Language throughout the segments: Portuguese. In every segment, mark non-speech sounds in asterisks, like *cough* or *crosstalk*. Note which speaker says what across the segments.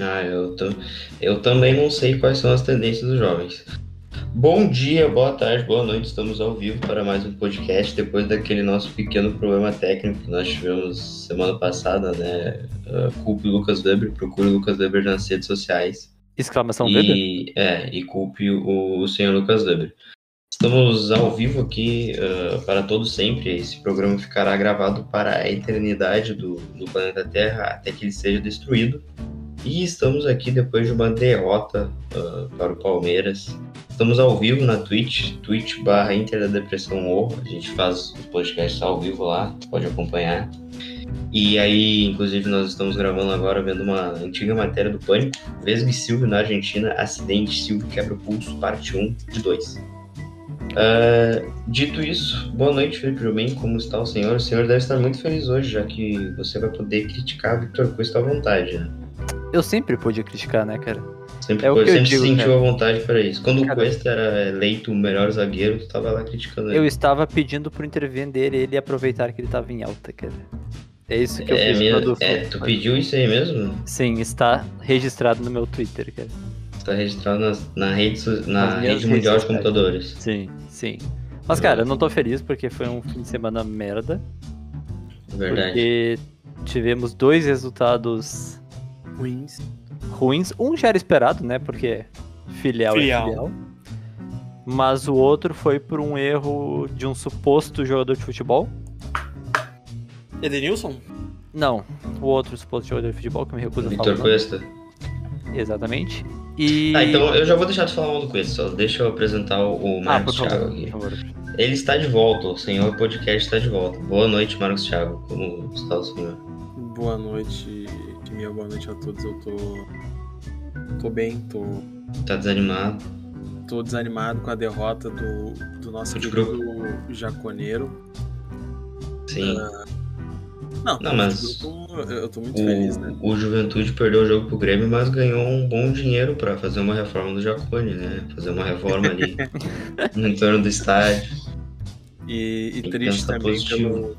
Speaker 1: Ah, eu, tô... eu também não sei quais são as tendências dos jovens. Bom dia, boa tarde, boa noite. Estamos ao vivo para mais um podcast. Depois daquele nosso pequeno problema técnico que nós tivemos semana passada, né? Uh, culpe o Lucas Weber, procure o Lucas Weber nas redes sociais.
Speaker 2: Exclamação Weber?
Speaker 1: E, é, e culpe o, o senhor Lucas Weber. Estamos ao vivo aqui uh, para todo sempre. Esse programa ficará gravado para a eternidade do, do planeta Terra até que ele seja destruído. E estamos aqui depois de uma derrota uh, para o Palmeiras. Estamos ao vivo na Twitch, twitch barra Inter da Depressão Morro. A gente faz os podcasts ao vivo lá, tu pode acompanhar. E aí, inclusive, nós estamos gravando agora vendo uma antiga matéria do Pânico. Vesgo e Silvio na Argentina, acidente, Silvio quebra o pulso, parte 1 de 2. dito isso, boa noite, Felipe Jobim. Como está o senhor? O senhor deve estar muito feliz hoje, já que você vai poder criticar Victor Cuesta à vontade, né?
Speaker 2: Eu sempre podia criticar, né, cara?
Speaker 1: Sempre,
Speaker 2: É o
Speaker 1: foi,
Speaker 2: que eu
Speaker 1: sempre se
Speaker 2: digo,
Speaker 1: sentiu
Speaker 2: cara.
Speaker 1: à vontade para isso. Quando
Speaker 2: Cara.
Speaker 1: o Cuesta era eleito o melhor zagueiro, tu tava lá criticando
Speaker 2: Eu
Speaker 1: ele.
Speaker 2: estava pedindo pro intervento dele ele aproveitar que ele tava em alta, cara. É isso que eu
Speaker 1: é,
Speaker 2: fiz
Speaker 1: minha-
Speaker 2: quando eu
Speaker 1: é,
Speaker 2: fui-
Speaker 1: tu pediu isso aí mesmo?
Speaker 2: Sim, está registrado no meu Twitter, cara.
Speaker 1: Tá registrado nas- na rede, so- na
Speaker 2: Nas minhas
Speaker 1: rede mundial
Speaker 2: redes
Speaker 1: de computadores.
Speaker 2: Sim, sim. Mas, cara, eu não tô feliz porque foi um fim de semana merda.
Speaker 1: Verdade.
Speaker 2: Porque tivemos dois resultados ruins. ruins. Um já era esperado, né? Porque filial,
Speaker 3: Filial.
Speaker 2: é filial. Mas o outro foi por um erro de um suposto jogador de futebol.
Speaker 3: Edenilson?
Speaker 2: Não, o outro suposto jogador de futebol que me recusa a falar. o
Speaker 1: Victor
Speaker 2: nome.
Speaker 1: Cuesta.
Speaker 2: Exatamente. E.
Speaker 1: Ah, então eu já vou deixar de falar mal do Cuesta, só deixa eu apresentar o- o
Speaker 2: Ah, por
Speaker 1: Marcos Thiago
Speaker 2: favor, por
Speaker 1: aqui.
Speaker 2: favor.
Speaker 1: Ele está de volta, o senhor podcast está de volta. Boa noite, Marcos Thiago. Como está o senhor?
Speaker 3: Boa noite, minha boa noite a todos. Eu tô. Tô bem, tô,
Speaker 1: Tá desanimado?
Speaker 3: tô desanimado com a derrota do, do nosso
Speaker 1: Tá De
Speaker 3: querido Jaconeiro.
Speaker 1: Sim.
Speaker 3: Não,
Speaker 1: Não, mas-
Speaker 3: eu tô, eu Ah, tô muito feliz, né?
Speaker 1: O, o Juventude perdeu o jogo pro Grêmio, mas ganhou um bom dinheiro pra fazer uma reforma do Jacone, né? Fazer uma reforma
Speaker 2: *laughs*
Speaker 1: ali no entorno do estádio.
Speaker 3: E, e
Speaker 1: Tem que
Speaker 3: triste
Speaker 1: pensar
Speaker 3: também
Speaker 1: positivo.
Speaker 3: pelo,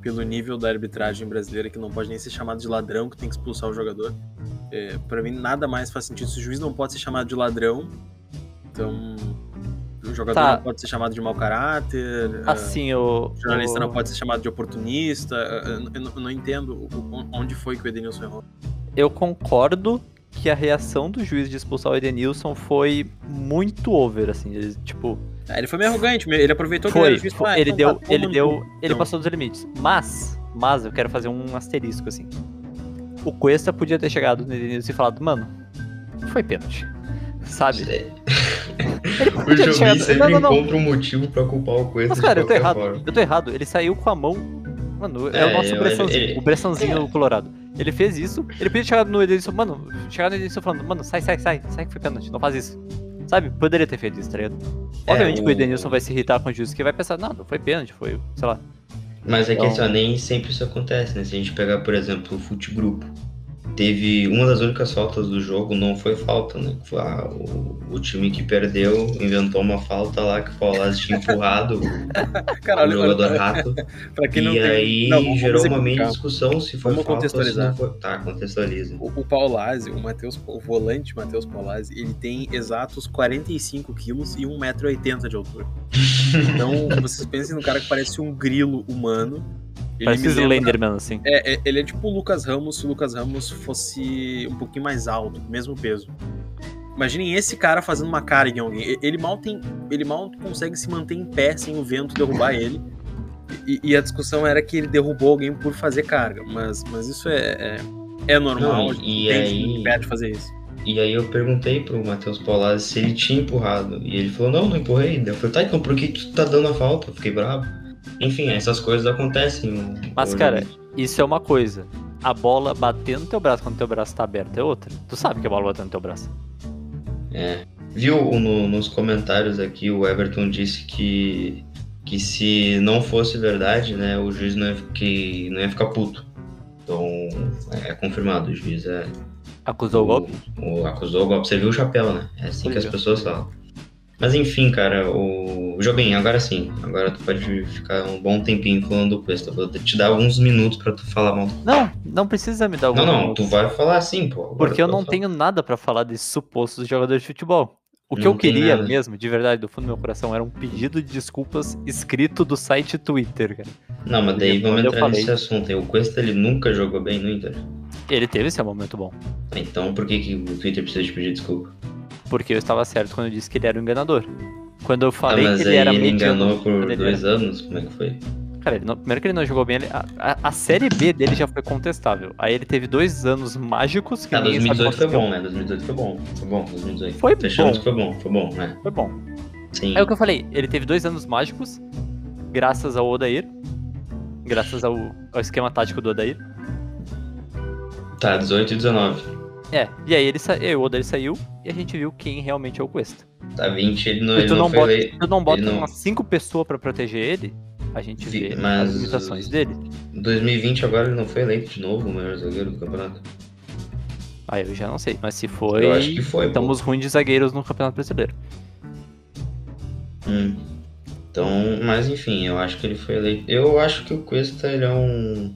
Speaker 3: pelo nível da arbitragem brasileira, que não pode nem ser chamado de ladrão, que tem que expulsar o jogador. É, para mim, nada mais faz sentido. Se o juiz não pode ser chamado de ladrão, então o jogador
Speaker 2: Tá.
Speaker 3: não pode ser chamado de mau caráter, é,
Speaker 2: Assim, o.
Speaker 3: o jornalista
Speaker 2: o-
Speaker 3: não pode ser chamado de oportunista. é, é, Eu, não- eu não entendo o- o- onde foi que o Edenilson errou.
Speaker 2: eu concordo que a reação do juiz de expulsar o Edenilson foi muito over, assim. Ele, tipo,
Speaker 3: Ah, Ele foi meio arrogante, meio- ele aproveitou que
Speaker 2: foi,
Speaker 3: ele juiz e
Speaker 2: foi-
Speaker 3: falou, ah,
Speaker 2: ele
Speaker 3: então
Speaker 2: deu,
Speaker 3: tá, toma
Speaker 2: ele
Speaker 3: no
Speaker 2: deu,
Speaker 3: *laughs* cu.
Speaker 2: ele
Speaker 3: Então.
Speaker 2: passou dos limites. Mas, mas eu quero fazer um asterisco assim. O Cuesta podia ter chegado no Edenilson e falado, mano, foi pênalti. Sabe? Ele
Speaker 1: É. *laughs* O
Speaker 2: podia ter
Speaker 1: Jobim
Speaker 2: chegado. Não,
Speaker 1: sempre
Speaker 2: não, não.
Speaker 1: encontra um motivo pra culpar o Cuesta
Speaker 2: Mas, cara,
Speaker 1: de
Speaker 2: eu tô
Speaker 1: qualquer
Speaker 2: errado.
Speaker 1: forma.
Speaker 2: Eu tô errado. Ele saiu com a mão. Mano, é,
Speaker 1: É,
Speaker 2: o nosso
Speaker 1: eu-
Speaker 2: Bressanzinho.
Speaker 1: ele-
Speaker 2: O Bressanzinho colorado. Ele fez isso. Ele podia chegar no Edenilson. Mano, chegar no Edenilson falando: Mano, sai, sai, sai. Sai que foi pênalti. Não faz isso. Sabe? Poderia ter feito isso, tá ligado?
Speaker 1: É,
Speaker 2: Obviamente que
Speaker 1: o-
Speaker 2: o Edenilson vai se irritar com o juiz, que vai pensar: Não, não foi pênalti. Foi, sei lá.
Speaker 1: Mas é que
Speaker 2: Então-
Speaker 1: assim, ó, nem sempre isso acontece, né? Se a gente pegar, por exemplo, o Fute Grupo. Teve uma das únicas faltas do jogo, não foi falta, né? Foi a- o, o time que perdeu inventou uma falta lá que o Paulazzi tinha empurrado
Speaker 3: *laughs* Cara,
Speaker 1: o
Speaker 3: olha- olha-
Speaker 1: jogador rato.
Speaker 3: pra quem não
Speaker 1: e
Speaker 3: tem-
Speaker 1: aí
Speaker 3: Não, vamos
Speaker 1: gerou uma
Speaker 3: exemplificar.
Speaker 1: meia discussão se foi
Speaker 3: Vamos
Speaker 1: falta ou se
Speaker 3: contextualizar.
Speaker 1: não foi. Tá, contextualiza.
Speaker 3: O, o Paulazzi, o Matheus, o volante Matheus Paulazzi, ele tem exatos 45 quilos e 1,80m de altura. Então, vocês pensem no cara que parece um grilo humano. Ele
Speaker 2: Parece
Speaker 3: me
Speaker 2: o
Speaker 3: lembra-
Speaker 2: Slenderman, assim.
Speaker 3: É, é, ele é tipo o Lucas Ramos se o Lucas Ramos fosse um pouquinho mais alto, mesmo peso. Imaginem esse cara fazendo uma cara em alguém. E- Ele mal tem, ele mal consegue se manter em pé sem o vento derrubar ele. E, e a discussão era que ele derrubou alguém por fazer carga, mas, mas isso é, é, é normal.
Speaker 1: Não,
Speaker 3: a gente
Speaker 1: e
Speaker 3: tem
Speaker 1: aí-
Speaker 3: que impede fazer isso.
Speaker 1: E aí eu perguntei pro Matheus Paulazzi se ele tinha empurrado. E ele falou, não, não empurrei. Daí Eu falei, tá, então por que tu tá dando a falta? Eu fiquei bravo. Enfim, essas coisas acontecem. o-
Speaker 2: Mas,
Speaker 1: o-
Speaker 2: cara, Isso é uma coisa. A bola batendo no teu braço quando teu braço tá aberto é outra. Tu sabe que a bola batendo no teu braço.
Speaker 1: É. Viu o- no- nos comentários aqui, o Everton disse que, que se não fosse verdade, né, o juiz não ia, que, não ia ficar puto. Então, é confirmado, o juiz é,
Speaker 2: Acusou o golpe?
Speaker 1: O, acusou o golpe. Você viu o chapéu, né? É assim que as
Speaker 2: Obrigado.
Speaker 1: pessoas falam. Mas enfim, cara, o. Jobim, agora sim. Agora tu pode ficar um bom tempinho falando do Cuesta. Eu Vou te dar alguns minutos pra tu falar mal do.
Speaker 2: Não, não precisa me dar o
Speaker 1: Não, não, tu vai falar sim, pô. Agora
Speaker 2: Porque eu
Speaker 1: tu
Speaker 2: não
Speaker 1: vai
Speaker 2: tenho nada pra falar de supostos jogadores de futebol. O que
Speaker 1: Não
Speaker 2: eu
Speaker 1: tem
Speaker 2: queria
Speaker 1: nada.
Speaker 2: mesmo, de verdade, do fundo do meu coração, era um pedido de desculpas escrito do site Twitter, cara.
Speaker 1: falar. Não, mas daí
Speaker 2: Porque
Speaker 1: vamos
Speaker 2: quando eu
Speaker 1: entrar
Speaker 2: falei-
Speaker 1: nesse assunto aí. O Cuesta ele nunca jogou bem no Inter.
Speaker 2: Ele teve seu momento bom,
Speaker 1: Então por que, que o Twitter precisa te pedir desculpa?
Speaker 2: porque eu estava certo quando eu disse que ele era um enganador. Quando eu
Speaker 1: Ah,
Speaker 2: falei
Speaker 1: mas
Speaker 2: que ele
Speaker 1: aí
Speaker 2: era
Speaker 1: ele
Speaker 2: mediano,
Speaker 1: enganou
Speaker 2: quando
Speaker 1: por
Speaker 2: ele
Speaker 1: dois anos? Como é que foi?
Speaker 2: Cara, ele não- primeiro que ele não jogou bem, ele- a, a- a série B dele já foi contestável. Aí ele teve dois anos mágicos que
Speaker 1: Ah,
Speaker 2: ninguém
Speaker 1: 2018 foi
Speaker 2: sabe
Speaker 1: bom, né? 2018 foi bom. Foi bom, 2018.
Speaker 2: Foi
Speaker 1: Fechamos
Speaker 2: bom.
Speaker 1: que foi bom, foi bom, né?
Speaker 2: Foi bom.
Speaker 1: Sim.
Speaker 2: É o que eu falei, ele teve dois anos mágicos, graças ao Odair, graças ao, ao esquema tático do Odair.
Speaker 1: Tá, 18 e 19.
Speaker 2: É, e aí ele sa... e aí o Odair saiu e a gente viu quem realmente é o Cuesta.
Speaker 1: Tá 20, ele não,
Speaker 2: Se
Speaker 1: ele
Speaker 2: tu
Speaker 1: não,
Speaker 2: não
Speaker 1: foi
Speaker 2: bota,
Speaker 1: eleito.
Speaker 2: se tu não bota
Speaker 1: não-
Speaker 2: umas cinco pessoas pra proteger ele, a gente
Speaker 1: Vi-
Speaker 2: vê
Speaker 1: mas-
Speaker 2: as limitações dele.
Speaker 1: 2020 agora ele não foi eleito de novo o melhor zagueiro do campeonato.
Speaker 2: Aí eu já não sei, mas se foi,
Speaker 1: Eu acho que foi, pô.
Speaker 2: estamos ruins de zagueiros no Campeonato Brasileiro.
Speaker 1: Hum. Então, mas enfim, eu acho que ele foi eleito. Eu acho que o Cuesta ele é um.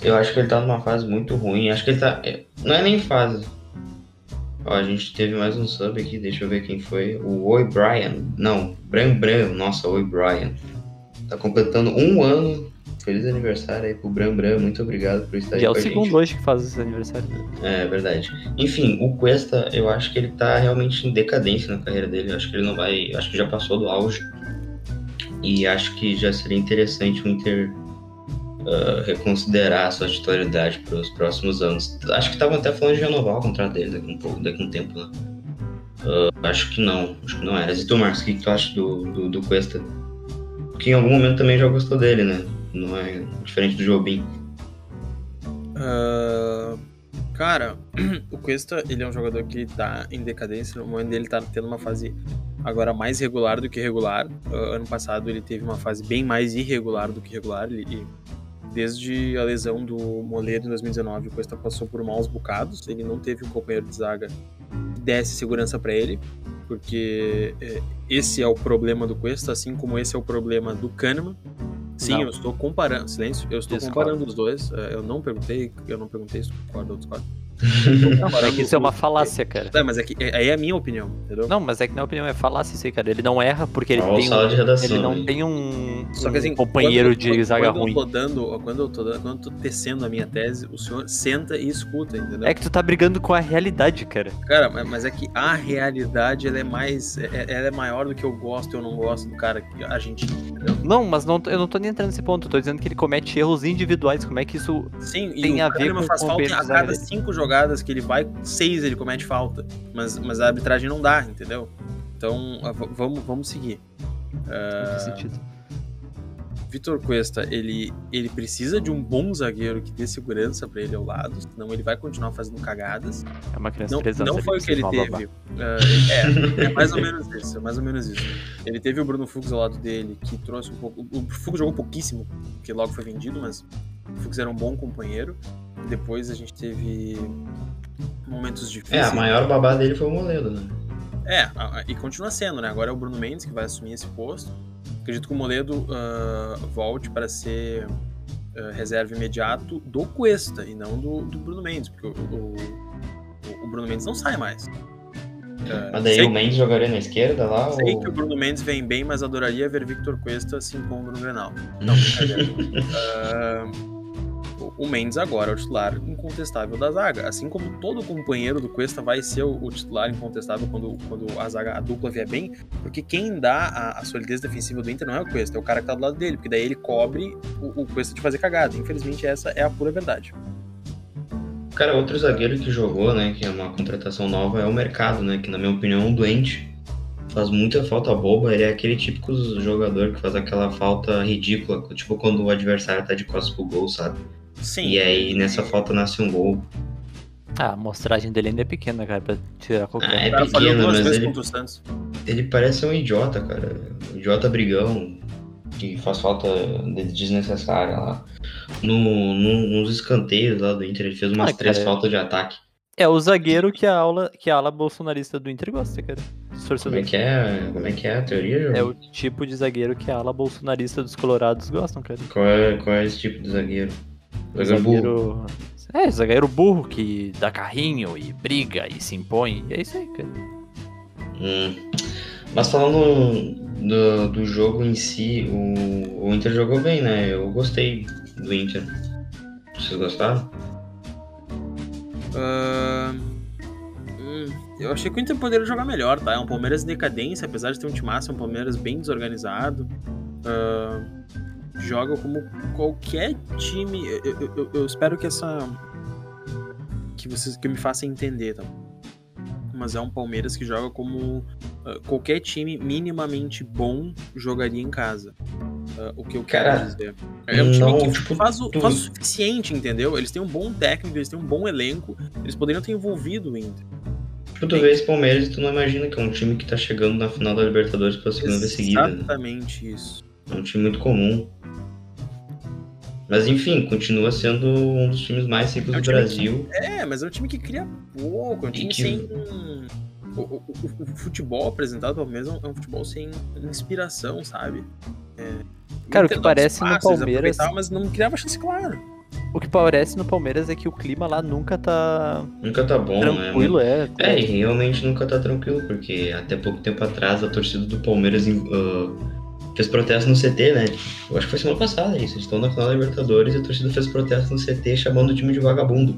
Speaker 1: Eu acho que ele tá numa fase muito ruim. Acho que ele tá. é, Não é nem fase. Ó, a gente teve mais um sub aqui, deixa eu ver quem foi. O Oi Brian. Não, Bran Bran. Nossa, Oi Brian. Tá completando um ano. Feliz aniversário aí pro Bran Bran. Muito obrigado por estar Tá aí
Speaker 2: E é o
Speaker 1: com a gente.
Speaker 2: segundo hoje que faz esse aniversário.
Speaker 1: É verdade. Enfim, o Cuesta, eu acho que ele tá realmente em decadência na carreira dele. Eu acho que ele não vai. eu acho que já passou do auge. E acho que já seria interessante o Inter ah, reconsiderar a sua titularidade para os próximos anos. Acho que estavam até falando de renovar o contrato dele daqui um pouco, daqui um tempo, né? Ah, acho que não, acho que não era. Zito Marcos, o que que tu acha do, do, do Cuesta? Porque em algum momento também já gostou dele, né? Não é diferente do Jobim.
Speaker 3: Ah, cara, *clears throat* o Cuesta, ele é um jogador que tá em decadência. No momento dele tá tendo uma fase agora mais regular do que regular. Ah, ano passado ele teve uma fase bem mais irregular do que regular. Ele, ele- desde a lesão do Moledo em 2019, o Cuesta passou por maus bocados. Ele não teve um companheiro de zaga que desse segurança pra ele, porque eh, esse é o problema do Cuesta, assim como esse é o problema do Kahneman. Sim,
Speaker 2: Não.
Speaker 3: eu estou comparando. Silêncio, eu estou
Speaker 2: Discordo.
Speaker 3: comparando os dois. Eh, Eu não perguntei, eu não perguntei se concorda ou discorda.
Speaker 2: Não, mas é que isso é uma falácia, cara.
Speaker 3: É, mas é que é- aí é a minha opinião, entendeu?
Speaker 2: Não, mas é que na minha opinião é falácia isso aí, cara. Ele não erra porque ele
Speaker 1: Olha o
Speaker 2: tem
Speaker 1: sala
Speaker 2: um,
Speaker 1: de redação, né?
Speaker 2: ele não
Speaker 1: hein?
Speaker 2: tem um,
Speaker 3: Só que assim,
Speaker 2: um companheiro
Speaker 3: quando-
Speaker 2: de
Speaker 3: quando-
Speaker 2: zaga é
Speaker 3: quando
Speaker 2: ruim.
Speaker 3: Eu tô dando, quando eu tô dando, quando eu tô tecendo a minha tese, o senhor senta e escuta, entendeu?
Speaker 2: É que tu tá brigando com a realidade, cara.
Speaker 3: Cara, mas mas é que a realidade ela é mais, é- ela é maior do que eu gosto e eu não gosto do cara que a gente, entendeu?
Speaker 2: Não, mas não, eu não tô nem entrando nesse ponto. Eu tô dizendo que ele comete erros individuais. Como é que isso.
Speaker 3: Sim,
Speaker 2: Tem
Speaker 3: e
Speaker 2: a
Speaker 3: o
Speaker 2: ver
Speaker 3: Kahneman
Speaker 2: com
Speaker 3: faz
Speaker 2: o
Speaker 3: falta em- a
Speaker 2: companheiro
Speaker 3: cada
Speaker 2: dele.
Speaker 3: cinco jogadas que ele vai, seis ele comete falta. Mas, mas a arbitragem não dá, entendeu? Então, ah, v- vamos, vamos seguir. Ah,
Speaker 2: não faz sentido.
Speaker 3: Vitor Cuesta, ele, ele precisa de um bom zagueiro que dê segurança pra ele ao lado, senão ele vai continuar fazendo cagadas.
Speaker 2: É uma criança
Speaker 3: Não,
Speaker 2: de 3 anos.
Speaker 3: não foi o que ele
Speaker 2: precisa de uma babá.
Speaker 3: teve. Ah, é, é mais ou menos isso, é mais ou menos isso. Ele teve o Bruno Fux ao lado dele, que trouxe um pouco. O Fux jogou pouquíssimo, que logo foi vendido, mas o Fux era um bom companheiro. Depois a gente teve momentos
Speaker 1: É,
Speaker 3: difíceis.
Speaker 1: a maior babá dele foi o Moledo, né?
Speaker 3: É, a- a- e continua sendo, né? Agora é o Bruno Mendes que vai assumir esse posto. Acredito que o Moledo ah, volte para ser ah, reserva imediato do Cuesta e não do, do Bruno Mendes, porque o, o- o- o Bruno Mendes não sai mais. Ah,
Speaker 1: Mas daí
Speaker 3: sei,
Speaker 1: o Mendes jogaria na esquerda lá?
Speaker 3: sei
Speaker 1: ou...
Speaker 3: que o Bruno Mendes vem bem, mas adoraria ver Victor Cuesta se impondo no Grenal. Não, brincadeira. Ah, o- o Mendes agora é o titular incontestável da zaga. Assim como todo companheiro do Cuesta vai ser o, o titular incontestável quando, quando a zaga a dupla vier bem, porque quem dá a, a solidez defensiva do Inter não é o Cuesta, é o cara que tá do lado dele, porque daí ele cobre o, o Cuesta de fazer cagada. Infelizmente, essa é a pura verdade.
Speaker 1: Cara, outro zagueiro que jogou, né, que é uma contratação nova, é o Mercado, né, que na minha opinião é um doente. Faz muita falta boba, ele é aquele típico jogador que faz aquela falta ridícula, tipo quando o adversário tá de costas pro gol, sabe?
Speaker 3: Sim.
Speaker 1: E aí nessa falta nasce um gol.
Speaker 2: Ah, a amostragem dele ainda é pequena, cara, pra tirar qualquer.
Speaker 1: Ah,
Speaker 3: o
Speaker 1: é
Speaker 3: cara falhou
Speaker 1: pequena,
Speaker 3: duas
Speaker 1: mas
Speaker 3: vezes
Speaker 1: ele,
Speaker 3: contra o Santos.
Speaker 1: ele parece um idiota, cara. Um idiota brigão, que faz falta desnecessária lá. No, no- nos escanteios lá do Inter, ele fez umas
Speaker 2: Ah,
Speaker 1: três
Speaker 2: cara,
Speaker 1: faltas de ataque.
Speaker 2: É o zagueiro que a, aula, que a ala bolsonarista do Inter gosta, cara. Dos
Speaker 1: Como é
Speaker 2: torcedores.
Speaker 1: que é, como é, que é a teoria, João?
Speaker 2: É o tipo de zagueiro que a ala bolsonarista dos colorados gostam, cara.
Speaker 1: Qual, é, qual é esse tipo de zagueiro? Zagueiro burro.
Speaker 2: Zagueiro... É, zagueiro burro que dá carrinho e briga e se impõe. E é isso aí, cara.
Speaker 1: Hum. Mas falando do, do jogo em si, o, o Inter jogou bem, né? Eu gostei do Inter. Vocês gostaram?
Speaker 3: Hum, eu achei que o Inter poderia jogar melhor, tá? É um Palmeiras em decadência, apesar de ter um time massa, é um Palmeiras bem desorganizado. Ahn, joga como qualquer time. Eu, eu- eu- eu espero que essa. Que vocês que eu me façam entender, tá? Mas é um Palmeiras que joga como ah, qualquer time minimamente bom jogaria em casa. Ah, o que eu quero
Speaker 1: Cara,
Speaker 3: dizer. É um time
Speaker 1: não,
Speaker 3: que
Speaker 1: tipo,
Speaker 3: faz, o,
Speaker 1: tu-
Speaker 3: faz o suficiente, entendeu? Eles têm um bom técnico, eles têm um bom elenco, eles poderiam ter envolvido o Inter.
Speaker 1: Tipo, tu vê esse Palmeiras e tu não imagina que é um time que tá chegando na final da Libertadores pela segunda vez seguida. né?
Speaker 3: Exatamente isso.
Speaker 1: É um time muito comum. Mas enfim, continua sendo um dos times mais ricos
Speaker 3: É um
Speaker 1: do
Speaker 3: time
Speaker 1: Brasil.
Speaker 3: É, mas é um time que cria pouco, é um time
Speaker 1: que-
Speaker 3: sem. O, o- o- o futebol apresentado pelo Palmeiras é um- é um futebol sem inspiração, sabe? É,
Speaker 2: Cara, o que
Speaker 3: Inter dava
Speaker 2: parece no
Speaker 3: espaço, eles
Speaker 2: Palmeiras-
Speaker 3: aproveitavam, Mas não criava chance, claro.
Speaker 2: O que parece no Palmeiras é que o clima lá nunca tá
Speaker 1: Nunca tá bom,
Speaker 2: tranquilo,
Speaker 1: né?
Speaker 2: é.
Speaker 1: É, e realmente nunca tá tranquilo, porque até pouco tempo atrás a torcida do Palmeiras em- ah, fez protesto no CT, né? Eu acho que foi semana passada isso. Eles estão na final da Libertadores e a torcida fez protesto no CT chamando o time de vagabundo.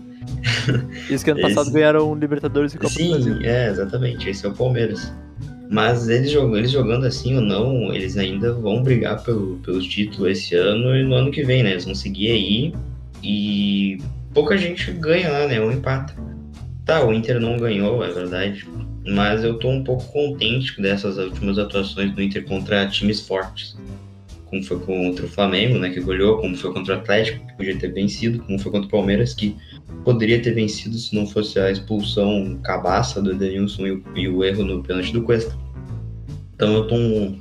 Speaker 2: Isso que ano passado
Speaker 1: é esse-
Speaker 2: ganharam o Libertadores e Copa do Brasil.
Speaker 1: Sim, é, exatamente. Esse é o Palmeiras. Mas eles jogando, eles jogando assim ou não, eles ainda vão brigar pelo, pelo título esse ano e no ano que vem, né? Eles vão seguir aí e pouca gente ganha lá, né? Ou empata. Tá, o Inter não ganhou, é verdade. Mas eu tô um pouco contente com dessas últimas atuações do Inter contra times fortes. Como foi contra o Flamengo, né? Que goleou, como foi contra o Atlético, que podia ter vencido, como foi contra o Palmeiras, que poderia ter vencido se não fosse a expulsão cabaça do Edenilson e o, e o erro no pênalti do Cuesta. Então eu tô um,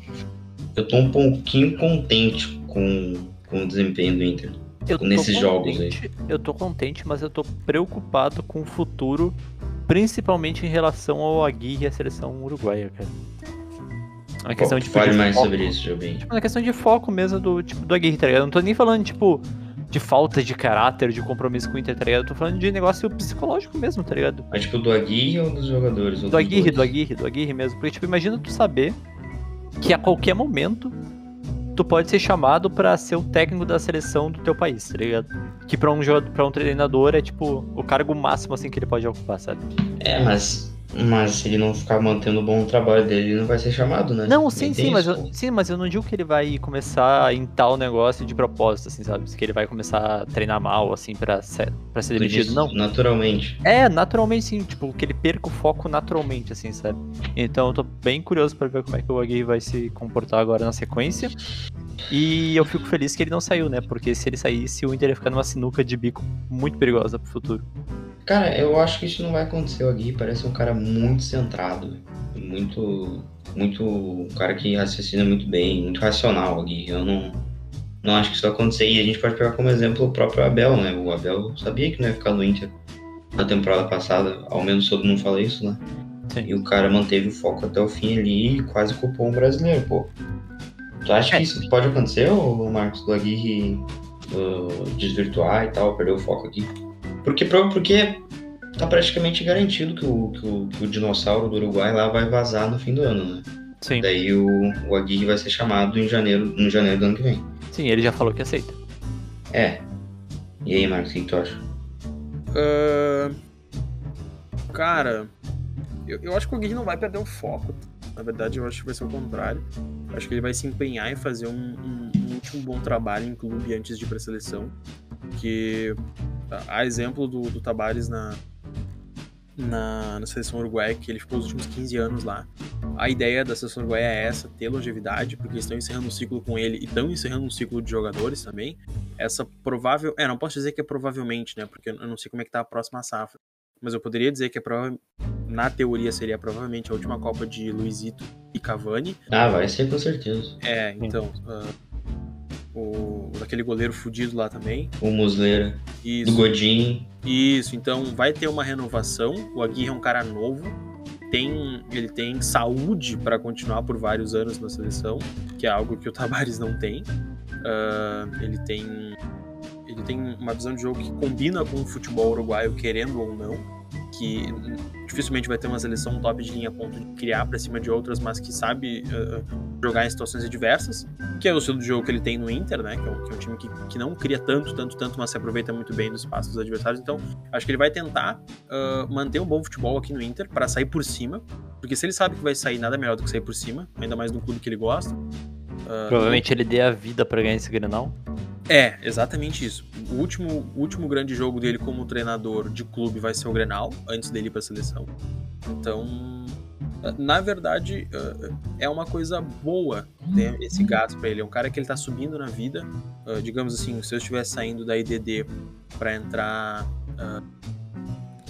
Speaker 1: eu tô um pouquinho contente com, com o desempenho do Inter.
Speaker 2: Eu tô
Speaker 1: nesses jogos aí.
Speaker 2: contente, Eu tô contente, mas eu tô preocupado com o futuro, principalmente em relação ao Aguirre e a seleção uruguaia, cara. É uma questão de tipo,
Speaker 1: Fale
Speaker 2: de
Speaker 1: mais
Speaker 2: foco.
Speaker 1: sobre isso, Jobim.
Speaker 2: Tipo, na questão de foco mesmo do tipo do Aguirre, tá ligado? Eu não tô nem falando, tipo, de falta de caráter, de compromisso com o Inter, tá ligado? Eu tô falando de negócio psicológico mesmo, tá ligado?
Speaker 1: Mas tipo do Aguirre ou dos jogadores? Ou
Speaker 2: Do
Speaker 1: dos
Speaker 2: Aguirre,
Speaker 1: dois?
Speaker 2: do Aguirre, do Aguirre mesmo. Porque, tipo, imagina tu saber que a qualquer momento tu pode ser chamado pra ser o técnico da seleção do teu país, tá ligado? Que pra um, jogador, pra um treinador é, tipo, o cargo máximo, assim, que ele pode ocupar, sabe?
Speaker 1: É, mas, mas se ele não ficar mantendo o bom trabalho dele, ele não vai ser chamado, né?
Speaker 2: Não, sim,
Speaker 1: Tem
Speaker 2: sim,
Speaker 1: isso,
Speaker 2: mas
Speaker 1: pô.
Speaker 2: eu, sim, mas eu não digo que ele vai começar a intar o negócio de propósito, assim, sabe? Que ele vai começar a treinar mal, assim, pra ser, pra ser
Speaker 1: Tu
Speaker 2: demitido,
Speaker 1: diz
Speaker 2: não.
Speaker 1: Naturalmente.
Speaker 2: É, naturalmente sim, tipo, que ele perca o foco naturalmente, assim, sabe? Então eu tô bem curioso pra ver como é que o Aguirre vai se comportar agora na sequência. E eu fico feliz que ele não saiu, né? Porque se ele saísse, o Inter ia ficar numa sinuca de bico muito perigosa pro futuro.
Speaker 1: Cara, eu acho que isso não vai acontecer. O Aguirre parece um cara muito centrado, velho. muito, muito, um cara que raciocina muito bem, muito racional. O Aguirre, eu não, não acho que isso vai acontecer. E a gente pode pegar como exemplo o próprio Abel, né? O Abel sabia que não ia ficar no Inter na temporada passada, ao menos todo mundo fala isso, né?
Speaker 2: Sim.
Speaker 1: E o cara manteve o foco até o fim ali e quase culpou um brasileiro, pô. Tu acha
Speaker 2: É.
Speaker 1: que isso pode acontecer, ô Marcos, do Aguirre uh, desvirtuar e tal, perder o foco aqui? Porque, pro- porque tá praticamente garantido que o, que, o, que o dinossauro do Uruguai lá vai vazar no fim do ano, né?
Speaker 2: Sim,
Speaker 1: Daí o, o Aguirre vai ser chamado em janeiro, em janeiro do ano que vem.
Speaker 2: sim, ele já falou que aceita.
Speaker 1: É. E aí, Marcos, o que que tu acha?
Speaker 3: Ahn, cara, eu, eu acho que o Aguirre não vai perder o foco. Na verdade, eu acho que vai ser o contrário. Eu acho que ele vai se empenhar em fazer um, um- um último bom trabalho em clube antes de ir pra seleção. Que, a- a exemplo do, do Tabares na, na, na seleção uruguaia, que ele ficou os últimos 15 anos lá. A ideia da seleção uruguaia é essa, ter longevidade, porque eles estão encerrando um ciclo com ele e estão encerrando um ciclo de jogadores também essa provável. É, não posso dizer que é provavelmente, né? Porque eu não sei como é que tá a próxima safra. Mas eu poderia dizer que é prova... na teoria seria provavelmente a última Copa de Luizito e Cavani.
Speaker 1: Ah, vai ser com certeza.
Speaker 3: É, então. ah, O, daquele goleiro fudido lá também.
Speaker 1: O Muslera,
Speaker 3: Isso.
Speaker 1: do Godinho.
Speaker 3: Isso, então vai ter uma renovação. O Aguirre é um cara novo, tem, ele tem saúde para continuar por vários anos na seleção, que é algo que o *laughs* Tabares não tem. Ah, ele tem ele tem uma visão de jogo que combina com o futebol uruguaio, querendo ou não, que dificilmente vai ter uma seleção top de linha a ponto de criar para cima de outras, mas que sabe ah, jogar em situações adversas, que é o estilo de jogo que ele tem no Inter, né? Que é um, que é um time que, que não cria tanto, tanto, tanto, mas se aproveita muito bem do espaço dos adversários. Então, acho que ele vai tentar ah, manter um bom futebol aqui no Inter para sair por cima, porque se ele sabe que vai sair nada melhor do que sair por cima, ainda mais num clube que ele gosta. ah,
Speaker 2: Provavelmente ele dê a vida pra ganhar esse Grenal.
Speaker 3: é, exatamente isso. O último, o último grande jogo dele como treinador de clube vai ser o Grenal, antes dele ir para a seleção. Então, eh, na verdade, eh, é uma coisa boa ter esse gato para ele. É um cara que ele tá subindo na vida. Eh, Digamos assim, se eu estivesse saindo da IDD para entrar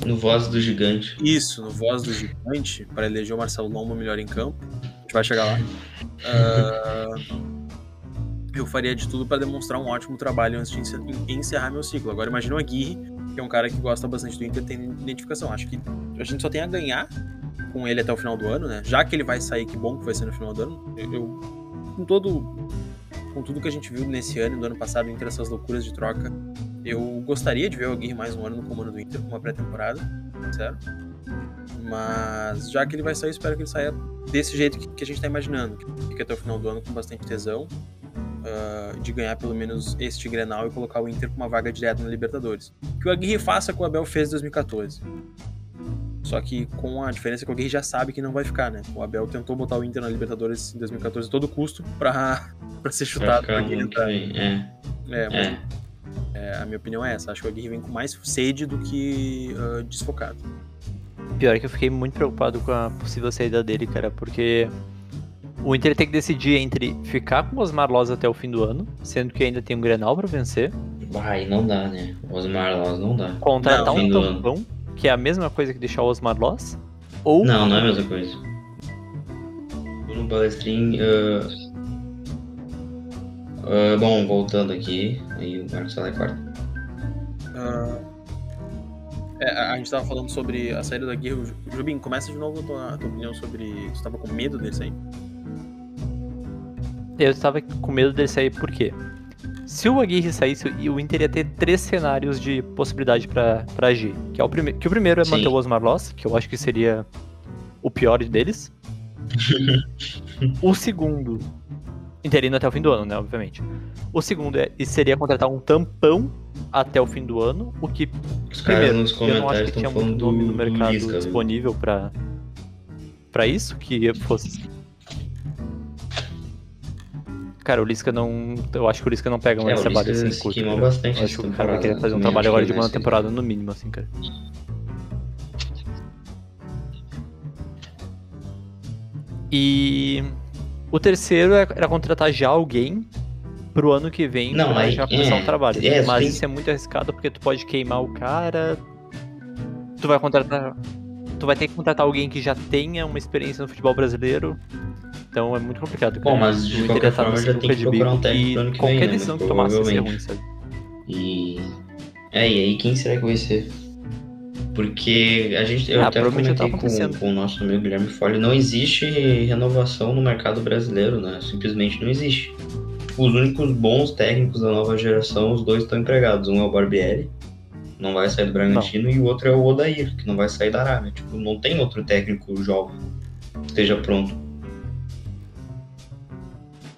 Speaker 1: No Voz do Gigante.
Speaker 3: isso, no Voz do Gigante, para eleger o Marcelo Lomba melhor em campo. A gente vai chegar lá. Ah, eu faria de tudo para demonstrar um ótimo trabalho antes de encer- en- encerrar meu ciclo. Agora imagina o Aguirre, que é um cara que gosta bastante do Inter, tem identificação. Acho que a gente só tem a ganhar com ele até o final do ano, né? Já que ele vai sair, que bom que vai ser no final do ano. Eu, eu- com todo com tudo que a gente viu nesse ano e do ano passado, entre essas loucuras de troca, eu gostaria de ver o Aguirre mais um ano no comando do Inter, uma pré-temporada sincero. Mas já que ele vai sair, eu espero que ele saia desse jeito que, que a gente tá imaginando. Que fique até o final do ano com bastante tesão ah, de ganhar pelo menos este Grenal e colocar o Inter com uma vaga direta na Libertadores. Que o Aguirre faça o que o Abel fez em 2014. Só que com a diferença que o Aguirre já sabe que não vai ficar, né? O Abel tentou botar o Inter na Libertadores em 2014 a todo custo pra, *laughs* pra ser
Speaker 1: Pra
Speaker 3: chutado.
Speaker 1: ficar
Speaker 3: pra ele
Speaker 1: muito
Speaker 3: entrar.
Speaker 1: bem. É,
Speaker 3: É, mas
Speaker 1: é.
Speaker 3: é, a minha opinião é essa. Acho que o Aguirre vem com mais sede do que ah, desfocado.
Speaker 2: Pior é que eu fiquei muito preocupado com a possível saída dele, cara, porque o Inter tem que decidir entre ficar com o Osmar Loz até o fim do ano, sendo que ainda tem um Grenal pra vencer,
Speaker 1: Vai, não dá, né? Osmar Laws não dá.
Speaker 2: contratar
Speaker 3: Não,
Speaker 2: um
Speaker 1: fim do ano.
Speaker 2: tampão, que é a mesma coisa que deixar o Osmar Loz, ou
Speaker 1: Não, não é a mesma coisa. No palestrinho. ah, ah, uh, bom, voltando aqui. Aí o Marcos tá Salai corta.
Speaker 3: Ah, É, a a gente tava falando sobre a saída da guerra. Jubim, começa de novo a tua, a tua opinião sobre. Você tava com medo dele sair?
Speaker 2: eu estava com medo dele sair, por quê? Se o Aguirre saísse, o Inter ia ter três cenários de possibilidade pra pra agir. Que, é o prime... que o primeiro é
Speaker 1: Sim.
Speaker 2: manter o Osmar Loss, que eu acho que seria o pior
Speaker 1: *laughs*
Speaker 2: deles. o segundo, interino até o fim do ano, né, obviamente. O segundo é, e seria contratar um tampão até o fim do ano, o que
Speaker 1: Os caras
Speaker 2: Primeiro,
Speaker 1: nos
Speaker 2: eu não acho
Speaker 1: comentários
Speaker 2: que
Speaker 1: estão
Speaker 2: tinha muito
Speaker 1: falando do,
Speaker 2: nome no mercado
Speaker 1: do Lisca, viu?
Speaker 2: disponível pra para isso que fosse. Cara, o Lisca não, eu acho que o Lisca não pega
Speaker 1: É,
Speaker 2: mais
Speaker 1: o
Speaker 2: trabalho
Speaker 1: Lisca
Speaker 2: assim
Speaker 1: se
Speaker 2: curto.
Speaker 1: queimou
Speaker 2: cara.
Speaker 1: bastante
Speaker 2: Eu acho que
Speaker 1: essa
Speaker 2: o cara vai querer
Speaker 1: temporada
Speaker 2: fazer um
Speaker 1: também,
Speaker 2: trabalho
Speaker 1: acho
Speaker 2: agora
Speaker 1: que
Speaker 2: de
Speaker 1: vai
Speaker 2: uma
Speaker 1: ser.
Speaker 2: temporada no mínimo assim, cara. E o terceiro é- era contratar já alguém pro ano que vem
Speaker 1: Não,
Speaker 2: pra
Speaker 1: aí-
Speaker 2: já começar
Speaker 1: é,
Speaker 2: um trabalho.
Speaker 1: é,
Speaker 2: Mas
Speaker 1: tem-
Speaker 2: isso é muito arriscado porque tu pode queimar o cara. Tu vai contratar. Tu vai ter que contratar alguém que já tenha uma experiência no futebol brasileiro. Então é muito complicado. cara.
Speaker 1: Bom, mas de
Speaker 2: O Inter tá
Speaker 1: qualquer
Speaker 2: ia estar
Speaker 1: forma
Speaker 2: numa
Speaker 1: já tem
Speaker 2: sinuca
Speaker 1: que procurar um
Speaker 2: bico
Speaker 1: técnico
Speaker 2: e
Speaker 1: pro ano que vem,
Speaker 2: Qualquer
Speaker 1: né?
Speaker 2: decisão que tomasse ia ser
Speaker 1: Provavelmente.
Speaker 2: é ruim, sabe?
Speaker 1: E. É, e aí quem será que vai ser? Porque a gente. Eu
Speaker 2: Ah,
Speaker 1: até
Speaker 2: provavelmente já
Speaker 1: comentei
Speaker 2: tá
Speaker 1: com,
Speaker 2: acontecendo.
Speaker 1: com o nosso amigo Guilherme Folli, não existe renovação no mercado brasileiro, né? Simplesmente não existe. Os únicos bons técnicos da nova geração, os dois estão empregados. Um é o Barbieri, não vai sair do Bragantino, e o outro é o Odair, que não vai sair da Arábia. Tipo, não tem outro técnico jovem que esteja pronto.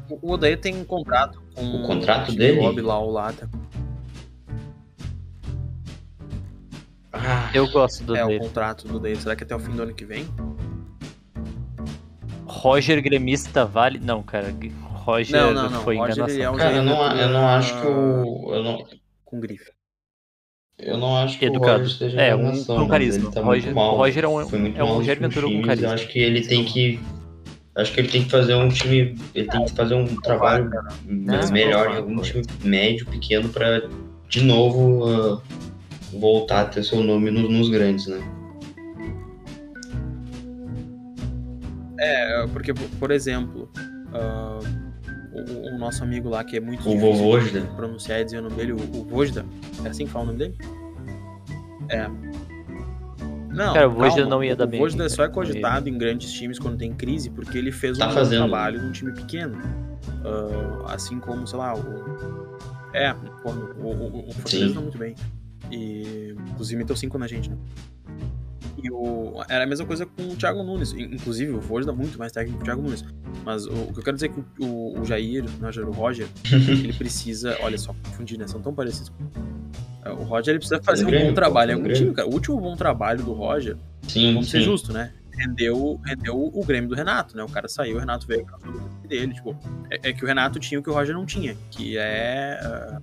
Speaker 3: O o Odair tem um contrato com
Speaker 1: O contrato
Speaker 3: com
Speaker 1: dele?
Speaker 3: O Bob lá, o Lata.
Speaker 1: Ah,
Speaker 2: Eu gosto do
Speaker 3: É o
Speaker 2: Odair.
Speaker 3: contrato do Odair. Será que até o fim do ano que vem?
Speaker 2: Roger Gremista vale. Não, cara. Roger
Speaker 3: Não, não, não.
Speaker 2: foi
Speaker 3: Roger, ele é
Speaker 2: enganação.
Speaker 3: um
Speaker 1: cara, eu não,
Speaker 3: jogador
Speaker 1: a- eu não acho que o. Eu não,
Speaker 3: Com grife.
Speaker 1: Eu não acho que
Speaker 2: Educado.
Speaker 1: o Roger seja
Speaker 2: É, um
Speaker 1: enganação,
Speaker 2: com
Speaker 1: mas
Speaker 2: carisma.
Speaker 1: Ele tá
Speaker 2: Roger-
Speaker 1: muito mal.
Speaker 2: o Roger é um-
Speaker 1: Foi muito
Speaker 2: é um
Speaker 1: mal nos
Speaker 2: Jair Ventura com
Speaker 1: últimos times,
Speaker 2: carisma.
Speaker 1: Eu acho que ele tem que. Acho que ele tem que fazer um time. Ele tem que fazer um trabalho
Speaker 2: Não,
Speaker 1: melhor em
Speaker 2: não,
Speaker 1: algum
Speaker 2: não.
Speaker 1: time médio, pequeno, pra de novo ah, voltar a ter seu nome no- nos grandes, né?
Speaker 3: É, porque, por por exemplo, ah, o, o nosso amigo lá, que é muito
Speaker 1: O
Speaker 3: difícil
Speaker 1: Vovojda.
Speaker 3: de pronunciar e dizer o nome dele, o, o Vojda. É assim que fala o nome dele? É. Não,
Speaker 2: Cara, o Vojda
Speaker 3: calma,
Speaker 2: não ia dar bem
Speaker 3: O Vojda
Speaker 2: aqui,
Speaker 3: só é
Speaker 2: cara, não ia.
Speaker 3: cogitado em grandes times quando tem crise, porque ele fez
Speaker 1: Tá
Speaker 3: um
Speaker 1: fazendo.
Speaker 3: trabalho num time pequeno. Ah, assim como, sei lá, o. É, pô, o, o, o Fortaleza
Speaker 1: Sim.
Speaker 3: tá muito bem. E. Inclusive meteu 5 na gente, né? E o, era a mesma coisa com o Thiago Nunes. In- Inclusive, o Forge dá muito mais técnico que o Thiago Nunes. Mas o, o que eu quero dizer é que o, o, o Jair, não, Jair, o Roger, ele precisa. Olha só, confundir, né? São tão parecidos. É, O Roger ele precisa fazer um
Speaker 1: Grêmio,
Speaker 3: bom trabalho. É
Speaker 1: no
Speaker 3: um
Speaker 1: Grêmio.
Speaker 3: time, cara. O último bom trabalho do Roger,
Speaker 1: Sim,
Speaker 3: vamos ser
Speaker 1: sim.
Speaker 3: justo, né? Rendeu, rendeu o Grêmio do Renato, né? O cara saiu, o Renato veio com o time dele. Tipo, é, é que o Renato tinha o que o Roger não tinha, que é ah,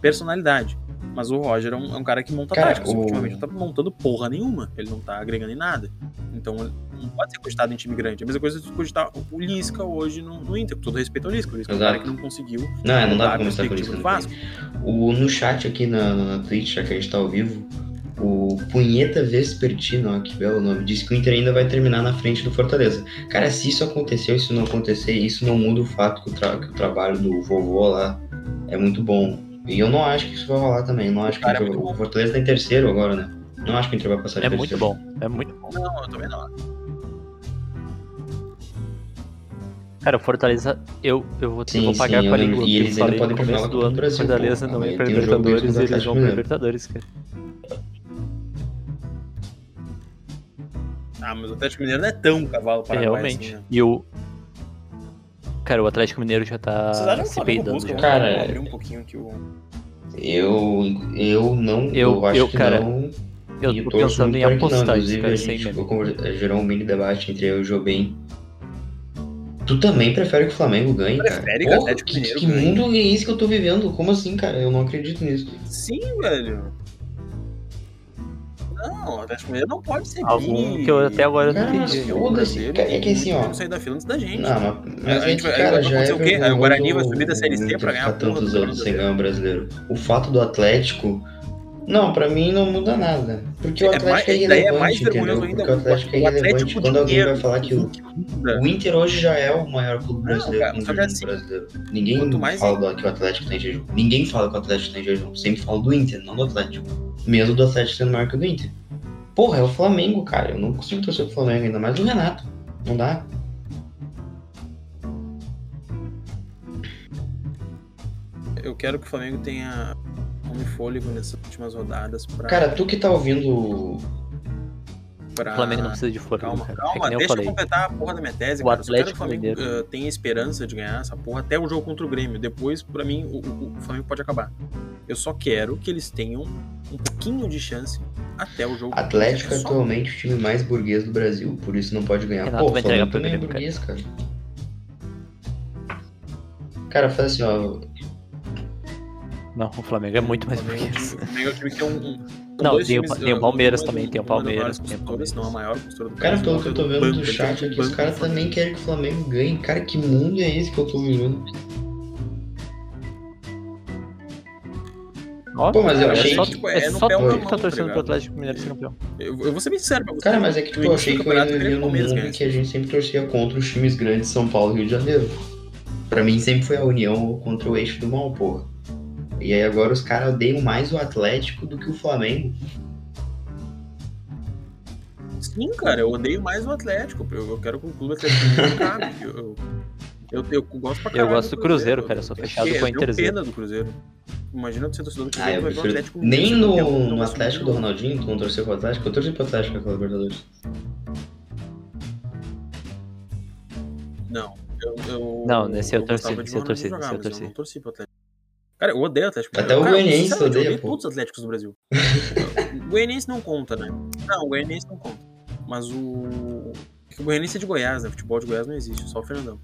Speaker 3: personalidade. Mas o Roger é um, é um cara que monta
Speaker 1: Cara,
Speaker 3: táticas.
Speaker 1: o-
Speaker 3: Ultimamente não tá montando porra nenhuma. Ele não tá agregando em nada. Então ele não pode ser cogitado em time grande. É a mesma coisa de cogitar o Lisca hoje no, no Inter. Com todo respeito ao Lisca. O Lisca é um
Speaker 1: Exato.
Speaker 3: cara que não conseguiu.
Speaker 1: Não, é, não dá
Speaker 3: mudar a
Speaker 1: pra começar com isso.
Speaker 3: perspectiva do
Speaker 1: né?
Speaker 3: Vasco.
Speaker 1: O, no chat aqui na, na, na Twitch, já que a gente tá ao vivo, o Punheta Vespertino, ó, que belo nome, disse que o Inter ainda vai terminar na frente do Fortaleza. Cara, se isso aconteceu, isso não acontecer, isso não muda o fato que o, tra- que o trabalho do vovô lá é muito bom. E eu não acho que isso vai rolar também. Não acho que
Speaker 3: Cara,
Speaker 1: o,
Speaker 3: é muito
Speaker 1: Inter-
Speaker 3: bom.
Speaker 1: o Fortaleza tá em terceiro agora, né? Não acho que o Inter vai passar de
Speaker 2: É
Speaker 1: terceiro.
Speaker 2: muito bom. É muito bom.
Speaker 3: Não, eu também não.
Speaker 2: Cara, o Fortaleza, eu, eu vou, eu
Speaker 1: Sim,
Speaker 2: vou pagar
Speaker 1: sim, eu
Speaker 2: com a
Speaker 1: lembro.
Speaker 2: língua.
Speaker 1: E
Speaker 2: porque
Speaker 1: eles
Speaker 2: eu
Speaker 1: ainda
Speaker 2: falei
Speaker 1: podem
Speaker 2: no começo
Speaker 1: pegar
Speaker 2: do
Speaker 1: lá
Speaker 2: ano
Speaker 1: contra o
Speaker 2: que
Speaker 1: Brasil,
Speaker 2: o
Speaker 1: pô.
Speaker 2: Fortaleza não ia
Speaker 1: Amanhã
Speaker 2: pra
Speaker 1: tem um jogo deles
Speaker 2: Libertadores e
Speaker 1: contra o
Speaker 2: eles
Speaker 1: Atlético
Speaker 2: vão pra
Speaker 1: Mineiro.
Speaker 2: Libertadores, cara. É,
Speaker 3: Ah, mas o Atlético Mineiro não é tão cavalo paraguaio
Speaker 2: Realmente.
Speaker 3: assim, né?
Speaker 2: E o. Cara, o Atlético Mineiro já tá
Speaker 3: Vocês acham que o
Speaker 2: se
Speaker 3: Flamengo
Speaker 2: peidando
Speaker 3: busca?
Speaker 2: já.
Speaker 3: Vamos-
Speaker 1: Cara,
Speaker 3: vamos abrir um pouquinho que o...
Speaker 1: Eu, eu não. Eu,
Speaker 2: Eu-
Speaker 1: acho
Speaker 2: eu,
Speaker 1: que
Speaker 2: cara,
Speaker 1: não.
Speaker 2: Eu
Speaker 1: E
Speaker 2: tô
Speaker 1: torço
Speaker 2: pensando
Speaker 1: muito
Speaker 2: em
Speaker 1: pra que não.
Speaker 2: apostar isso,
Speaker 1: Inclusive,
Speaker 2: cara,
Speaker 1: a
Speaker 2: sem
Speaker 1: gente
Speaker 2: medo.
Speaker 1: ficou conversa- gerou um mini debate entre eu e o Jobim. Tu também prefere que o Flamengo ganhe, cara?
Speaker 3: Prefere que o Atlético
Speaker 1: que,
Speaker 3: Mineiro
Speaker 1: que
Speaker 3: ganhe.
Speaker 1: mundo é esse que eu tô vivendo? Como assim, cara? Eu não acredito nisso.
Speaker 3: Sim, velho. Não, o Atlético Mineiro não pode ser
Speaker 2: Algum que eu até agora não
Speaker 1: Cara,
Speaker 2: entendi.
Speaker 1: eu- foda-se, cara, é que assim, ó.
Speaker 3: sair da fila antes da gente.
Speaker 1: Não, mas, mas
Speaker 3: A gente
Speaker 1: é que,
Speaker 3: vai-
Speaker 1: cara,
Speaker 3: vai
Speaker 1: já
Speaker 3: acontecer
Speaker 1: é
Speaker 3: o quê? Aí o
Speaker 1: vergonhoso
Speaker 3: Guarani vai subir da Série C
Speaker 1: o Inter
Speaker 3: pra ganhar a
Speaker 1: ficar
Speaker 3: porra do
Speaker 1: tantos
Speaker 3: Campeonato
Speaker 1: anos sem ganhar o brasileiro. O fato do Atlético. Não, pra mim não muda nada. Porque o
Speaker 3: É
Speaker 1: Atlético é,
Speaker 3: mais- daí é mais
Speaker 1: irrelevante, entendeu?
Speaker 3: vergonhoso ainda.
Speaker 1: Porque o Atlético é irrelevante. Quando alguém vai falar que o
Speaker 3: o...
Speaker 1: O Inter hoje já é o maior clube brasileiro.
Speaker 3: cara,
Speaker 1: do
Speaker 3: só que
Speaker 1: mundo
Speaker 3: assim,
Speaker 1: brasileiro. Ninguém
Speaker 3: quanto mais-
Speaker 1: fala do- que o Atlético tem jejum. Ninguém fala que o Atlético tem jejum. Sempre fala do Inter, não do Atlético. Mesmo do Atlético sendo maior que o do Inter. Porra, é o Flamengo, cara. Eu não consigo torcer pro Flamengo, ainda mais o Renato. Não dá?
Speaker 3: Eu quero que o Flamengo tenha um fôlego nessas últimas rodadas pra...
Speaker 1: Cara, tu que tá ouvindo.
Speaker 3: pra-
Speaker 2: O Flamengo não precisa de fôlego,
Speaker 3: Calma,
Speaker 2: cara.
Speaker 3: calma,
Speaker 2: é que nem eu
Speaker 3: deixa eu,
Speaker 2: falei.
Speaker 3: completar a porra da minha tese.
Speaker 2: O
Speaker 3: cara. Eu só quero que
Speaker 2: Atlético
Speaker 3: o Flamengo eh, tenha esperança de ganhar essa porra até o jogo contra o Grêmio. Depois, pra mim, o, o- o Flamengo pode acabar. Eu só quero que eles tenham um pouquinho de chance até o jogo.
Speaker 1: Atlético é
Speaker 3: Só- um
Speaker 1: atualmente o time mais burguês do Brasil, por isso não pode ganhar.
Speaker 2: Renato
Speaker 1: Pô, o
Speaker 2: vai
Speaker 1: Flamengo
Speaker 2: entregar pro
Speaker 1: também é
Speaker 2: Grêmio,
Speaker 1: burguês, cara. Cara, faz assim, ó.
Speaker 2: Não, o Flamengo é muito mais
Speaker 3: O Flamengo é um
Speaker 2: burguês.
Speaker 3: time- o Flamengo é um time que tem um- um- são
Speaker 2: Não,
Speaker 3: dois
Speaker 2: tem o-
Speaker 3: times,
Speaker 2: tem o
Speaker 3: eh,
Speaker 2: Palmeiras
Speaker 3: uma-
Speaker 2: também, tem o
Speaker 3: uma das
Speaker 2: Palmeiras,
Speaker 3: maiores
Speaker 2: tem o
Speaker 3: construtoras, se não a maior construtora do
Speaker 1: Cara,
Speaker 3: Brasil,
Speaker 1: pelo que eu tô
Speaker 3: tem um
Speaker 1: vendo
Speaker 3: banco,
Speaker 1: do
Speaker 3: ele
Speaker 1: chat aqui,
Speaker 3: tem um
Speaker 1: os
Speaker 3: banco
Speaker 1: caras
Speaker 3: do Flamengo.
Speaker 1: também querem que o Flamengo ganhe. Cara, que mundo é esse que eu tô vivendo?
Speaker 2: Ó,
Speaker 1: Pô, mas eu
Speaker 2: é
Speaker 1: achei tipo,
Speaker 2: só,
Speaker 3: que-
Speaker 2: é
Speaker 3: é, não
Speaker 2: só
Speaker 3: pega
Speaker 2: tu
Speaker 3: uma
Speaker 2: que
Speaker 3: mão,
Speaker 2: tá
Speaker 3: tá
Speaker 2: torcendo pro
Speaker 3: ligado?
Speaker 2: Atlético Mineiro ser campeão.
Speaker 3: Eu, eu vou ser bem sincero pra você.
Speaker 1: Cara, mas é que tipo,
Speaker 3: No né?
Speaker 1: eu
Speaker 3: início
Speaker 1: achei
Speaker 3: do
Speaker 1: que eu ainda vivia
Speaker 3: campeonato, é teve
Speaker 1: num
Speaker 3: Palmeiras
Speaker 1: mundo
Speaker 3: ganhando.
Speaker 1: que a gente sempre torcia contra os times grandes São Paulo e Rio de Janeiro. Pra mim sempre foi a união contra o eixo do mal, porra. E aí agora os caras odeiam mais o Atlético do que o Flamengo.
Speaker 3: Sim, cara, eu odeio mais o Atlético. Eu, eu quero que o clube Atlético Mineiro
Speaker 1: *laughs*
Speaker 3: acabe. Eu, eu, eu, eu gosto pra
Speaker 2: Eu
Speaker 3: caralho
Speaker 2: gosto do Cruzeiro, cara, sou
Speaker 3: Eu- eu-
Speaker 2: fechado
Speaker 3: eu
Speaker 2: com a
Speaker 3: tenho
Speaker 2: Interzeiro.
Speaker 3: pena do Cruzeiro. Imagina tu ser torcedor do
Speaker 1: Ah,
Speaker 3: Cruzeiro,
Speaker 1: eu
Speaker 3: vai ver o
Speaker 1: prefiro...
Speaker 3: Atlético Mineiro,
Speaker 1: Nem
Speaker 3: você não tem um-
Speaker 1: no,
Speaker 3: não
Speaker 1: no
Speaker 3: gosta
Speaker 1: Atlético do
Speaker 3: nenhum.
Speaker 1: Ronaldinho, tu não torceu pro Atlético? Eu torci pro Atlético naquela Libertadores.
Speaker 3: Não, eu, eu-
Speaker 2: Não, nesse eu
Speaker 3: gostava
Speaker 2: torci, nesse eu
Speaker 3: de Ronaldinho
Speaker 2: torci,
Speaker 3: jogar,
Speaker 2: nesse eu
Speaker 3: mas
Speaker 2: torci.
Speaker 3: não torci pro Atlético. Cara, eu odeio o Atlético.
Speaker 1: Até o
Speaker 3: Cara,
Speaker 1: Goianiense
Speaker 3: sinceramente, eu
Speaker 1: odeia,
Speaker 3: odeio
Speaker 1: pô.
Speaker 3: todos os Atléticos
Speaker 1: *laughs*
Speaker 3: do Brasil. o Goianiense não conta, né? Não, o Goianiense não conta. Mas o... é que O Goianiense é de Goiás, né? Futebol de Goiás não existe, só o Fernandão.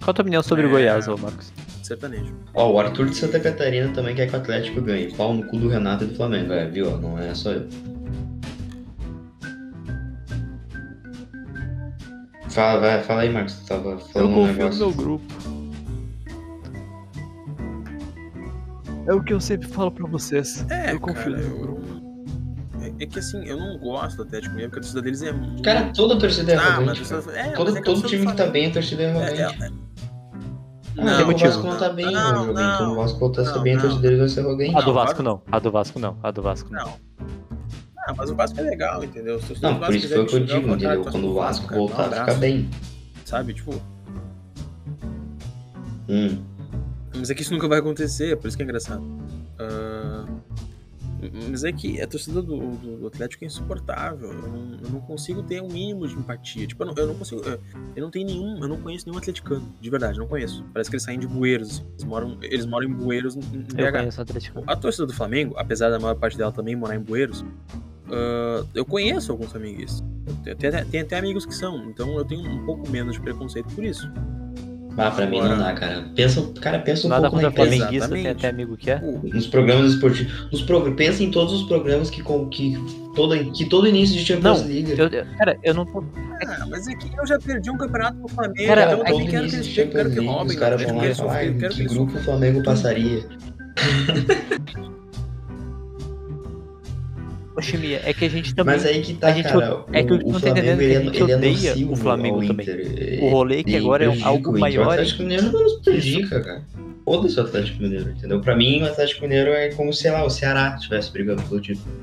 Speaker 2: Qual a tua opinião sobre o
Speaker 3: É.
Speaker 2: Goiás, ô Marcos?
Speaker 3: Sertanejo.
Speaker 1: Ó, o Arthur de Santa Catarina também quer que o Atlético ganhe. Pau no cu do Renato e do Flamengo, é, viu? Não é só eu. Fala, vai, fala aí, Marcos. Tu tava
Speaker 2: Eu
Speaker 1: falando um
Speaker 2: confio no
Speaker 1: negócio.
Speaker 2: meu grupo. É o que eu sempre falo pra vocês.
Speaker 3: É,
Speaker 2: Eu confio
Speaker 3: cara,
Speaker 2: no
Speaker 3: eu- É, É que assim, eu não gosto do Atlético Mineiro, porque a torcida deles é muito.
Speaker 1: Cara, toda torcida é
Speaker 3: ah, mas a
Speaker 1: arrogante. cara.
Speaker 3: torcida... é, mas
Speaker 1: todo
Speaker 3: é que a
Speaker 1: todo
Speaker 3: torcida
Speaker 1: time
Speaker 3: do
Speaker 1: que tá
Speaker 3: Flamengo-
Speaker 1: bem, a torcida é arrogante.
Speaker 3: É, é-
Speaker 1: Ah,
Speaker 3: Não,
Speaker 1: quando
Speaker 2: tem
Speaker 1: O
Speaker 2: motivo.
Speaker 1: Vasco não tá bem,
Speaker 3: Não,
Speaker 1: não, Jovem.
Speaker 3: não,
Speaker 1: Quando o Vasco voltar a
Speaker 3: não,
Speaker 1: ser bem, a
Speaker 3: não.
Speaker 1: torcida deles vai ser arrogante.
Speaker 2: A do
Speaker 3: Não,
Speaker 2: Vasco
Speaker 3: claro.
Speaker 2: não, a do Vasco não, a do Vasco não.
Speaker 3: Não. Ah, mas o Vasco é legal, entendeu? Se o
Speaker 1: Não, por
Speaker 3: Vasco é
Speaker 1: isso
Speaker 3: quiser
Speaker 1: foi o que eu
Speaker 3: me xingar,
Speaker 1: digo,
Speaker 3: vou botar a
Speaker 1: entendeu?
Speaker 3: torcida
Speaker 1: Quando o
Speaker 3: do
Speaker 1: Vasco
Speaker 3: cara, dá um
Speaker 1: voltar, fica
Speaker 3: abraço,
Speaker 1: bem.
Speaker 3: Sabe, tipo,
Speaker 1: Hum.
Speaker 3: mas é que isso nunca vai acontecer, por isso que é engraçado. Ah, mas é que a torcida do, do- do Atlético é insuportável. Eu não, eu não consigo ter um mínimo de empatia. Tipo, eu não, eu não consigo. Eu, eu não tenho nenhum. Eu não conheço nenhum atleticano. De verdade, eu não conheço. Parece que eles saem de bueiros. assim, Eles moram, eles moram em bueiros em em
Speaker 2: Eu
Speaker 3: BH.
Speaker 2: conheço o Atlético.
Speaker 3: A torcida do Flamengo, apesar da maior parte dela também morar em Bueiros, ah, eu conheço alguns flamenguistas. Eu tenho até- tenho até amigos que são, então eu tenho um pouco menos de preconceito por isso.
Speaker 1: Ah, pra mim não dá, cara. Pensa, cara, pensa um
Speaker 2: Nada
Speaker 1: pouco na
Speaker 2: contra
Speaker 1: imprensa.
Speaker 2: flamenguista, tem
Speaker 3: exatamente.
Speaker 2: até amigo que é.
Speaker 3: Tipo,
Speaker 1: Nos programas esportivos. Nos pro... Pensa em todos os programas que, com... que, todo... que todo início de Champions
Speaker 2: Não,
Speaker 1: League.
Speaker 2: Eu- eu- cara, eu não tô.
Speaker 3: ah, mas é que eu já perdi um campeonato pro Flamengo,
Speaker 2: Cara,
Speaker 3: então eu
Speaker 1: todo
Speaker 3: nem quero que
Speaker 1: início
Speaker 3: eles
Speaker 1: de
Speaker 3: cheguem, quero
Speaker 1: Champions
Speaker 3: que
Speaker 1: League,
Speaker 3: roubem,
Speaker 1: os
Speaker 3: eu
Speaker 1: caras
Speaker 3: quero
Speaker 1: vão
Speaker 3: que
Speaker 1: lá e
Speaker 3: eles
Speaker 1: falar
Speaker 3: sofrem, eu
Speaker 1: "Ai,
Speaker 3: quero que
Speaker 1: que
Speaker 3: eles
Speaker 1: grupo o Flamengo passaria.
Speaker 2: Ô, Chimia, é que a gente também.
Speaker 1: Mas aí que tá,
Speaker 2: A gente-
Speaker 1: cara.
Speaker 2: é que
Speaker 1: o,
Speaker 2: eu não tô
Speaker 1: o Flamengo,
Speaker 2: entendendo que
Speaker 1: ele
Speaker 2: a
Speaker 1: é,
Speaker 2: gente
Speaker 1: ele é
Speaker 2: odeia
Speaker 1: nocivo
Speaker 2: o Flamengo
Speaker 1: ao
Speaker 2: também.
Speaker 1: Inter.
Speaker 2: O rolê que
Speaker 1: E
Speaker 2: agora é
Speaker 1: prejudica
Speaker 2: algo
Speaker 1: o Inter. O
Speaker 2: maior.
Speaker 1: Atlético Mineiro não nos prejudica, cara. Foda-se o Atlético Mineiro, entendeu? Pra mim, o Atlético Mineiro é como, sei lá, o Ceará estivesse brigando pelo título.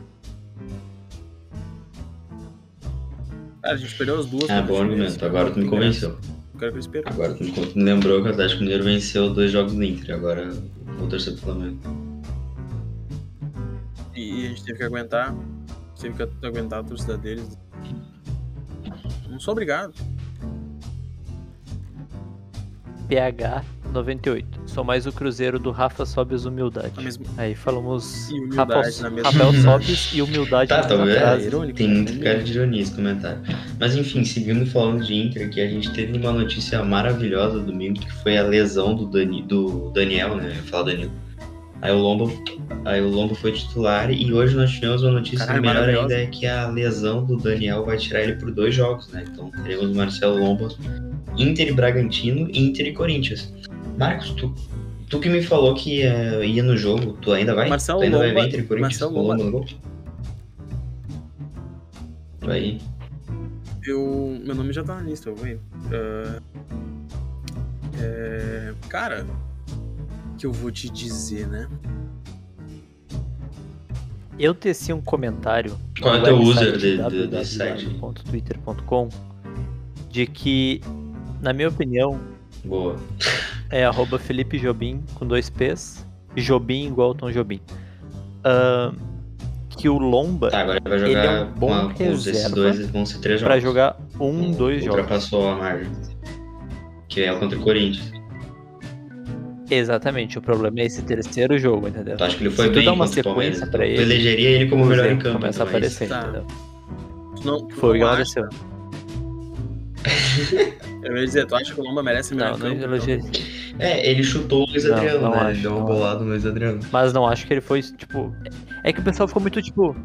Speaker 3: Cara, a gente perdeu as duas.
Speaker 1: Ah,
Speaker 3: né,
Speaker 1: bom
Speaker 3: gente?
Speaker 1: argumento. Agora tu me convenceu.
Speaker 3: Eu quero que eles percam.
Speaker 1: Agora tu me con- lembrou que o Atlético Mineiro venceu dois jogos do Inter. Agora vou torcer pro Flamengo.
Speaker 3: E e a gente teve que aguentar, teve que aguentar a torcida deles. Não sou obrigado.
Speaker 2: PH 98. Sou mais o Cruzeiro do Rafa Sobes Humildade.
Speaker 3: A mesma...
Speaker 2: Aí falamos
Speaker 3: E humildade na
Speaker 2: Rafael,
Speaker 3: mesma-
Speaker 2: Rafael Sobes e humildade
Speaker 1: Uhum. Tá,
Speaker 2: na mesma
Speaker 1: talvez.
Speaker 2: frase.
Speaker 3: irônico,
Speaker 1: Tem
Speaker 3: né?
Speaker 1: muito cara de ironia esse comentário. Mas enfim, seguindo falando de Inter, que a gente teve uma notícia maravilhosa domingo, que foi a lesão do, Dani, do Daniel, né? Eu ia falar Danilo. Aí o Lombo, aí o Lombo foi titular e hoje nós tivemos uma notícia
Speaker 3: Caralho,
Speaker 1: melhor
Speaker 3: maravilhosa.
Speaker 1: ainda, é que a lesão do Daniel vai tirar ele por dois jogos, né? Então teremos o Marcelo Lombo, Inter e Bragantino, Inter e Corinthians. Marcos, tu, tu que me falou que eh, ia no jogo, tu ainda vai?
Speaker 3: Marcelo
Speaker 1: tu ainda vai
Speaker 3: Lomba-
Speaker 1: ver Inter e Corinthians
Speaker 3: Marcelo
Speaker 1: com o Lombo
Speaker 3: Lomba-
Speaker 1: no gol? Vai.
Speaker 3: Eu, meu nome já tá na lista, eu vou indo. Ah, é, cara, o que eu vou te dizer, né?
Speaker 2: Eu teci um comentário.
Speaker 1: Qual é
Speaker 2: no
Speaker 1: o teu
Speaker 2: website
Speaker 1: user de- de- desse site?
Speaker 2: www.twitter.com de que, na minha opinião,
Speaker 1: Boa.
Speaker 2: é arroba Felipe Jobim com dois P's. Jobim igual Tom Jobim. Ah, que o Lomba
Speaker 1: Tá, agora vai
Speaker 2: Ele
Speaker 1: jogar
Speaker 2: é um bom
Speaker 1: com, a- com os- esses
Speaker 2: reserva
Speaker 1: dois, vão ser três jogos.
Speaker 2: pra jogar um, dois jogos.
Speaker 1: Ultrapassou a margem. Que é contra o Corinthians.
Speaker 2: Exatamente, o problema é esse terceiro jogo, entendeu?
Speaker 1: Eu acho que ele foi
Speaker 2: Se tu
Speaker 1: bem
Speaker 2: dá uma
Speaker 1: contra o Palmeiras,
Speaker 2: sequência pra
Speaker 1: então.
Speaker 2: ele,
Speaker 1: Eu elegeria ele como Tá. o
Speaker 2: Por
Speaker 1: melhor em
Speaker 2: exemplo,
Speaker 1: campo.
Speaker 2: começa a
Speaker 1: mas-
Speaker 2: aparecer,
Speaker 3: Tá.
Speaker 2: entendeu?
Speaker 3: Tu não, tu
Speaker 2: Foi o que
Speaker 3: não
Speaker 2: aconteceu.
Speaker 3: acha- Eu ia dizer, tu acha que o Lomba merece melhor
Speaker 2: Não,
Speaker 3: em
Speaker 2: não
Speaker 3: campo?
Speaker 2: elogiei.
Speaker 1: É, ele chutou o Luiz
Speaker 2: Não,
Speaker 1: Adriano,
Speaker 2: não
Speaker 1: né?
Speaker 2: acho,
Speaker 1: ele deu
Speaker 2: não
Speaker 1: uma bolada no Luiz Adriano.
Speaker 2: Mas não acho que ele foi, tipo. É que o pessoal ficou muito, tipo.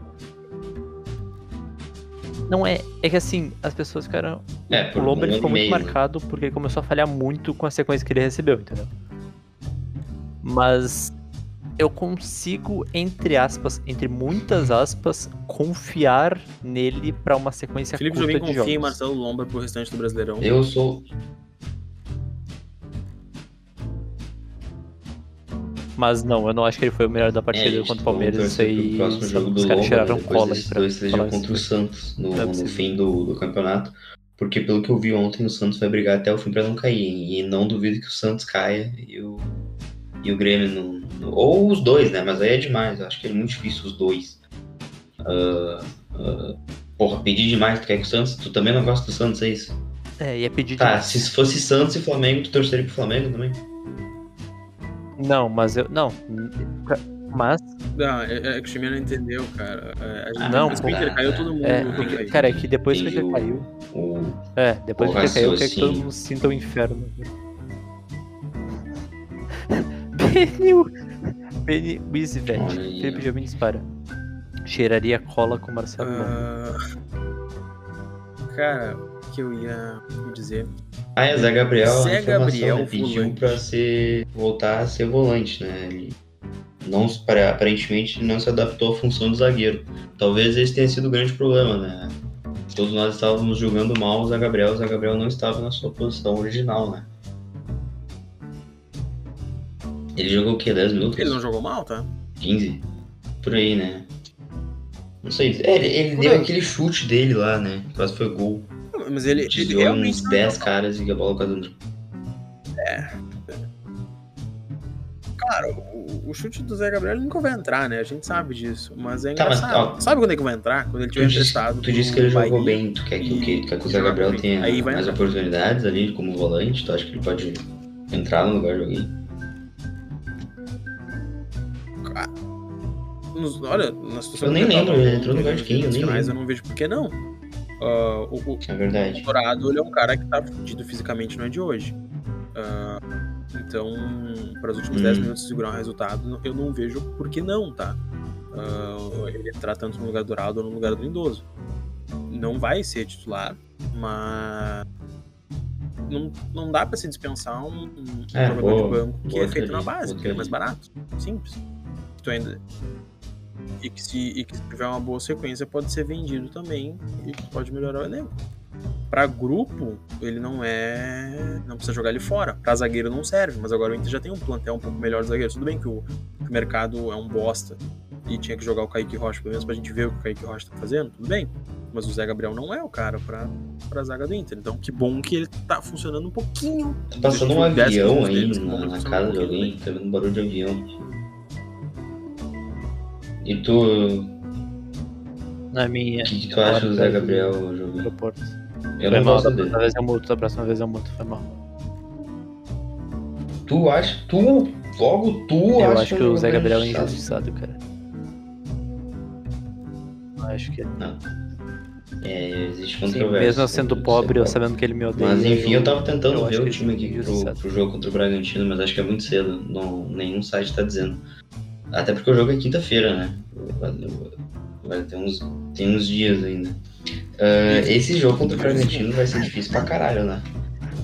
Speaker 2: Não é. É que assim, as pessoas ficaram.
Speaker 1: É,
Speaker 2: O
Speaker 1: por
Speaker 2: Lomba ele
Speaker 1: um
Speaker 2: ficou
Speaker 1: ano e meio,
Speaker 2: muito
Speaker 1: né?
Speaker 2: marcado porque ele começou a falhar muito com a sequência que ele recebeu, entendeu? Mas eu consigo, entre aspas, entre muitas aspas, confiar nele pra uma
Speaker 1: é
Speaker 2: sequência
Speaker 3: Felipe
Speaker 2: curta
Speaker 3: Jobim
Speaker 2: de
Speaker 3: confia em
Speaker 2: jogos.
Speaker 3: Marcelo Lomba pro restante do Brasileirão.
Speaker 1: Eu sou.
Speaker 2: Mas não, eu não acho que ele foi o melhor da
Speaker 1: é,
Speaker 2: partida
Speaker 1: gente,
Speaker 2: contra
Speaker 1: vamos
Speaker 2: o Palmeiras. Isso
Speaker 1: torcer pro
Speaker 2: aí.
Speaker 1: próximo
Speaker 2: sabe,
Speaker 1: jogo do
Speaker 2: os caras
Speaker 1: Lomba,
Speaker 2: tiraram
Speaker 1: depois
Speaker 2: cola aí
Speaker 1: desses
Speaker 2: pra
Speaker 1: dois, três
Speaker 2: falar
Speaker 1: jogos contra o
Speaker 2: isso.
Speaker 1: Santos no,
Speaker 2: Não é
Speaker 1: no
Speaker 2: possível.
Speaker 1: fim do, do campeonato. Porque pelo que eu vi ontem, o Santos vai brigar até o fim pra não cair. hein? E não duvido que o Santos caia e o, e o Grêmio. não- não- ou os dois, né? Mas aí é demais. Eu acho que é muito difícil os dois. Ah, ah, porra, pedir demais. Tu quer que o Santos. Tu também não gosta do Santos, é isso?
Speaker 2: É, ia pedir
Speaker 1: Tá,
Speaker 2: demais.
Speaker 1: se fosse Santos e Flamengo, tu torceria pro Flamengo também?
Speaker 2: Não, mas eu. Não. Mas.
Speaker 3: Não, é, é que o Chimia não entendeu, cara. É, a gente-
Speaker 1: Ah,
Speaker 2: não,
Speaker 3: depois que o Inter
Speaker 1: pô.
Speaker 3: caiu, todo mundo.
Speaker 2: É,
Speaker 3: tem que cair.
Speaker 2: cara, é que depois que
Speaker 1: Tem
Speaker 2: o Inter
Speaker 1: o-
Speaker 2: caiu.
Speaker 1: O
Speaker 2: É, depois
Speaker 1: o
Speaker 2: que o Inter caiu, eu quero que
Speaker 1: raciocínio.
Speaker 2: todo mundo sinta o inferno. né? Benil! Beni Wizvet.
Speaker 1: Olha aí.
Speaker 2: Felipe Jobim dispara. Cheiraria cola com Marcelo Lomba.
Speaker 3: Ah, Cara, o que eu ia dizer?
Speaker 1: Ah, é, Zé Gabriel,
Speaker 3: Zé
Speaker 1: a informação,
Speaker 3: Gabriel,
Speaker 1: né, pediu
Speaker 3: volante.
Speaker 1: pra ser, voltar a ser volante, né? Ele não se- apare- aparentemente não se adaptou à função de zagueiro. Talvez esse tenha sido o grande problema, né? Todos nós estávamos julgando mal o Zagabriel, o Zagabriel não estava na sua posição original, né? Ele jogou o quê? 10 minutos?
Speaker 3: Ele não jogou mal, tá?
Speaker 1: 15? Por aí, né? Não sei. É, ele ele
Speaker 3: Por
Speaker 1: deu
Speaker 3: aí.
Speaker 1: aquele chute dele lá, né? Quase foi gol.
Speaker 3: Mas ele, ele
Speaker 1: Desviou
Speaker 3: realmente.
Speaker 1: uns 10 caras e a bola quase entrou.
Speaker 3: Cara, o, o chute do Zé Gabriel ele nunca vai entrar, né? A gente sabe disso. Mas é
Speaker 1: Tá, mas,
Speaker 3: engraçado.
Speaker 1: ó,
Speaker 3: sabe quando é que vai entrar? Quando ele
Speaker 1: Tu
Speaker 3: tiver
Speaker 1: disse,
Speaker 3: emprestado.
Speaker 1: tu disse que ele
Speaker 3: pro
Speaker 1: jogou
Speaker 3: Bahia.
Speaker 1: bem, tu quer que,
Speaker 3: e-
Speaker 1: que, que, que o Zé
Speaker 3: joga
Speaker 1: Gabriel
Speaker 3: bem.
Speaker 1: tenha
Speaker 3: Aí vai
Speaker 1: mais
Speaker 3: entrar.
Speaker 1: oportunidades ali como volante? Tu acha que ele pode entrar no lugar de alguém?
Speaker 3: Nos- olha, na situação
Speaker 1: Eu nem
Speaker 3: que
Speaker 1: lembro,
Speaker 3: tava
Speaker 1: ele entrou no lugar de quem, eu
Speaker 3: nos
Speaker 1: nem
Speaker 3: finais, eu
Speaker 1: lembro.
Speaker 3: não vejo por que não. Ah, o, o-
Speaker 1: É verdade.
Speaker 3: o Dourado ele é um cara que tá fudido fisicamente, não é de hoje. Ah, então, para os últimos
Speaker 1: Hum.
Speaker 3: 10 minutos segurar um resultado, eu não vejo por que não, tá? Ah, ele entrar tanto no lugar do Dourado ou no lugar do Lindoso. Não vai ser titular, mas. Não, não dá para se dispensar um, um
Speaker 1: É,
Speaker 3: jogador
Speaker 1: boa-
Speaker 3: de banco que
Speaker 1: boa
Speaker 3: é feito
Speaker 1: teoria,
Speaker 3: na base,
Speaker 1: boa
Speaker 3: que é mais
Speaker 1: teoria.
Speaker 3: barato. Simples. Que tu ainda- E que, se, e que se tiver uma boa sequência, pode ser vendido também e pode melhorar o elenco. Pra grupo, ele não é. Não precisa jogar ele fora. Pra zagueiro não serve, mas agora o Inter já tem um plantel um pouco melhor de zagueiro. Tudo bem que o, que o mercado é um bosta e tinha que jogar o Kaique Rocha, pelo menos pra gente ver o que o Kaique Rocha tá fazendo, tudo bem. Mas o Zé Gabriel não é o cara pra, pra zaga do Inter. Então, que bom que ele tá funcionando um pouquinho.
Speaker 1: Tá passando um
Speaker 3: Deixa eu ver dez
Speaker 1: avião
Speaker 3: minutos
Speaker 1: aí
Speaker 3: deles, que
Speaker 1: na,
Speaker 3: vão
Speaker 1: na
Speaker 3: passar
Speaker 1: casa
Speaker 3: um
Speaker 1: de
Speaker 3: pouquinho
Speaker 1: alguém, tá vendo barulho de avião. E tu,
Speaker 2: Na minha.
Speaker 1: o que, que tu acha do Zé Gabriel, Jovem?
Speaker 2: Aeroporto.
Speaker 1: Eu
Speaker 2: Foi
Speaker 1: não
Speaker 2: mal,
Speaker 1: gosto
Speaker 2: da
Speaker 1: dele.
Speaker 2: próxima vez eu muto, da próxima vez eu muto, foi mal.
Speaker 1: Tu acha, tu, logo tu
Speaker 2: Eu
Speaker 1: acha
Speaker 2: acho que o Zé
Speaker 1: Gabriel
Speaker 2: Gabriel é
Speaker 1: chato.
Speaker 2: injustiçado, cara. Eu Acho que
Speaker 1: É, existe
Speaker 2: sim,
Speaker 1: controvérsia.
Speaker 2: mesmo eu sendo
Speaker 1: sobre
Speaker 2: pobre, eu
Speaker 1: isso.
Speaker 2: sabendo que ele me odeia.
Speaker 1: Mas enfim, eu tava tentando
Speaker 2: eu
Speaker 1: ver
Speaker 2: acho
Speaker 1: o
Speaker 2: que
Speaker 1: time
Speaker 2: sim,
Speaker 1: aqui pro,
Speaker 2: injustiçado.
Speaker 1: pro jogo contra o Bragantino, mas acho que é muito cedo. Não, nenhum site tá dizendo. Até porque o jogo é quinta-feira, né? Vai, vai ter uns, tem uns dias ainda. Ah, esse jogo contra o Bragantino vai ser difícil pra caralho, né?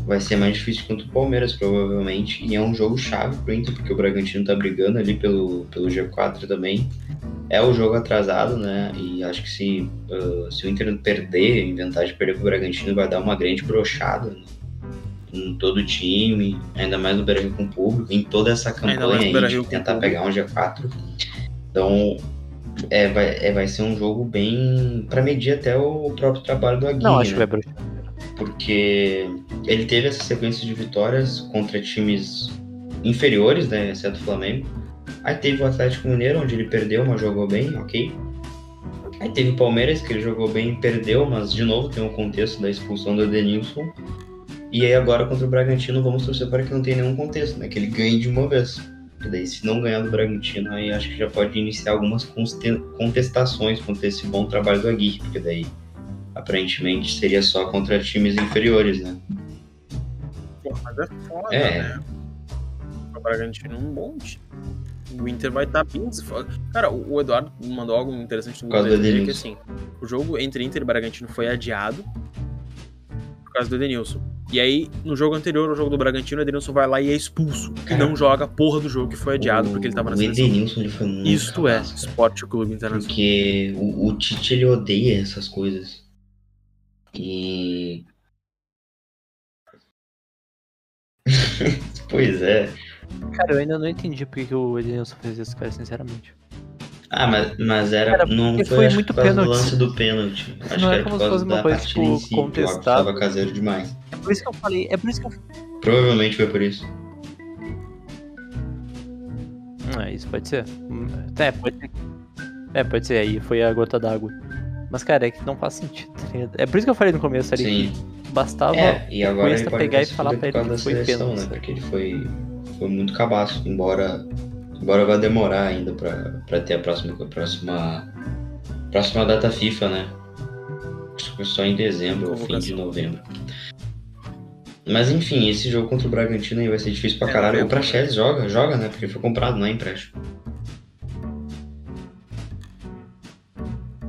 Speaker 1: Vai ser mais difícil contra o Palmeiras, provavelmente. E é um jogo chave pro Inter, porque o Bragantino tá brigando ali pelo, pelo G4 também. É o jogo atrasado, né? E acho que se se o Inter perder, inventar de perder pro Bragantino, vai dar uma grande brochada em todo o time, ainda mais no Beira Rio com público, em toda essa
Speaker 3: mais no
Speaker 1: campanha aí
Speaker 3: Beira-Rio
Speaker 1: de
Speaker 3: com
Speaker 1: tentar
Speaker 3: público.
Speaker 1: pegar um G4. Então, é, vai, é, vai ser um jogo bem. para medir até o próprio trabalho do Aguirre.
Speaker 2: Não, acho que
Speaker 1: né?
Speaker 2: vai bruxar.
Speaker 1: porque ele teve essa sequência de vitórias contra times inferiores, né, exceto o Flamengo. Aí teve o Atlético Mineiro, onde ele perdeu, mas jogou bem, ok. Aí teve o Palmeiras, que ele jogou bem e perdeu, mas de novo tem o contexto da expulsão do Edenilson. E aí agora contra o Bragantino, vamos torcer para que não tenha nenhum contexto, né, que ele ganhe de uma vez. E daí, se não ganhar do Bragantino, aí acho que já pode iniciar algumas conste- contestações contra esse bom trabalho do Aguirre, porque daí aparentemente seria só contra times inferiores, né?
Speaker 3: Pô, mas é foda,
Speaker 1: É.
Speaker 3: né? O Bragantino é um bom time. O Inter vai estar bem desfalcado. Cara, o o Eduardo mandou algo interessante no
Speaker 1: Por causa
Speaker 3: grupo
Speaker 1: do
Speaker 3: dele, que assim, o jogo entre Inter e Bragantino foi adiado por causa do Edenilson. E aí, no jogo anterior, o jogo do Bragantino, o Edenilson vai lá e é expulso.
Speaker 1: Cara,
Speaker 3: e não joga a porra do jogo que foi adiado é porque ele tava na
Speaker 1: O
Speaker 3: seleção.
Speaker 1: Edenilson ele foi muito.
Speaker 3: Isto é,
Speaker 1: cabaço, cara,
Speaker 3: Esporte Clube Internacional.
Speaker 1: Porque o, o Tite ele odeia essas coisas. E. *laughs* pois é.
Speaker 2: Cara, eu ainda não entendi por que que o Edenilson fez isso, cara, sinceramente.
Speaker 1: Ah, mas, mas era.
Speaker 2: Cara,
Speaker 1: não
Speaker 2: porque
Speaker 1: foi,
Speaker 2: foi
Speaker 1: acho que
Speaker 2: muito
Speaker 1: por causa do
Speaker 2: pênalti.
Speaker 1: lance do pênalti. Acho
Speaker 2: Não
Speaker 1: que
Speaker 2: é
Speaker 1: era
Speaker 2: como
Speaker 1: por
Speaker 2: se
Speaker 1: causa
Speaker 2: fosse uma
Speaker 1: da
Speaker 2: coisa,
Speaker 1: partida
Speaker 2: tipo,
Speaker 1: em si, que o árbitro
Speaker 2: contestada.
Speaker 1: tava caseiro demais.
Speaker 2: É por isso que eu falei, é por isso que eu
Speaker 1: Provavelmente foi por isso.
Speaker 2: É, isso pode ser. Hum, É, pode ser. É, pode ser. Aí foi a gota d'água. Mas, cara, é que não faz sentido. tá ligado? É por isso que eu falei no começo ali
Speaker 1: Sim.
Speaker 2: que bastava.
Speaker 1: É, e agora
Speaker 2: Cuesta
Speaker 1: ele pode
Speaker 2: pegar e
Speaker 1: ter
Speaker 2: falar
Speaker 1: sido
Speaker 2: pra
Speaker 1: por
Speaker 2: ele
Speaker 1: causa
Speaker 2: que
Speaker 1: da
Speaker 2: foi
Speaker 1: seleção,
Speaker 2: pênalti,
Speaker 1: né?
Speaker 2: né?
Speaker 1: Porque ele foi, foi muito cabaço, embora, embora vai demorar ainda pra, pra ter a próxima, a próxima, próxima data FIFA, né? Acho que Só em dezembro ou fim de
Speaker 3: Convocação.
Speaker 1: novembro. Mas enfim, esse jogo contra o Bragantino aí vai ser difícil pra
Speaker 3: É,
Speaker 1: caralho. O
Speaker 3: novembro, né?
Speaker 1: Praxedes joga, joga, né? Porque foi comprado, não é empréstimo.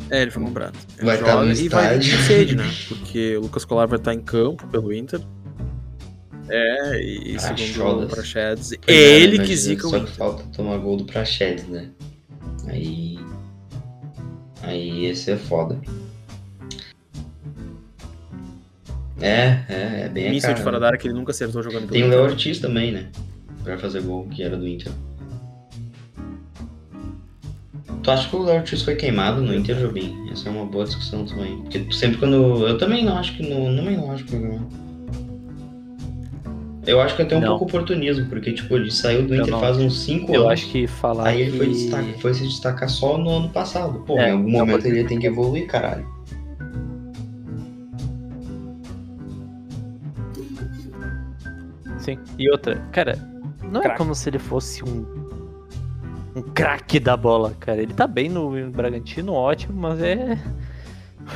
Speaker 3: É, ele foi comprado. Ele
Speaker 1: Vai tá no
Speaker 3: e vai vir
Speaker 1: estádio.
Speaker 3: com sede, né? Porque o Lucas Colar vai estar em campo pelo Inter. É, e
Speaker 1: Ah,
Speaker 3: segundo o
Speaker 1: Schroeder.
Speaker 3: Praxedes, é
Speaker 1: Pois é,
Speaker 3: ele
Speaker 1: mas
Speaker 3: que zica o
Speaker 1: Só que
Speaker 3: Inter.
Speaker 1: falta tomar gol do Praxedes, né? Aí. Aí ia ser foda. É, é, é bem. a
Speaker 3: Míssil de
Speaker 1: cara,
Speaker 3: fora
Speaker 1: né?
Speaker 3: da área que ele nunca acertou jogando
Speaker 1: Tem um o
Speaker 3: pelo
Speaker 1: Léo
Speaker 3: Inter.
Speaker 1: Ortiz também, né? Pra fazer gol, que era do Inter. Tu acha que o Léo Ortiz foi queimado no Inter, Jobim? Essa é uma boa discussão também. Porque tu sempre quando. Eu também não acho que. No... Não me acho o programa. Eu acho que até um
Speaker 2: Não.
Speaker 1: pouco oportunismo, porque, tipo, ele saiu do
Speaker 2: Eu
Speaker 1: Inter
Speaker 2: não-
Speaker 1: faz uns 5 anos.
Speaker 2: Eu acho que
Speaker 1: então,
Speaker 2: falar
Speaker 1: Aí ele foi,
Speaker 2: que-
Speaker 1: destaca- foi se destacar só no ano passado. Pô,
Speaker 2: É,
Speaker 1: em algum
Speaker 2: não,
Speaker 1: momento
Speaker 2: porque-
Speaker 1: ele tem que evoluir, caralho.
Speaker 2: Sim. E outra, cara, não é
Speaker 3: Craque.
Speaker 2: como se ele fosse um um craque da bola, cara. Ele tá bem no Bragantino, ótimo, mas é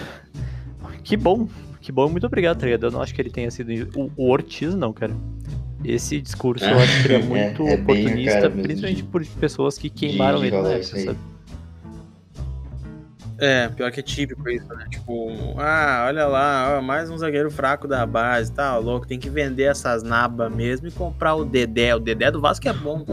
Speaker 2: *sighs* que bom. Que bom, muito obrigado, tá ligado? Eu não acho que ele tenha sido o, o Ortiz não, cara. Esse discurso eu acho que ele
Speaker 1: *laughs*
Speaker 2: é
Speaker 1: É,
Speaker 2: muito
Speaker 1: é bem a
Speaker 2: oportunista,
Speaker 1: cara mesmo
Speaker 2: principalmente
Speaker 1: de-
Speaker 2: por pessoas que queimaram
Speaker 1: de
Speaker 2: ele na
Speaker 1: rolar
Speaker 2: época,
Speaker 1: isso aí.
Speaker 2: sabe?
Speaker 3: É, pior que é típico isso, né? Tipo, ah, olha lá, ó, mais um zagueiro fraco da base, tá louco, tem que vender essas nabas mesmo e comprar o Dedé. O Dedé do Vasco é bom.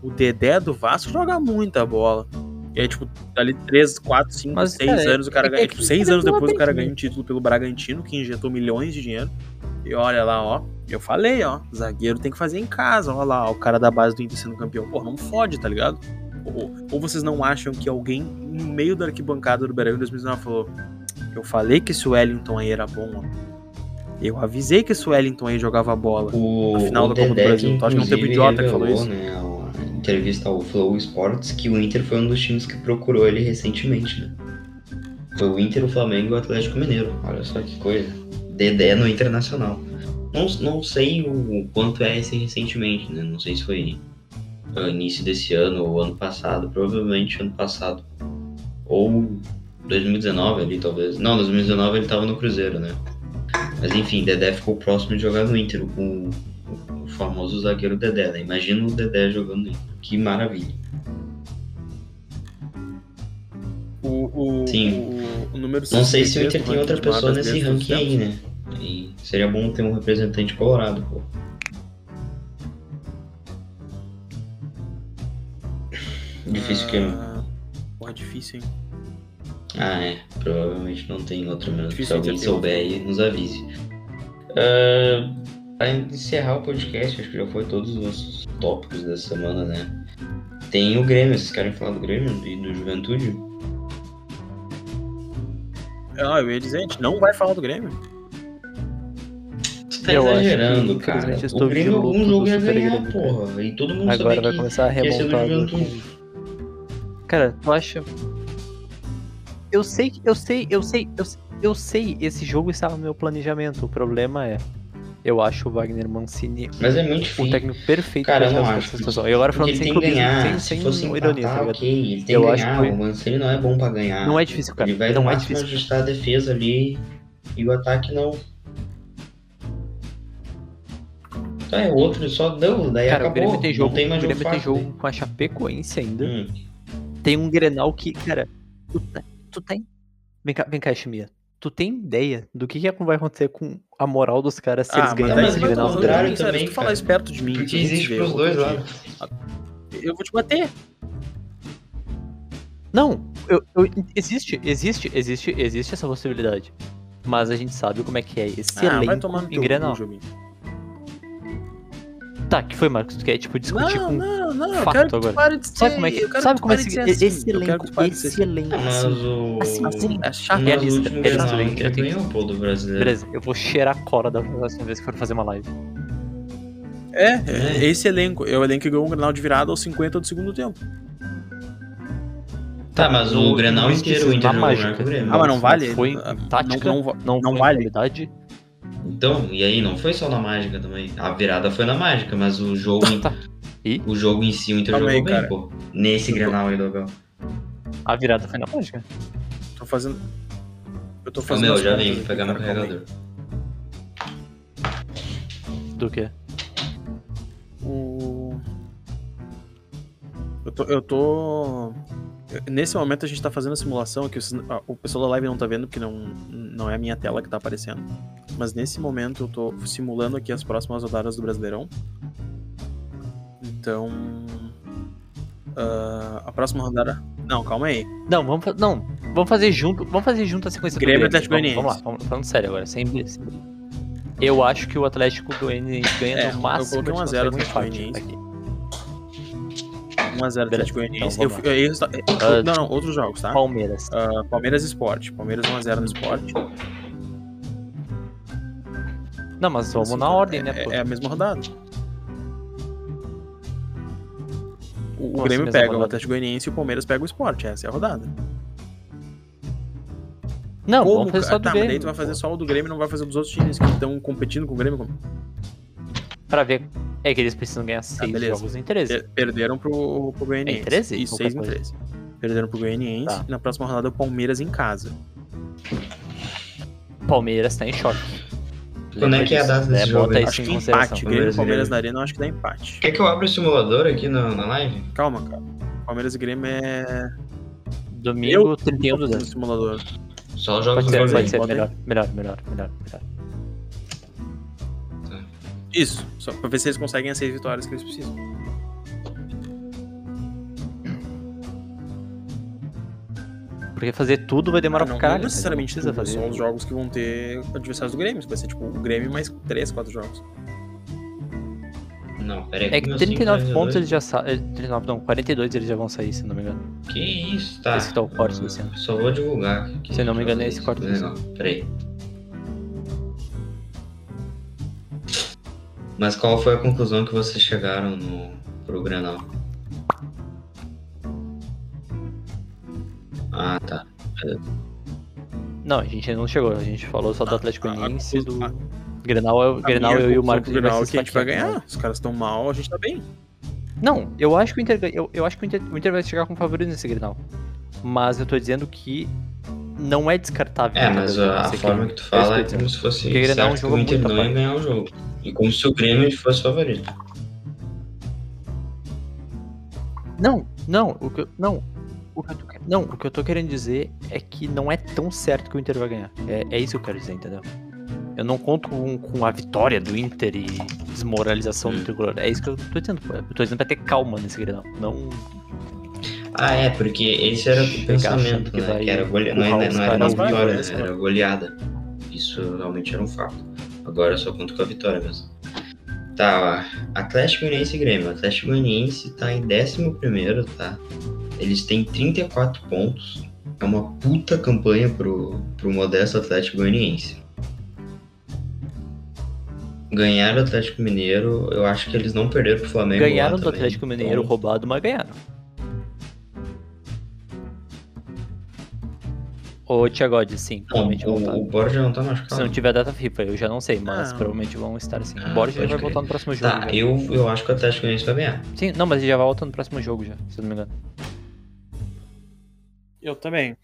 Speaker 3: O Dedé do Vasco joga muita bola. E aí, tipo, ali 3, 4, 5,
Speaker 2: Mas,
Speaker 3: 6
Speaker 2: cara,
Speaker 3: anos o cara
Speaker 2: é
Speaker 3: ganha.
Speaker 2: que
Speaker 3: Tipo, 6
Speaker 2: ele
Speaker 3: anos
Speaker 2: não
Speaker 3: depois o cara
Speaker 2: aprende.
Speaker 3: ganha um título pelo Bragantino, que injetou milhões de dinheiro. E olha lá, ó. Eu falei, ó. Zagueiro tem que fazer em casa. Olha lá, ó, o cara da base do Inter sendo campeão. Pô, não fode, tá ligado? Ou, ou vocês não acham que alguém no meio da arquibancada do Brasil em 2019 falou: Eu falei que esse Wellington aí era bom, ó. Eu avisei que esse Wellington aí jogava bola.
Speaker 1: O,
Speaker 3: Na final
Speaker 1: o
Speaker 3: da Copa do
Speaker 1: Dedé,
Speaker 3: Brasil, tu acha que não
Speaker 1: inclusive,
Speaker 3: teve idiota que falou
Speaker 1: revelou,
Speaker 3: isso?
Speaker 1: Né, a entrevista ao Flow Sports que o Inter foi um dos times que procurou ele recentemente, né? Foi o Inter, o Flamengo e o Atlético Mineiro. Olha só que coisa. Dedé no Internacional. Não, não sei o, o quanto é esse recentemente, né? Não sei se foi ah, início desse ano ou ano passado. Provavelmente ano passado. Ou 2019 ali, talvez. Não, 2019 ele tava no Cruzeiro, né? Mas enfim, Dedé ficou próximo de jogar no Inter com o- o famoso zagueiro Dedé, né? Imagina o Dedé jogando no Inter. Que maravilha.
Speaker 3: O, o,
Speaker 1: Sim.
Speaker 3: O, o número
Speaker 1: Não sei se o
Speaker 3: 63
Speaker 1: Inter tem
Speaker 3: do ranking
Speaker 1: outra
Speaker 3: de maiores
Speaker 1: pessoa nesse
Speaker 3: brasileiros
Speaker 1: ranking
Speaker 3: de todos os
Speaker 1: aí, né? E seria bom ter um representante colorado, pô. Difícil que.
Speaker 3: Ah, Porra, difícil, hein?
Speaker 1: Ah, é. Provavelmente não tem outro mesmo. Se
Speaker 3: Difícil
Speaker 1: alguém
Speaker 3: de ter outro.
Speaker 1: souber aí, nos avise. Ah, pra encerrar o podcast, acho que já foi todos os tópicos da semana, né? Tem o Grêmio, vocês querem falar do Grêmio e do Juventude?
Speaker 3: Ah, eu ia dizer, a gente não vai falar do Grêmio.
Speaker 1: Você tá
Speaker 2: Eu acho
Speaker 1: exagerando,
Speaker 2: que,
Speaker 1: cara.
Speaker 2: infelizmente, eu
Speaker 1: O
Speaker 2: estou
Speaker 1: Grêmio
Speaker 2: de luto
Speaker 1: algum
Speaker 2: do
Speaker 1: jogo ia
Speaker 2: Super
Speaker 1: ganhar,
Speaker 2: Grêmio, cara.
Speaker 1: porra. E todo mundo
Speaker 2: Agora vai
Speaker 1: sabia que
Speaker 2: começar a
Speaker 1: que ia ser do
Speaker 2: remontar. agora com-
Speaker 1: Juventude.
Speaker 2: Cara, tu acha? Eu sei, que- eu sei, eu sei, eu sei, eu sei, esse jogo estava no meu planejamento. O problema é, eu acho o Wagner Mancini
Speaker 1: Mas é muito
Speaker 2: o
Speaker 1: difícil.
Speaker 2: técnico perfeito
Speaker 1: Cara,
Speaker 2: pra
Speaker 1: eu não
Speaker 2: jogar
Speaker 1: acho,
Speaker 2: essa situação. E agora
Speaker 1: Porque
Speaker 2: falando assim,
Speaker 1: ele
Speaker 2: sem
Speaker 1: tem que
Speaker 2: clubismo,
Speaker 1: ganhar.
Speaker 2: sem,
Speaker 1: se
Speaker 2: sem
Speaker 1: fosse um empatar,
Speaker 2: ironia, tá ligado?
Speaker 1: ok. Ele tem
Speaker 2: Eu
Speaker 1: que
Speaker 2: acho
Speaker 1: ganhar.
Speaker 2: que foi-
Speaker 1: O Mancini não é bom pra ganhar.
Speaker 2: Não é difícil, cara.
Speaker 1: Ele vai no
Speaker 2: Não é
Speaker 1: máximo
Speaker 2: difícil.
Speaker 1: ajustar a defesa ali e o ataque não. Tá, é outro, só deu, daí
Speaker 2: Cara, o
Speaker 1: acabou.
Speaker 2: Grêmio tem jogo,
Speaker 1: não tem
Speaker 2: o
Speaker 1: mais
Speaker 2: Grêmio tem
Speaker 1: fácil,
Speaker 2: jogo com a Chapecoense ainda.
Speaker 1: né? Hum.
Speaker 2: Tem um Grenal que, cara, tu, tá- tu tem. Vem cá, vem cá, Chimia. Tu tem ideia do que, que vai acontecer com a moral dos caras se
Speaker 3: ah,
Speaker 2: eles
Speaker 3: mas
Speaker 2: ganharem
Speaker 3: daí
Speaker 2: esse
Speaker 3: você vai
Speaker 2: Grenal?
Speaker 3: tomar
Speaker 1: ao
Speaker 3: no
Speaker 2: do
Speaker 1: contrário
Speaker 2: Grêmio?
Speaker 3: cu, sério,
Speaker 1: também,
Speaker 3: Se tu falar
Speaker 1: cara.
Speaker 3: isso perto de mim,
Speaker 1: Porque
Speaker 3: se a gente
Speaker 1: existe
Speaker 3: vê
Speaker 1: pros
Speaker 3: outro
Speaker 1: dois
Speaker 3: dia,
Speaker 1: lados.
Speaker 3: Eu vou te bater.
Speaker 2: Não, eu- eu- existe, existe, existe, existe essa possibilidade. Mas a gente sabe como é que é esse
Speaker 3: ah, vai
Speaker 2: elenco
Speaker 3: tomar no
Speaker 2: em
Speaker 3: teu
Speaker 2: Grenal.
Speaker 3: cu, Jobim.
Speaker 2: Tá, que foi, Marcos? Tu quer, tipo, discutir
Speaker 3: Não,
Speaker 2: com...
Speaker 3: não, não. Eu
Speaker 2: fato
Speaker 3: quero que tu
Speaker 2: agora.
Speaker 3: pare de ser.
Speaker 2: Sabe como é
Speaker 3: eu
Speaker 2: que...
Speaker 3: quero
Speaker 2: Sabe
Speaker 3: tu
Speaker 2: como é
Speaker 3: pare de
Speaker 2: esse,
Speaker 3: ser assim.
Speaker 2: esse
Speaker 3: Eu quero
Speaker 2: elenco,
Speaker 3: que tu pare de ser
Speaker 2: esse elenco,
Speaker 1: Mas
Speaker 2: assim,
Speaker 1: o.
Speaker 2: assim, assim, é chato,
Speaker 1: Mas o
Speaker 2: realista,
Speaker 1: último
Speaker 2: realista,
Speaker 1: Grenal, o Inter
Speaker 2: eu tenho-
Speaker 1: ganhou, pô, do brasileiro.
Speaker 2: Beleza, eu vou cheirar a cora da próxima vez que for fazer uma live.
Speaker 3: É, é, esse elenco. É o elenco que ganhou um Grenal de virada aos 50 do segundo tempo.
Speaker 1: Tá, mas o
Speaker 2: Não-
Speaker 1: Grenal
Speaker 2: não
Speaker 1: inteiro, o
Speaker 2: existe
Speaker 1: Inter
Speaker 2: essa
Speaker 1: jogou mais
Speaker 2: mágica.
Speaker 1: que o Grêmio.
Speaker 3: Ah, mas não vale?
Speaker 2: Foi
Speaker 3: Ah,
Speaker 2: em tática,
Speaker 3: Não, não, va-
Speaker 2: não,
Speaker 3: não
Speaker 2: foi
Speaker 3: vale.
Speaker 2: qualidade.
Speaker 1: Então, e aí, não foi só na mágica também. A virada foi na mágica, mas o jogo,
Speaker 2: *laughs* Tá. E?
Speaker 1: o jogo em si, o Inter
Speaker 3: Calma
Speaker 1: jogou
Speaker 3: aí,
Speaker 1: bem,
Speaker 3: cara.
Speaker 1: pô. Nesse
Speaker 3: Eu tô-
Speaker 1: Grenal aí, Dogão.
Speaker 2: A virada foi na mágica.
Speaker 3: tô fazendo. Eu tô
Speaker 1: Ô,
Speaker 3: fazendo.
Speaker 1: meu,
Speaker 3: as
Speaker 1: já
Speaker 3: contas
Speaker 1: vim, vou
Speaker 3: aqui,
Speaker 1: pegar meu
Speaker 3: cara, calma aí.
Speaker 1: carregador.
Speaker 2: Do quê?
Speaker 3: O... Eu tô. Eu tô. Nesse momento a gente tá fazendo a simulação, que o, ah, o pessoal da live não tá vendo, porque não, não é a minha tela que tá aparecendo. Mas nesse momento eu tô simulando aqui as próximas rodadas do Brasileirão. Então. ah, a próxima rodada. Não, calma aí.
Speaker 2: Não, vamos, fa- não, vamos fazer junto. Vamos fazer junto a sequência
Speaker 3: Grêmio e
Speaker 2: do Grêmio. tá
Speaker 3: Atlético
Speaker 2: Vamos, vamos lá, vamos- falando sério agora, sem bri- sem bri- Eu acho que o Atlético Goianiense ganha
Speaker 3: É,
Speaker 2: no
Speaker 3: eu
Speaker 2: máximo.
Speaker 3: coloquei um
Speaker 2: de
Speaker 3: a zero
Speaker 2: conseguir empate
Speaker 3: Atlético Goianiense.
Speaker 2: aqui.
Speaker 3: 1x0 Atlético Goianiense.
Speaker 2: Então, vamos
Speaker 3: Eu- eu- eu- não, não, outros jogos, tá?
Speaker 2: Palmeiras.
Speaker 3: Ah, Palmeiras e Sport. Palmeiras 1x0 no Sport.
Speaker 2: Não, mas vamos
Speaker 3: Assim,
Speaker 2: na ordem,
Speaker 3: é,
Speaker 2: né? pô?
Speaker 3: É, é a mesma rodada. O, o
Speaker 2: Como assim,
Speaker 3: Grêmio
Speaker 2: mesma
Speaker 3: pega o
Speaker 2: rodada?
Speaker 3: Atlético Goianiense e o Palmeiras pega o Sport. Essa é a rodada.
Speaker 2: não, vamos
Speaker 3: Como,
Speaker 2: fazer só
Speaker 3: cara?
Speaker 2: do
Speaker 3: tá, mas daí
Speaker 2: Grêmio.
Speaker 3: tu vai fazer só o do Grêmio e não vai fazer dos outros times que estão competindo com o Grêmio. Como-
Speaker 2: Pra ver. É que eles precisam ganhar seis
Speaker 3: Tá, beleza. É.
Speaker 2: jogos em 13.
Speaker 3: Per- Perderam pro, pro Goianiense.
Speaker 2: É em 13?
Speaker 3: Isso, 6 em
Speaker 2: Qualquer
Speaker 3: 13. Perderam pro Goianiense
Speaker 2: Tá.
Speaker 3: e na próxima rodada o Palmeiras em casa.
Speaker 2: Palmeiras tá em choque.
Speaker 1: Quando é que é a data desse jogo
Speaker 2: Bota
Speaker 1: aí?
Speaker 2: isso
Speaker 3: acho
Speaker 2: em
Speaker 3: que
Speaker 2: consideração.
Speaker 3: empate. Grêmio
Speaker 1: Palmeiras
Speaker 3: e
Speaker 1: e
Speaker 3: Palmeiras
Speaker 1: Grêmio.
Speaker 3: na Arena, eu acho que dá empate.
Speaker 1: Quer que eu abra o simulador aqui na, na live?
Speaker 3: Calma, cara. Palmeiras e Grêmio é.
Speaker 2: Domingo,
Speaker 3: Eu-
Speaker 2: 31 do
Speaker 3: no
Speaker 2: 10.
Speaker 3: simulador.
Speaker 1: Só os jogos
Speaker 2: Pode
Speaker 1: do
Speaker 2: ser,
Speaker 1: Grêmio.
Speaker 2: pode ser.
Speaker 3: Bota aí.
Speaker 2: Melhor, melhor, melhor, melhor, melhor.
Speaker 3: Isso, só pra ver se eles conseguem as seis vitórias que eles precisam.
Speaker 2: Porque fazer tudo vai demorar
Speaker 3: Ah,
Speaker 2: pra
Speaker 3: não,
Speaker 2: caralho.
Speaker 3: não necessariamente
Speaker 2: precisa
Speaker 3: tudo,
Speaker 2: fazer.
Speaker 3: São os jogos que vão ter adversários do Grêmio. Vai ser tipo o Grêmio mais 3, 4 jogos.
Speaker 1: Não, peraí.
Speaker 2: É que
Speaker 1: meu
Speaker 2: 39
Speaker 1: simulador-
Speaker 2: pontos eles já eh, saem. 39 não, 42 eles já vão sair, se não me engano.
Speaker 1: Que isso, tá.
Speaker 2: Esse que tá o corte desse ano.
Speaker 1: Só vou divulgar. aqui.
Speaker 2: Se não me engano, é esse corte desse
Speaker 1: Legal, né, peraí. Mas qual foi a conclusão que vocês chegaram no pro Grenal? Ah, tá.
Speaker 2: Não, a gente ainda não chegou, a gente falou só do Atlético
Speaker 3: a- a-
Speaker 2: Goianiense, do
Speaker 3: a-
Speaker 2: Grenal,
Speaker 3: Ah,
Speaker 2: eu, Grenal eu e o Marcos. vai
Speaker 3: Grenal
Speaker 2: se
Speaker 3: que a gente vai
Speaker 2: esfaquear, né?
Speaker 3: ganhar. Os caras estão mal, a gente tá bem.
Speaker 2: Não, eu acho que o Inter, ganha- eu, eu acho que o Inter, o Inter vai chegar como favorito nesse Grenal. Mas eu tô dizendo que não é descartável.
Speaker 1: É, mas
Speaker 2: entendeu?
Speaker 1: a, a
Speaker 2: Esse
Speaker 1: forma
Speaker 2: Grêmio.
Speaker 1: que tu
Speaker 2: isso
Speaker 1: fala
Speaker 2: que
Speaker 1: é
Speaker 2: eu tô
Speaker 1: como se fosse
Speaker 2: Porque Grenal é um
Speaker 1: certo que
Speaker 2: jogo
Speaker 1: o Inter
Speaker 2: muito
Speaker 1: não ia
Speaker 2: abaixo.
Speaker 1: ganhar o jogo. E como se o Grêmio fosse favorito.
Speaker 2: Não, não, o que eu, não. O que eu tô, que- não, o que eu tô querendo dizer é que não é tão certo que o Inter vai ganhar. É, é isso que eu quero dizer, entendeu? Eu não conto com, com a vitória do Inter e desmoralização do
Speaker 1: Hum.
Speaker 2: tricolor. É isso que eu tô dizendo. pô. Eu tô dizendo pra ter calma nesse Grenal. Não.
Speaker 1: Ah, é, porque esse era o
Speaker 2: Chegar achando
Speaker 1: pensamento,
Speaker 2: que
Speaker 1: né?
Speaker 2: vai
Speaker 1: que era golea... não,
Speaker 2: empurrar
Speaker 1: é-
Speaker 2: os
Speaker 1: não era uma
Speaker 2: caras
Speaker 3: pra
Speaker 1: vitória,
Speaker 3: trás,
Speaker 1: né? era goleada. Isso realmente era um fato. Agora eu só conto com a vitória mesmo. Tá, ó. Atlético Goianiense e Grêmio. O Atlético Goianiense tá em 11, tá? Eles têm 34 pontos. É uma puta campanha pro, pro modesto Atlético Goianiense. Ganharam o Atlético Mineiro, eu acho que eles não perderam pro Flamengo. lá
Speaker 2: ganharam do
Speaker 1: também.
Speaker 2: Atlético Mineiro
Speaker 1: Então,
Speaker 2: roubado, mas ganharam. Ô, Tiagode, sim,
Speaker 1: Não,
Speaker 2: provavelmente vão
Speaker 1: o, o
Speaker 2: estar.
Speaker 1: Borja não tá machucado.
Speaker 2: Se não tiver data FIFA, eu já não sei, mas
Speaker 3: Não.
Speaker 2: provavelmente vão estar sim.
Speaker 1: Ah,
Speaker 2: O Borja já
Speaker 1: pode
Speaker 2: vai
Speaker 1: crer.
Speaker 2: voltar no próximo jogo. né?
Speaker 1: Tá,
Speaker 2: já.
Speaker 1: eu, eu acho que o Atlético Goianiense vai ganhar.
Speaker 2: Sim, não, mas ele já volta no próximo jogo já, se eu não me engano.
Speaker 3: Eu também.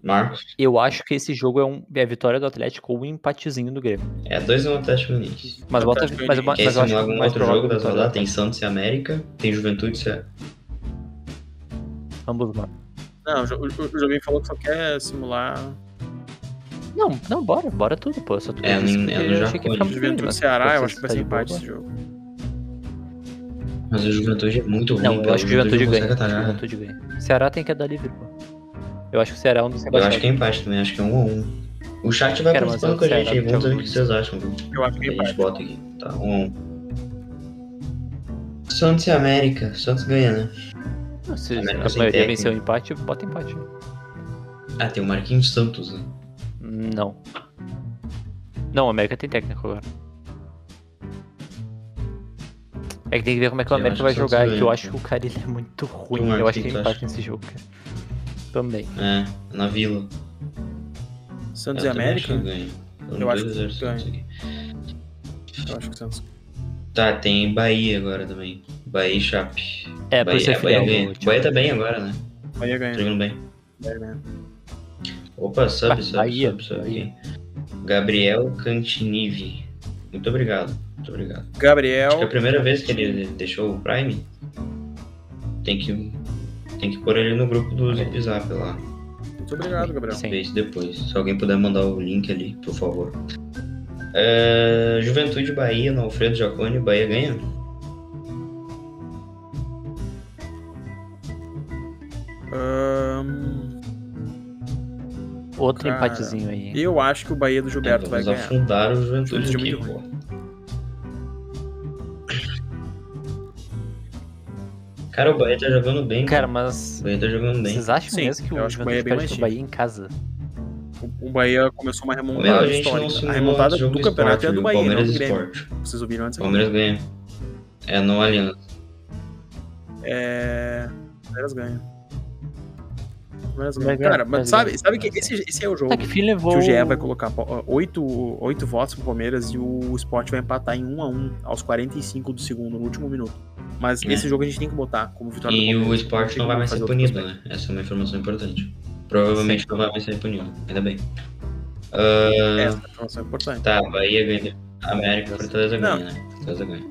Speaker 1: Marcos,
Speaker 2: Eu acho que esse jogo é, um, é a vitória do Atlético ou um empatezinho do Grêmio.
Speaker 1: é 2x1 um Atlético Goianiense.
Speaker 2: Mas bota,
Speaker 3: Atlético
Speaker 2: mas, mas
Speaker 1: Quer
Speaker 2: eu acho
Speaker 1: simular
Speaker 2: que
Speaker 1: algum
Speaker 2: mais
Speaker 1: um
Speaker 2: tá
Speaker 1: outro jogo
Speaker 2: provável
Speaker 1: das
Speaker 2: vitória do
Speaker 1: rodadas? Tem Santos e América, tem Juventude é, e
Speaker 2: Atlético. ambos mano.
Speaker 3: Não, o, jo- o, o Joguinho falou que só quer simular
Speaker 2: Tá Não, não, bora, bora tudo, pô. Eu só tô
Speaker 1: É,
Speaker 2: dizendo
Speaker 1: nem-
Speaker 2: porque
Speaker 1: é, no
Speaker 2: eu achei que um
Speaker 1: Japão,
Speaker 2: ia ficar muito
Speaker 3: Juventude
Speaker 2: ruim,
Speaker 3: do
Speaker 2: mas
Speaker 3: Ceará. Eu
Speaker 2: vocês
Speaker 3: acho que vai
Speaker 2: tá
Speaker 3: ser
Speaker 2: de boa,
Speaker 3: empate
Speaker 2: bora.
Speaker 3: esse jogo.
Speaker 1: Mas o Juventude é muito ruim.
Speaker 2: Não, eu
Speaker 1: pelo
Speaker 2: acho que o Juventude ganha.
Speaker 1: não
Speaker 2: acho que
Speaker 1: consegue
Speaker 2: o
Speaker 1: atacar.
Speaker 2: Juventude ganha. Ceará tem que dar livre, pô. Eu acho que o Ceará é um dos
Speaker 1: Eu acho
Speaker 2: rebaixados.
Speaker 1: que é empate também, acho que é 1x1. Um a um. O chat vai
Speaker 2: Cara, mas
Speaker 1: participando
Speaker 2: o
Speaker 1: com a gente aí, vamos
Speaker 2: Ceará
Speaker 1: ver o
Speaker 2: joga
Speaker 1: que vocês acham. viu?
Speaker 3: Eu acho que
Speaker 1: A gente
Speaker 3: empate.
Speaker 1: bota aqui, tá? 1x1. Um a um. Santos e América, Santos ganha, né?
Speaker 2: Não, Se
Speaker 1: América
Speaker 2: a
Speaker 1: sem
Speaker 2: maioria
Speaker 1: é técnico.
Speaker 2: venceu o empate, bota empate.
Speaker 1: Ah, tem o Marquinhos Santos, né?
Speaker 2: Não. Não, o América tem técnico agora. É que tem que ver como é que o
Speaker 1: Eu
Speaker 2: América
Speaker 1: acho
Speaker 2: vai
Speaker 1: que o Santos
Speaker 2: jogar. que eu
Speaker 1: ganha,
Speaker 2: acho que o cara ele é muito ruim.
Speaker 1: Tu,
Speaker 2: Eu
Speaker 1: Marcos,
Speaker 2: acho que
Speaker 1: o que
Speaker 2: tem
Speaker 1: tu
Speaker 2: empate
Speaker 1: acha?
Speaker 2: nesse jogo, cara. Também.
Speaker 1: É, na Vila.
Speaker 3: Santos e
Speaker 1: É, Eu também acho que
Speaker 3: América?
Speaker 1: ganha. Foram
Speaker 3: Eu acho
Speaker 1: dois
Speaker 3: que
Speaker 1: a zero Santos
Speaker 3: ganha.
Speaker 1: aqui.
Speaker 3: Eu acho que Santos.
Speaker 1: Tá, tem Bahia agora também. Bahia e Chape.
Speaker 2: É, por
Speaker 1: Bahia,
Speaker 2: ser
Speaker 1: é, Bahia,
Speaker 2: fiel.
Speaker 1: ganha. Bahia tá bem agora, né?
Speaker 3: Bahia
Speaker 1: Tá
Speaker 3: ganha.
Speaker 1: jogando bem.
Speaker 3: Bahia ganha.
Speaker 1: Opa, sub,
Speaker 2: Ah,
Speaker 1: sub,
Speaker 2: Bahia,
Speaker 1: sub, sub
Speaker 2: Bahia.
Speaker 1: aqui. Gabriel Cantinive. Muito obrigado, muito obrigado. Acho que é a
Speaker 3: Gabriel.
Speaker 1: primeira vez que ele deixou o Prime. Tem que Tem que pôr ele no grupo do Zip Zap lá.
Speaker 3: Muito obrigado, Gabriel.
Speaker 2: Sim.
Speaker 1: Vejo depois. Se alguém puder mandar o link ali, por favor. É, Juventude Bahia, no Alfredo Jacone, Bahia ganha?
Speaker 3: Ahn,
Speaker 2: Outro
Speaker 3: Cara,
Speaker 2: empatezinho aí. hein?
Speaker 3: eu acho que o Bahia do Gilberto vai
Speaker 1: Vamos
Speaker 3: ganhar.
Speaker 1: Então, afundar o Juventude
Speaker 3: Juventude é
Speaker 1: aqui,
Speaker 3: muito
Speaker 1: pô. Cara, o Bahia tá jogando bem.
Speaker 2: Cara,
Speaker 1: mano.
Speaker 2: mas
Speaker 1: o Bahia tá jogando bem.
Speaker 2: vocês acham
Speaker 3: Sim,
Speaker 2: mesmo que
Speaker 3: eu
Speaker 2: o
Speaker 3: acho que o Bahia é
Speaker 2: Juventude
Speaker 3: bem
Speaker 2: perde pro
Speaker 3: mais
Speaker 2: Bahia em casa?
Speaker 3: O- O Bahia começou uma
Speaker 1: Meu,
Speaker 3: remontada
Speaker 1: a gente não
Speaker 3: histórica.
Speaker 1: simulou
Speaker 3: A remontada
Speaker 1: esse jogo
Speaker 3: do campeonato é
Speaker 1: Sport,
Speaker 3: do
Speaker 1: viu?
Speaker 3: Bahia, não
Speaker 1: Palmeiras
Speaker 3: do Grêmio.
Speaker 1: Sport.
Speaker 3: Vocês ouviram antes? aqui.
Speaker 1: Palmeiras ganha. É no Allianz.
Speaker 3: É... Palmeiras ganha. Palmeiras
Speaker 2: Vai
Speaker 3: ganha.
Speaker 2: ganhar,
Speaker 3: Cara,
Speaker 2: Palmeiras
Speaker 3: mas sabe,
Speaker 2: ganha.
Speaker 3: sabe que esse, esse é o jogo
Speaker 2: Tá que
Speaker 3: que
Speaker 2: Fim levou.
Speaker 3: o GE vai colocar ó, oito, oito votos pro Palmeiras e o Sport vai empatar em 1 a 1 aos 45 do segundo, no último minuto. Mas
Speaker 1: É.
Speaker 3: esse jogo a gente tem que botar como vitória do
Speaker 1: E
Speaker 3: Palmeiras.
Speaker 1: o Sport não vai mais
Speaker 3: Fazer
Speaker 1: ser
Speaker 3: outro
Speaker 1: punido,
Speaker 3: prospecto.
Speaker 1: né? Essa é uma informação importante. Provavelmente não vai mais ser punido, ainda bem. Ah,
Speaker 3: Essa informação é importante.
Speaker 1: Tá, Bahia ganha. América e Fortaleza
Speaker 3: Não.
Speaker 1: ganha, né? Fortaleza ganha.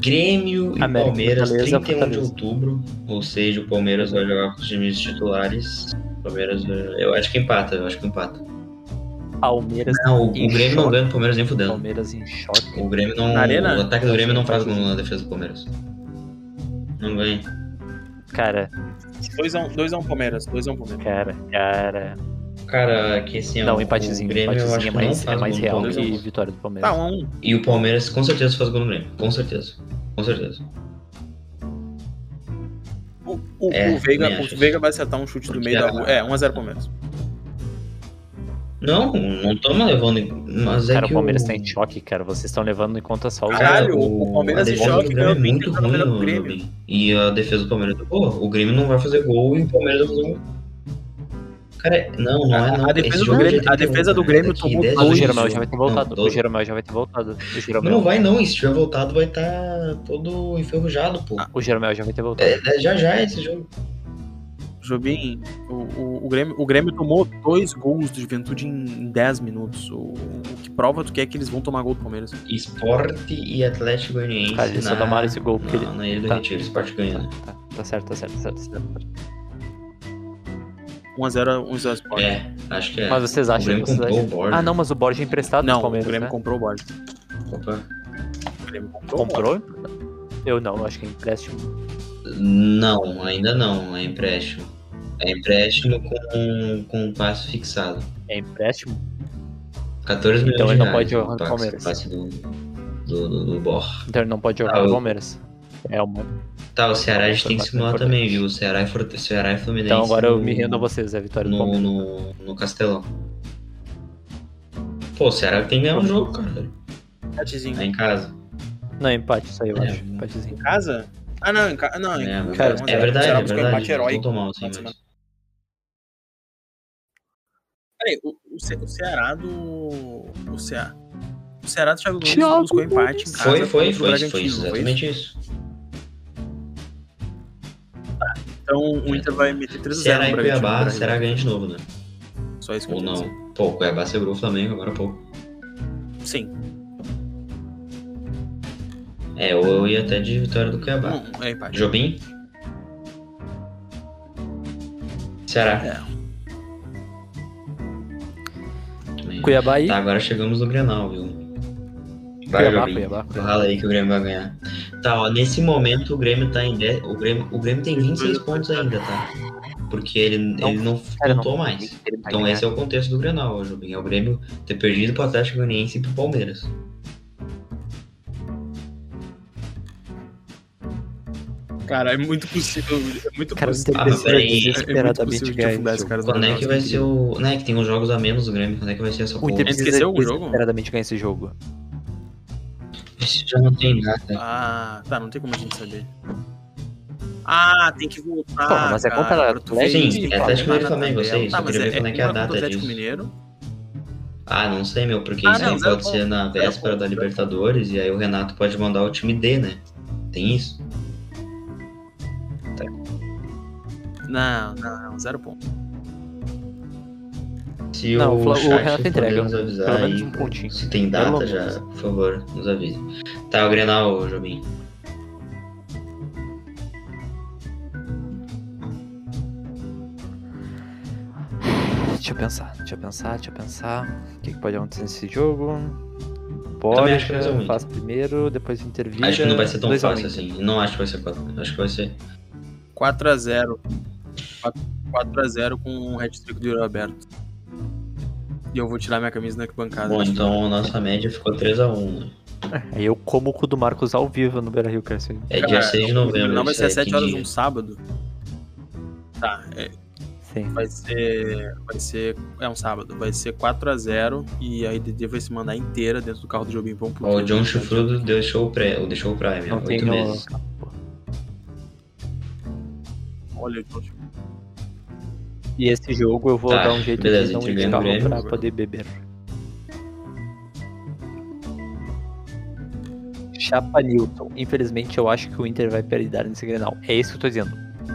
Speaker 1: Grêmio e
Speaker 2: América,
Speaker 1: Palmeiras, 31
Speaker 2: Fortaleza,
Speaker 1: de
Speaker 2: Fortaleza.
Speaker 1: outubro. Ou seja, o Palmeiras vai jogar com os times titulares. O Palmeiras, eh, eu acho que empata, eu acho que empata.
Speaker 2: Palmeiras.
Speaker 1: Não, o,
Speaker 2: em
Speaker 1: o Grêmio não
Speaker 2: choque.
Speaker 1: ganha o Palmeiras nem fudendo.
Speaker 2: Palmeiras em choque.
Speaker 1: O Grêmio não.
Speaker 3: Na Arena?
Speaker 1: O ataque do Grêmio não faz gol na defesa do Palmeiras. Não ganha.
Speaker 2: Cara,
Speaker 3: 2x1 um, Palmeiras, 2x1 um Palmeiras.
Speaker 2: cara, cara.
Speaker 1: Cara, que assim, ó,
Speaker 2: Não,
Speaker 1: o
Speaker 2: empatezinho.
Speaker 1: Grêmio eu acho que
Speaker 2: empatezinho é mais,
Speaker 1: não
Speaker 2: é
Speaker 1: faz
Speaker 2: mais
Speaker 1: gol no
Speaker 2: real
Speaker 1: Palmeiras.
Speaker 2: que vitória do Palmeiras.
Speaker 3: Tá, 1 um,
Speaker 1: E o Palmeiras com certeza faz gol no Grêmio. Com certeza. Com certeza.
Speaker 3: O, o,
Speaker 1: É,
Speaker 3: um, o Veiga,
Speaker 1: também acho
Speaker 3: o Veiga vai acertar um chute do
Speaker 1: Porque
Speaker 3: meio da
Speaker 1: a-
Speaker 3: rua. É, 1x0 Palmeiras.
Speaker 1: Não, não estamos levando. em- Mas é
Speaker 2: cara,
Speaker 1: que
Speaker 2: o Palmeiras tá em choque, cara. Vocês estão levando em conta só o.
Speaker 3: Caralho, o- o Palmeiras
Speaker 1: a
Speaker 3: em
Speaker 1: defesa
Speaker 3: choque
Speaker 1: do
Speaker 3: ganhou
Speaker 1: Grêmio é
Speaker 3: bem
Speaker 1: muito
Speaker 3: tentando
Speaker 1: ruim
Speaker 3: ganhar do
Speaker 1: no
Speaker 3: tá Grêmio.
Speaker 1: Grêmio. E a defesa do Palmeiras, pô, o Grêmio não vai fazer gol e o Palmeiras vai fazer gol. Cara, não, não é
Speaker 3: A-
Speaker 1: não.
Speaker 3: a defesa
Speaker 1: Esse
Speaker 3: do
Speaker 1: jogo é
Speaker 3: Grêmio-
Speaker 1: de
Speaker 3: a
Speaker 1: 31,
Speaker 3: defesa do
Speaker 1: cara,
Speaker 3: Grêmio
Speaker 1: daqui
Speaker 3: tomou
Speaker 1: 10
Speaker 2: Ah, o
Speaker 3: dois,
Speaker 2: Jeromel
Speaker 1: minutos.
Speaker 2: já vai ter
Speaker 1: é né? Não,
Speaker 2: voltado. o
Speaker 1: doze.
Speaker 2: Jeromel já vai ter voltado. O Jeromel,
Speaker 1: Não vai não, e se tiver voltado vai estar todo enferrujado,
Speaker 3: Ah.
Speaker 1: pô.
Speaker 2: o Jeromel já vai ter voltado.
Speaker 1: É, é já já esse jogo.
Speaker 3: Jobim, o, o, o, Grêmio, o Grêmio tomou dois gols do Juventude em 10 minutos. O, o que prova do que é que eles vão tomar gol do Palmeiras.
Speaker 1: Esporte e Atlético Goianiense.
Speaker 2: Cara, eles só
Speaker 1: na-
Speaker 2: tomaram esse gol porque
Speaker 1: na-
Speaker 2: ele-
Speaker 1: Na Ilha do
Speaker 2: tá.
Speaker 1: Retiro, Esporte ganha, né?
Speaker 2: Tá, tá certo, tá certo, tá certo. tá certo.
Speaker 3: 1x0, 1x0 Sport.
Speaker 1: É, acho que é.
Speaker 2: Mas vocês
Speaker 1: o
Speaker 2: acham
Speaker 1: Grêmio
Speaker 2: que vocês
Speaker 1: comprou o
Speaker 2: acham...
Speaker 1: Borja.
Speaker 2: Ah, não, mas o Borja é emprestado
Speaker 3: Não,
Speaker 2: do
Speaker 3: o
Speaker 2: Palmeiras,
Speaker 3: Grêmio
Speaker 2: né?
Speaker 3: comprou o Borges.
Speaker 1: Opa.
Speaker 3: O Grêmio comprou, um o Borges.
Speaker 2: comprou? Eu não, eu acho que é empréstimo.
Speaker 1: Não, ainda não. É empréstimo. É empréstimo com, com um passe fixado.
Speaker 2: É empréstimo?
Speaker 1: 14 milhões
Speaker 2: Então
Speaker 1: de
Speaker 2: ele não
Speaker 1: reais
Speaker 2: pode jogar no
Speaker 1: o passe-
Speaker 2: Palmeiras.
Speaker 1: passe do, do, do, do Borja.
Speaker 2: Então ele não pode jogar
Speaker 1: Ah,
Speaker 2: no
Speaker 1: eu-
Speaker 2: Palmeiras. É uma...
Speaker 1: Tá, o Ceará a gente tem que
Speaker 2: Informação
Speaker 1: simular
Speaker 2: importante.
Speaker 1: também, viu? O Ceará e, Forte- Ceará e Fluminense.
Speaker 2: Então agora eu
Speaker 1: no-
Speaker 2: me rendo a vocês, é a vitória do
Speaker 1: no,
Speaker 2: Palmeiras.
Speaker 1: no, no Castelão. Pô, o Ceará tem que ganhar um jogo, cara.
Speaker 3: Empatezinho.
Speaker 1: Tá em casa.
Speaker 2: Não, empate, isso aí eu
Speaker 1: É,
Speaker 2: acho. Empatezinho.
Speaker 3: Em casa? Ah, não, em casa. um Não, em
Speaker 1: É,
Speaker 2: Cara,
Speaker 1: é verdade,
Speaker 3: Será
Speaker 1: é
Speaker 3: que buscou empate
Speaker 1: verdade.
Speaker 3: herói?
Speaker 1: Vou tomar, assim, mas...
Speaker 3: Peraí, o, o, Ce- o Ceará do. O Ceará. O Ceará do Thiago Nunes
Speaker 2: Thiago
Speaker 3: buscou empate em casa.
Speaker 1: Foi, foi,
Speaker 3: contra o
Speaker 1: foi, isso,
Speaker 3: Bragantino,
Speaker 1: foi isso,
Speaker 3: não
Speaker 1: exatamente isso.
Speaker 3: Então o Inter vai meter 3 0
Speaker 1: Ceará
Speaker 3: no
Speaker 1: e
Speaker 3: Bragantino.
Speaker 1: Cuiabá,
Speaker 3: Bragantino.
Speaker 1: Ceará ganha de novo, né?
Speaker 3: Só isso que eu
Speaker 1: Ou
Speaker 3: tenho a dizer.
Speaker 1: não? Pô, o Cuiabá segurou o Flamengo agora há pouco.
Speaker 3: Sim.
Speaker 1: É, ou eu ia até de vitória do Cuiabá.
Speaker 3: Um, é empate.
Speaker 1: Jobim? Ceará. Também.
Speaker 2: Cuiabá aí?
Speaker 1: Tá, agora chegamos no Grenal, viu? Vai,
Speaker 2: Cuiabá,
Speaker 1: Jobim.
Speaker 2: Cuiabá.
Speaker 1: Fala aí que o Grêmio vai ganhar. Tá, ó, nesse momento o Grêmio tá em 10. O Grêmio, o Grêmio tem 26 pontos ainda, tá? Porque ele não, É, ele não
Speaker 2: Cara, não-
Speaker 1: pontuou mais.
Speaker 2: Ele vai
Speaker 1: Então
Speaker 2: ganhar.
Speaker 1: esse é o contexto do Grenal, ô, Jobim. É o Grêmio ter perdido pro Atlético Goianiense e pro Palmeiras.
Speaker 3: Cara, é muito possível. É muito
Speaker 2: Cara, o
Speaker 3: possível.
Speaker 2: Inter
Speaker 1: Ah, mas
Speaker 2: precisa
Speaker 1: peraí,
Speaker 3: é muito
Speaker 2: desesperadamente
Speaker 3: possível
Speaker 2: ganhar
Speaker 3: te afundar
Speaker 2: esse jogo.
Speaker 3: esse cara do
Speaker 1: Quando é que
Speaker 3: Grenal,
Speaker 1: vai
Speaker 3: sim.
Speaker 1: ser o. Né, que tem uns jogos a menos do Grêmio, quando é que vai ser essa
Speaker 2: O
Speaker 1: porra?
Speaker 2: Inter
Speaker 3: Ele
Speaker 2: precisa
Speaker 3: esqueceu algum jogo?
Speaker 2: desesperadamente ganhar esse jogo.
Speaker 1: Esse já não tem nada.
Speaker 3: Ah, tá, não tem como a gente saber. Ah, tem que voltar.
Speaker 2: Pô, mas é
Speaker 3: cara,
Speaker 2: contra
Speaker 3: agora tu
Speaker 2: Atlético
Speaker 3: vê
Speaker 2: Sim,
Speaker 3: isso,
Speaker 2: é
Speaker 1: Atlético
Speaker 3: Flamengo
Speaker 1: e Flamengo, eu
Speaker 3: na tabela.
Speaker 1: sei, só
Speaker 3: Tá, mas
Speaker 1: queria ver
Speaker 3: é,
Speaker 1: quando é
Speaker 3: é
Speaker 1: que é a
Speaker 3: uma contra
Speaker 1: data
Speaker 3: o Atlético
Speaker 1: disso.
Speaker 3: Mineiro.
Speaker 1: Ah, não sei, meu, porque
Speaker 3: Ah,
Speaker 1: isso
Speaker 3: não, Tá
Speaker 1: aí
Speaker 3: zero
Speaker 1: pode
Speaker 3: ponto,
Speaker 1: ser na
Speaker 3: zero
Speaker 1: véspera
Speaker 3: ponto,
Speaker 1: da
Speaker 3: zero
Speaker 1: Libertadores, e aí o Renato pode mandar o time D, né? Tem isso?
Speaker 3: Não, não, não, zero ponto.
Speaker 1: Se
Speaker 2: Não, o Fla- o
Speaker 1: chat
Speaker 2: Renato
Speaker 1: puder
Speaker 2: entrega,
Speaker 1: nos avisar
Speaker 2: Pelo menos
Speaker 1: aí,
Speaker 2: um pontinho.
Speaker 1: Se tem
Speaker 2: Pelo
Speaker 1: data
Speaker 2: menos.
Speaker 1: já, por favor, nos avise. Tá, o Grenal, ô, Jobim.
Speaker 2: deixa eu pensar, deixa eu pensar, deixa eu pensar. O que, que pode acontecer nesse jogo?
Speaker 1: Também acho que vai ser
Speaker 2: Borja
Speaker 1: muito.
Speaker 2: faz primeiro, depois intervira.
Speaker 1: Acho que não vai ser tão
Speaker 2: dois a um
Speaker 1: fácil
Speaker 2: Inter.
Speaker 1: assim. Não acho que vai ser quatro. Acho que vai ser.
Speaker 3: 4x0. 4x0 com um hat-trick do Yuri Alberto. E eu vou tirar minha camisa na arquibancada.
Speaker 1: Bom, então a nossa média ficou 3x1. Né?
Speaker 2: Aí eu como o cu do Marcos ao vivo no Beira Rio, cara. isso aí.
Speaker 1: É dia
Speaker 3: Cara,
Speaker 1: 6 de novembro.
Speaker 3: Não vai
Speaker 1: isso
Speaker 3: ser
Speaker 1: aí, é
Speaker 3: às 7
Speaker 1: que
Speaker 3: horas
Speaker 1: dia.
Speaker 3: um sábado. Tá, é,
Speaker 2: Sim.
Speaker 3: vai ser. Vai ser. É um sábado. Vai ser 4x0 e a IDD vai se mandar inteira dentro do carro do Jobim Pão.
Speaker 1: Ó, o John Chufrudo deixou o, pré, deixou o Prime, É,
Speaker 2: Não
Speaker 1: oito
Speaker 2: tem o-
Speaker 1: meses.
Speaker 3: Olha, John Chufrudo.
Speaker 2: E esse jogo eu vou
Speaker 1: Tá,
Speaker 2: dar um jeito
Speaker 1: beleza,
Speaker 2: de não
Speaker 1: a gente ganha
Speaker 2: ir
Speaker 1: do
Speaker 2: carro
Speaker 1: Grêmio.
Speaker 2: pra poder beber. Chapa Newton. Infelizmente, eu acho que o Inter vai perder nesse Grenal. É isso que eu tô dizendo.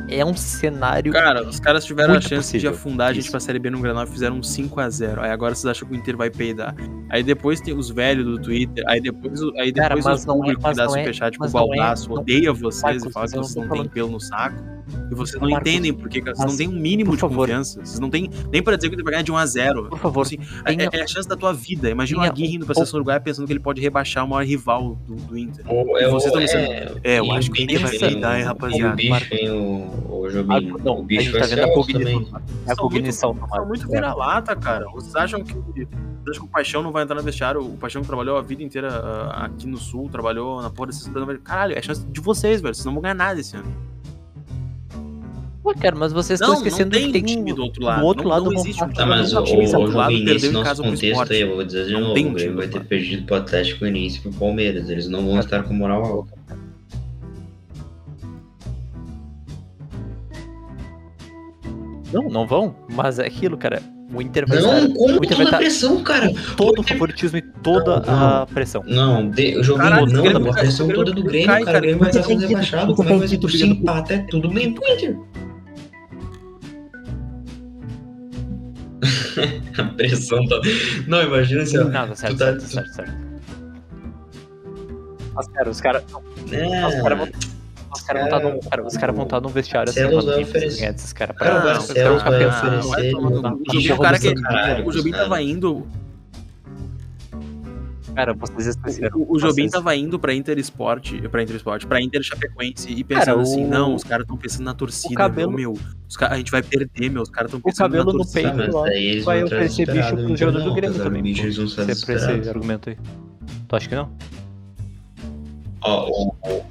Speaker 2: É um cenário
Speaker 3: Cara, os caras tiveram
Speaker 2: Muito
Speaker 3: a chance
Speaker 2: possível.
Speaker 3: de afundar a gente
Speaker 2: Isso.
Speaker 3: pra Série B no Granal e fizeram um 5x0. Aí agora vocês acham que o Inter vai peidar. Aí depois tem os velhos do Twitter, aí depois, o- aí
Speaker 2: Cara,
Speaker 3: depois
Speaker 2: mas
Speaker 3: os
Speaker 2: não é-
Speaker 3: públicos
Speaker 2: mas
Speaker 3: que dá
Speaker 2: não é-
Speaker 3: superchat tipo, o
Speaker 2: mas não é-
Speaker 3: Baldaço
Speaker 2: não-
Speaker 3: odeia vocês
Speaker 2: Marcos,
Speaker 3: e fala que
Speaker 2: eu não
Speaker 3: vocês
Speaker 2: tô
Speaker 3: não têm
Speaker 2: falando-
Speaker 3: pelo no saco. E vocês não
Speaker 2: Marcos,
Speaker 3: entendem porque cara, vocês
Speaker 2: mas,
Speaker 3: não têm um mínimo
Speaker 2: por
Speaker 3: de
Speaker 2: favor.
Speaker 3: confiança. Vocês não têm nem pra dizer que o Inter vai ganhar de 1x0.
Speaker 2: Por favor,
Speaker 3: Assim,
Speaker 2: tenha-
Speaker 3: é, é a chance da tua vida. Imagina o
Speaker 2: tenha
Speaker 3: Aguirre indo pra
Speaker 2: um-
Speaker 3: Seleção Uruguai pensando que ele pode rebaixar o maior rival do, do Inter.
Speaker 1: Ou é
Speaker 3: E
Speaker 1: o-
Speaker 3: vocês tão
Speaker 1: é-
Speaker 3: dizendo, É, eu
Speaker 2: E
Speaker 3: acho que o Inter vai
Speaker 2: pensa-
Speaker 3: peidar, hein,
Speaker 1: E o
Speaker 3: rapaziada.
Speaker 2: Marco.
Speaker 1: bicho, hein, o, o Jobim.
Speaker 2: Ah, não,
Speaker 1: o
Speaker 2: a
Speaker 1: bicho
Speaker 2: gente tá
Speaker 1: vai
Speaker 2: vendo
Speaker 1: ser
Speaker 2: a
Speaker 1: alto
Speaker 2: cognição.
Speaker 1: também.
Speaker 2: do Marcos. É a
Speaker 3: São
Speaker 2: cognição do
Speaker 3: São
Speaker 2: Marcos.
Speaker 3: muito
Speaker 2: é.
Speaker 3: vira-lata, cara. Vocês acham que. Vocês acham que o Paixão não vai entrar no vestiário? O Paixão que trabalhou a vida inteira ah, aqui no Sul, trabalhou na porra desses programas. Caralho, é chance de vocês, velho. Vocês não vão ganhar nada esse ano.
Speaker 2: Pô, cara, mas vocês estão
Speaker 3: Não, não
Speaker 2: esquecendo que
Speaker 3: tem
Speaker 2: tem
Speaker 3: time
Speaker 2: um...
Speaker 3: do outro lado.
Speaker 2: do outro
Speaker 3: não,
Speaker 2: lado
Speaker 3: não
Speaker 2: não
Speaker 3: existe
Speaker 2: tá
Speaker 3: um
Speaker 1: Tá,
Speaker 3: time.
Speaker 2: jogando
Speaker 1: mas
Speaker 2: Não,
Speaker 1: o,
Speaker 2: não,
Speaker 1: o
Speaker 2: time
Speaker 3: do outro lado
Speaker 1: Jobim, nesse
Speaker 3: perdeu em
Speaker 1: nosso
Speaker 3: casa pro
Speaker 1: contexto aí, é
Speaker 3: esporte.
Speaker 1: eu vou dizer de
Speaker 3: Não
Speaker 1: novo,
Speaker 3: tem
Speaker 1: o Grêmio
Speaker 3: time
Speaker 1: vai
Speaker 3: do
Speaker 1: ter
Speaker 3: lado.
Speaker 1: perdido pro Atlético Goianiense e pro Palmeiras. Eles não vão estar com moral alta.
Speaker 2: Não, não vão. Mas é aquilo, cara. O Inter vai
Speaker 1: Não,
Speaker 2: estar...
Speaker 1: como
Speaker 2: O Inter vai
Speaker 1: toda a
Speaker 2: estar
Speaker 1: pressão, cara?
Speaker 2: todo o favoritismo e toda
Speaker 1: Não,
Speaker 2: a pressão.
Speaker 1: Não, de, o Jobim,
Speaker 3: Caralho, o
Speaker 1: não,
Speaker 3: Grêmio
Speaker 1: a
Speaker 3: cai,
Speaker 1: pressão
Speaker 3: o Grêmio
Speaker 1: toda do Grêmio,
Speaker 3: cai,
Speaker 1: cara. O Grêmio vai estar sendo
Speaker 2: cara.
Speaker 1: rebaixado. Como é que vai ser torcida empata? É tudo bem pro Inter. A pressão tá. Não, imagina se. ó,
Speaker 2: Não, tá certo,
Speaker 1: tu tá-
Speaker 2: certo, certo, certo. Mas, cara, os caras
Speaker 1: É,
Speaker 2: os caras vão... Os caras vão estar num, cara, os caras vão estar num vestiário assim,
Speaker 1: Marcelo
Speaker 2: mano,
Speaker 1: vai
Speaker 2: quem precisa
Speaker 1: oferecer-
Speaker 2: ganhar desses caras
Speaker 1: Cara,
Speaker 2: pra
Speaker 1: o
Speaker 3: Não,
Speaker 2: Os caras
Speaker 1: Marcelo
Speaker 2: vão ficar
Speaker 1: vai
Speaker 2: pensando.
Speaker 3: não, vai
Speaker 1: oferecer.
Speaker 3: tomar no cu. O Jobim é um cara que- O Jobim tava
Speaker 1: né?
Speaker 3: indo.
Speaker 2: Cara, vocês esqueceram.
Speaker 3: O, o Jobim
Speaker 2: Vocês-
Speaker 3: tava indo pra Inter Esporte, pra Inter Esporte, pra Inter Chapecoense e pensando
Speaker 2: Cara, o-
Speaker 3: assim, não, os caras estão pensando na torcida,
Speaker 2: O cabelo-
Speaker 3: meu, meu. Os ca- a gente vai perder, meu, os caras estão
Speaker 2: O
Speaker 3: pensando
Speaker 2: cabelo
Speaker 3: na
Speaker 2: no
Speaker 3: torcida.
Speaker 2: peito lá. Vai oferecer bicho pro jogador do Grêmio também. pô.
Speaker 1: Bicho, eles então, vão ser
Speaker 2: Sempre esse argumento aí. Tu acha que não?
Speaker 1: Ó, o,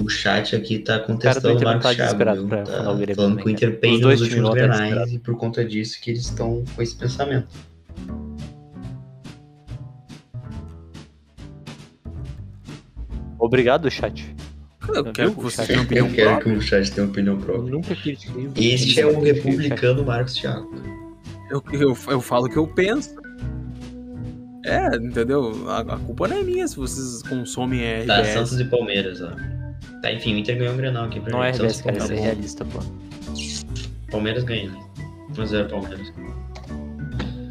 Speaker 1: o chat aqui tá
Speaker 2: cara do
Speaker 1: contestando o
Speaker 2: Inter não
Speaker 1: Marcos
Speaker 2: tá
Speaker 1: Thiago,
Speaker 2: desesperado
Speaker 1: viu?
Speaker 2: pra
Speaker 1: Tá
Speaker 2: falar o Grêmio
Speaker 1: falando
Speaker 2: também,
Speaker 1: que o Inter
Speaker 2: cara.
Speaker 1: peida
Speaker 2: Os dois
Speaker 1: nos
Speaker 2: times
Speaker 1: últimos
Speaker 2: vão estar
Speaker 1: grenais
Speaker 2: desesperados.
Speaker 1: e por conta disso que eles estão com esse pensamento.
Speaker 2: Obrigado, chat.
Speaker 3: Eu quero que vocês
Speaker 1: Eu
Speaker 2: um
Speaker 3: tenham opinião
Speaker 1: quero
Speaker 3: própria.
Speaker 1: que o chat tenha opinião
Speaker 2: Eu
Speaker 1: própria.
Speaker 2: nunca critiquei.
Speaker 1: Este é
Speaker 2: um
Speaker 1: o republicano Marcos Thiago.
Speaker 3: Eu, eu, eu falo o que eu penso. É, entendeu? A, a culpa não é minha se vocês consomem a
Speaker 2: é
Speaker 1: Tá,
Speaker 3: RBS.
Speaker 1: Santos e Palmeiras, ó. Tá, enfim, o Inter ganhou um grenal aqui pra
Speaker 2: Não é
Speaker 1: gente. Santos e
Speaker 2: RBS, cara, isso
Speaker 1: Palmeiras.
Speaker 2: é realista, pô.
Speaker 1: Palmeiras ganha. 1x0 Palmeiras.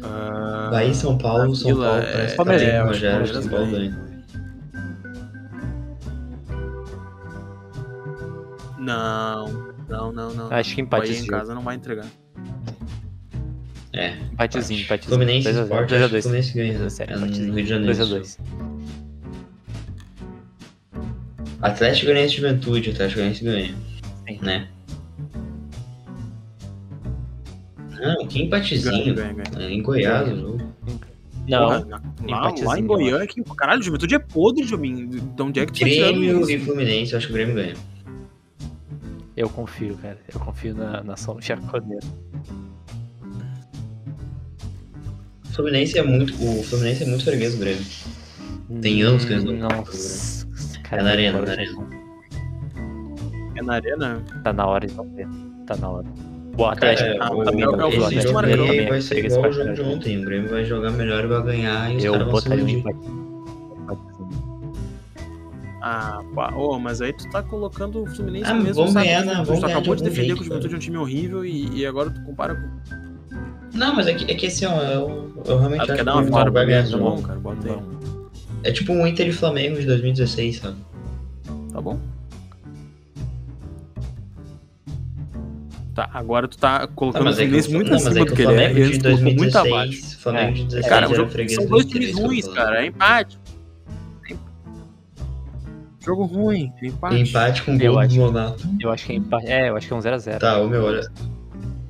Speaker 3: Ah,
Speaker 1: Bahia e São Paulo, São
Speaker 3: Vila,
Speaker 1: Paulo
Speaker 3: é,
Speaker 1: parece que tá
Speaker 2: Palmeiras,
Speaker 1: bem,
Speaker 3: é,
Speaker 1: Rogério,
Speaker 3: Palmeiras
Speaker 1: São Paulo
Speaker 3: ganha.
Speaker 1: ganha.
Speaker 3: não, não, não, não.
Speaker 2: Acho que
Speaker 3: Bahia
Speaker 2: empate esse
Speaker 3: em
Speaker 2: jogo.
Speaker 3: casa não vai entregar.
Speaker 1: É.
Speaker 2: Empatezinho, empatezinho.
Speaker 1: Fluminense
Speaker 2: 2x0,
Speaker 1: Sport, acho que o
Speaker 2: 2x2.
Speaker 1: Fluminense ganha.
Speaker 2: Sério,
Speaker 1: É no
Speaker 2: empatezinho.
Speaker 1: Rio de Janeiro.
Speaker 2: 2x2.
Speaker 1: Atlético Goianiense e Juventude, Atlético Goianiense ganha.
Speaker 2: Sim.
Speaker 1: Né? Não, que empatezinho.
Speaker 3: Ganha, ganha, ganha.
Speaker 1: Em Goiás, o jogo.
Speaker 2: Não,
Speaker 3: Porra, na- lá,
Speaker 2: empatezinho,
Speaker 3: lá em
Speaker 2: eu
Speaker 3: Goiânia, que, caralho, juventude é podre, Jobim. De onde é que tu tá tirando
Speaker 1: Grêmio e
Speaker 3: isso?
Speaker 1: Fluminense, eu acho que o Grêmio ganha.
Speaker 2: eu confio, cara. Eu confio na na ação do Chaconeiro.
Speaker 1: O Fluminense é muito. O Fluminense é muito freguês do Grêmio. Tem anos que eles não-
Speaker 2: Nossa.
Speaker 1: É na arena, na arena.
Speaker 3: É na arena?
Speaker 2: Tá na hora, então. né? Tá na hora. O
Speaker 1: Cara,
Speaker 2: Atlético.
Speaker 3: Ah,
Speaker 1: É, o-
Speaker 3: tá melhor que o
Speaker 1: esse
Speaker 3: Atlético
Speaker 1: jogo
Speaker 3: Mineiro
Speaker 1: aí
Speaker 2: também,
Speaker 1: vai ser
Speaker 2: né? pega esse
Speaker 1: igual o
Speaker 2: partido.
Speaker 1: jogo de ontem. O Grêmio vai jogar melhor e vai ganhar e os
Speaker 2: eu
Speaker 1: caras vão se
Speaker 2: botaria um
Speaker 1: iludir.
Speaker 2: empate. Empatezinho.
Speaker 3: Ah, pá. Ô, mas aí tu tá colocando o Fluminense
Speaker 1: Ah,
Speaker 3: no mesmo
Speaker 1: vamos
Speaker 3: saco
Speaker 1: ganhar,
Speaker 3: que
Speaker 1: né?
Speaker 3: o Juventude.
Speaker 1: Vamos
Speaker 3: Tu
Speaker 1: ganhar
Speaker 3: acabou
Speaker 1: de
Speaker 3: de
Speaker 1: algum
Speaker 3: defender
Speaker 1: jeito, né?
Speaker 3: que o Juventude é um time horrível e, e agora tu compara com.
Speaker 1: Não, mas é que, é que assim, ó, eu, eu realmente
Speaker 3: Ah,
Speaker 1: acho
Speaker 3: tu quer
Speaker 1: que
Speaker 3: dar uma
Speaker 1: o
Speaker 3: vitória
Speaker 1: Grêmio
Speaker 2: um
Speaker 3: pra
Speaker 1: vai ganhar né?
Speaker 3: mim?
Speaker 1: esse
Speaker 3: Tá
Speaker 1: jogo.
Speaker 3: bom, cara, bota aí.
Speaker 2: Vamos.
Speaker 1: É tipo um Inter e Flamengo de 2016, sabe?
Speaker 3: Tá bom? tá, agora tu tá
Speaker 1: Ah,
Speaker 3: colocando
Speaker 1: mas
Speaker 3: os
Speaker 1: é que
Speaker 3: inglês
Speaker 1: o-
Speaker 3: muito
Speaker 1: não, mas é
Speaker 3: acima do
Speaker 1: que
Speaker 3: que
Speaker 1: o
Speaker 3: ele é.
Speaker 1: Flamengo
Speaker 3: E
Speaker 1: de
Speaker 3: antes colocou muito abaixo.
Speaker 1: 2016, Flamengo é de 2016
Speaker 3: É. Cara, o
Speaker 1: era
Speaker 3: jogo,
Speaker 1: freguês
Speaker 3: são
Speaker 1: do
Speaker 3: dois
Speaker 1: Inter, é
Speaker 3: times
Speaker 1: isso que eu tô
Speaker 3: ruins,
Speaker 1: falando.
Speaker 3: cara. É empate. É Jogo ruim, é empate.
Speaker 1: Empate com
Speaker 2: Eu
Speaker 1: gol do
Speaker 2: acho.
Speaker 1: Monato.
Speaker 2: Eu acho que é empate. É, eu acho que é um 0x0.
Speaker 1: Tá, o meu, olha.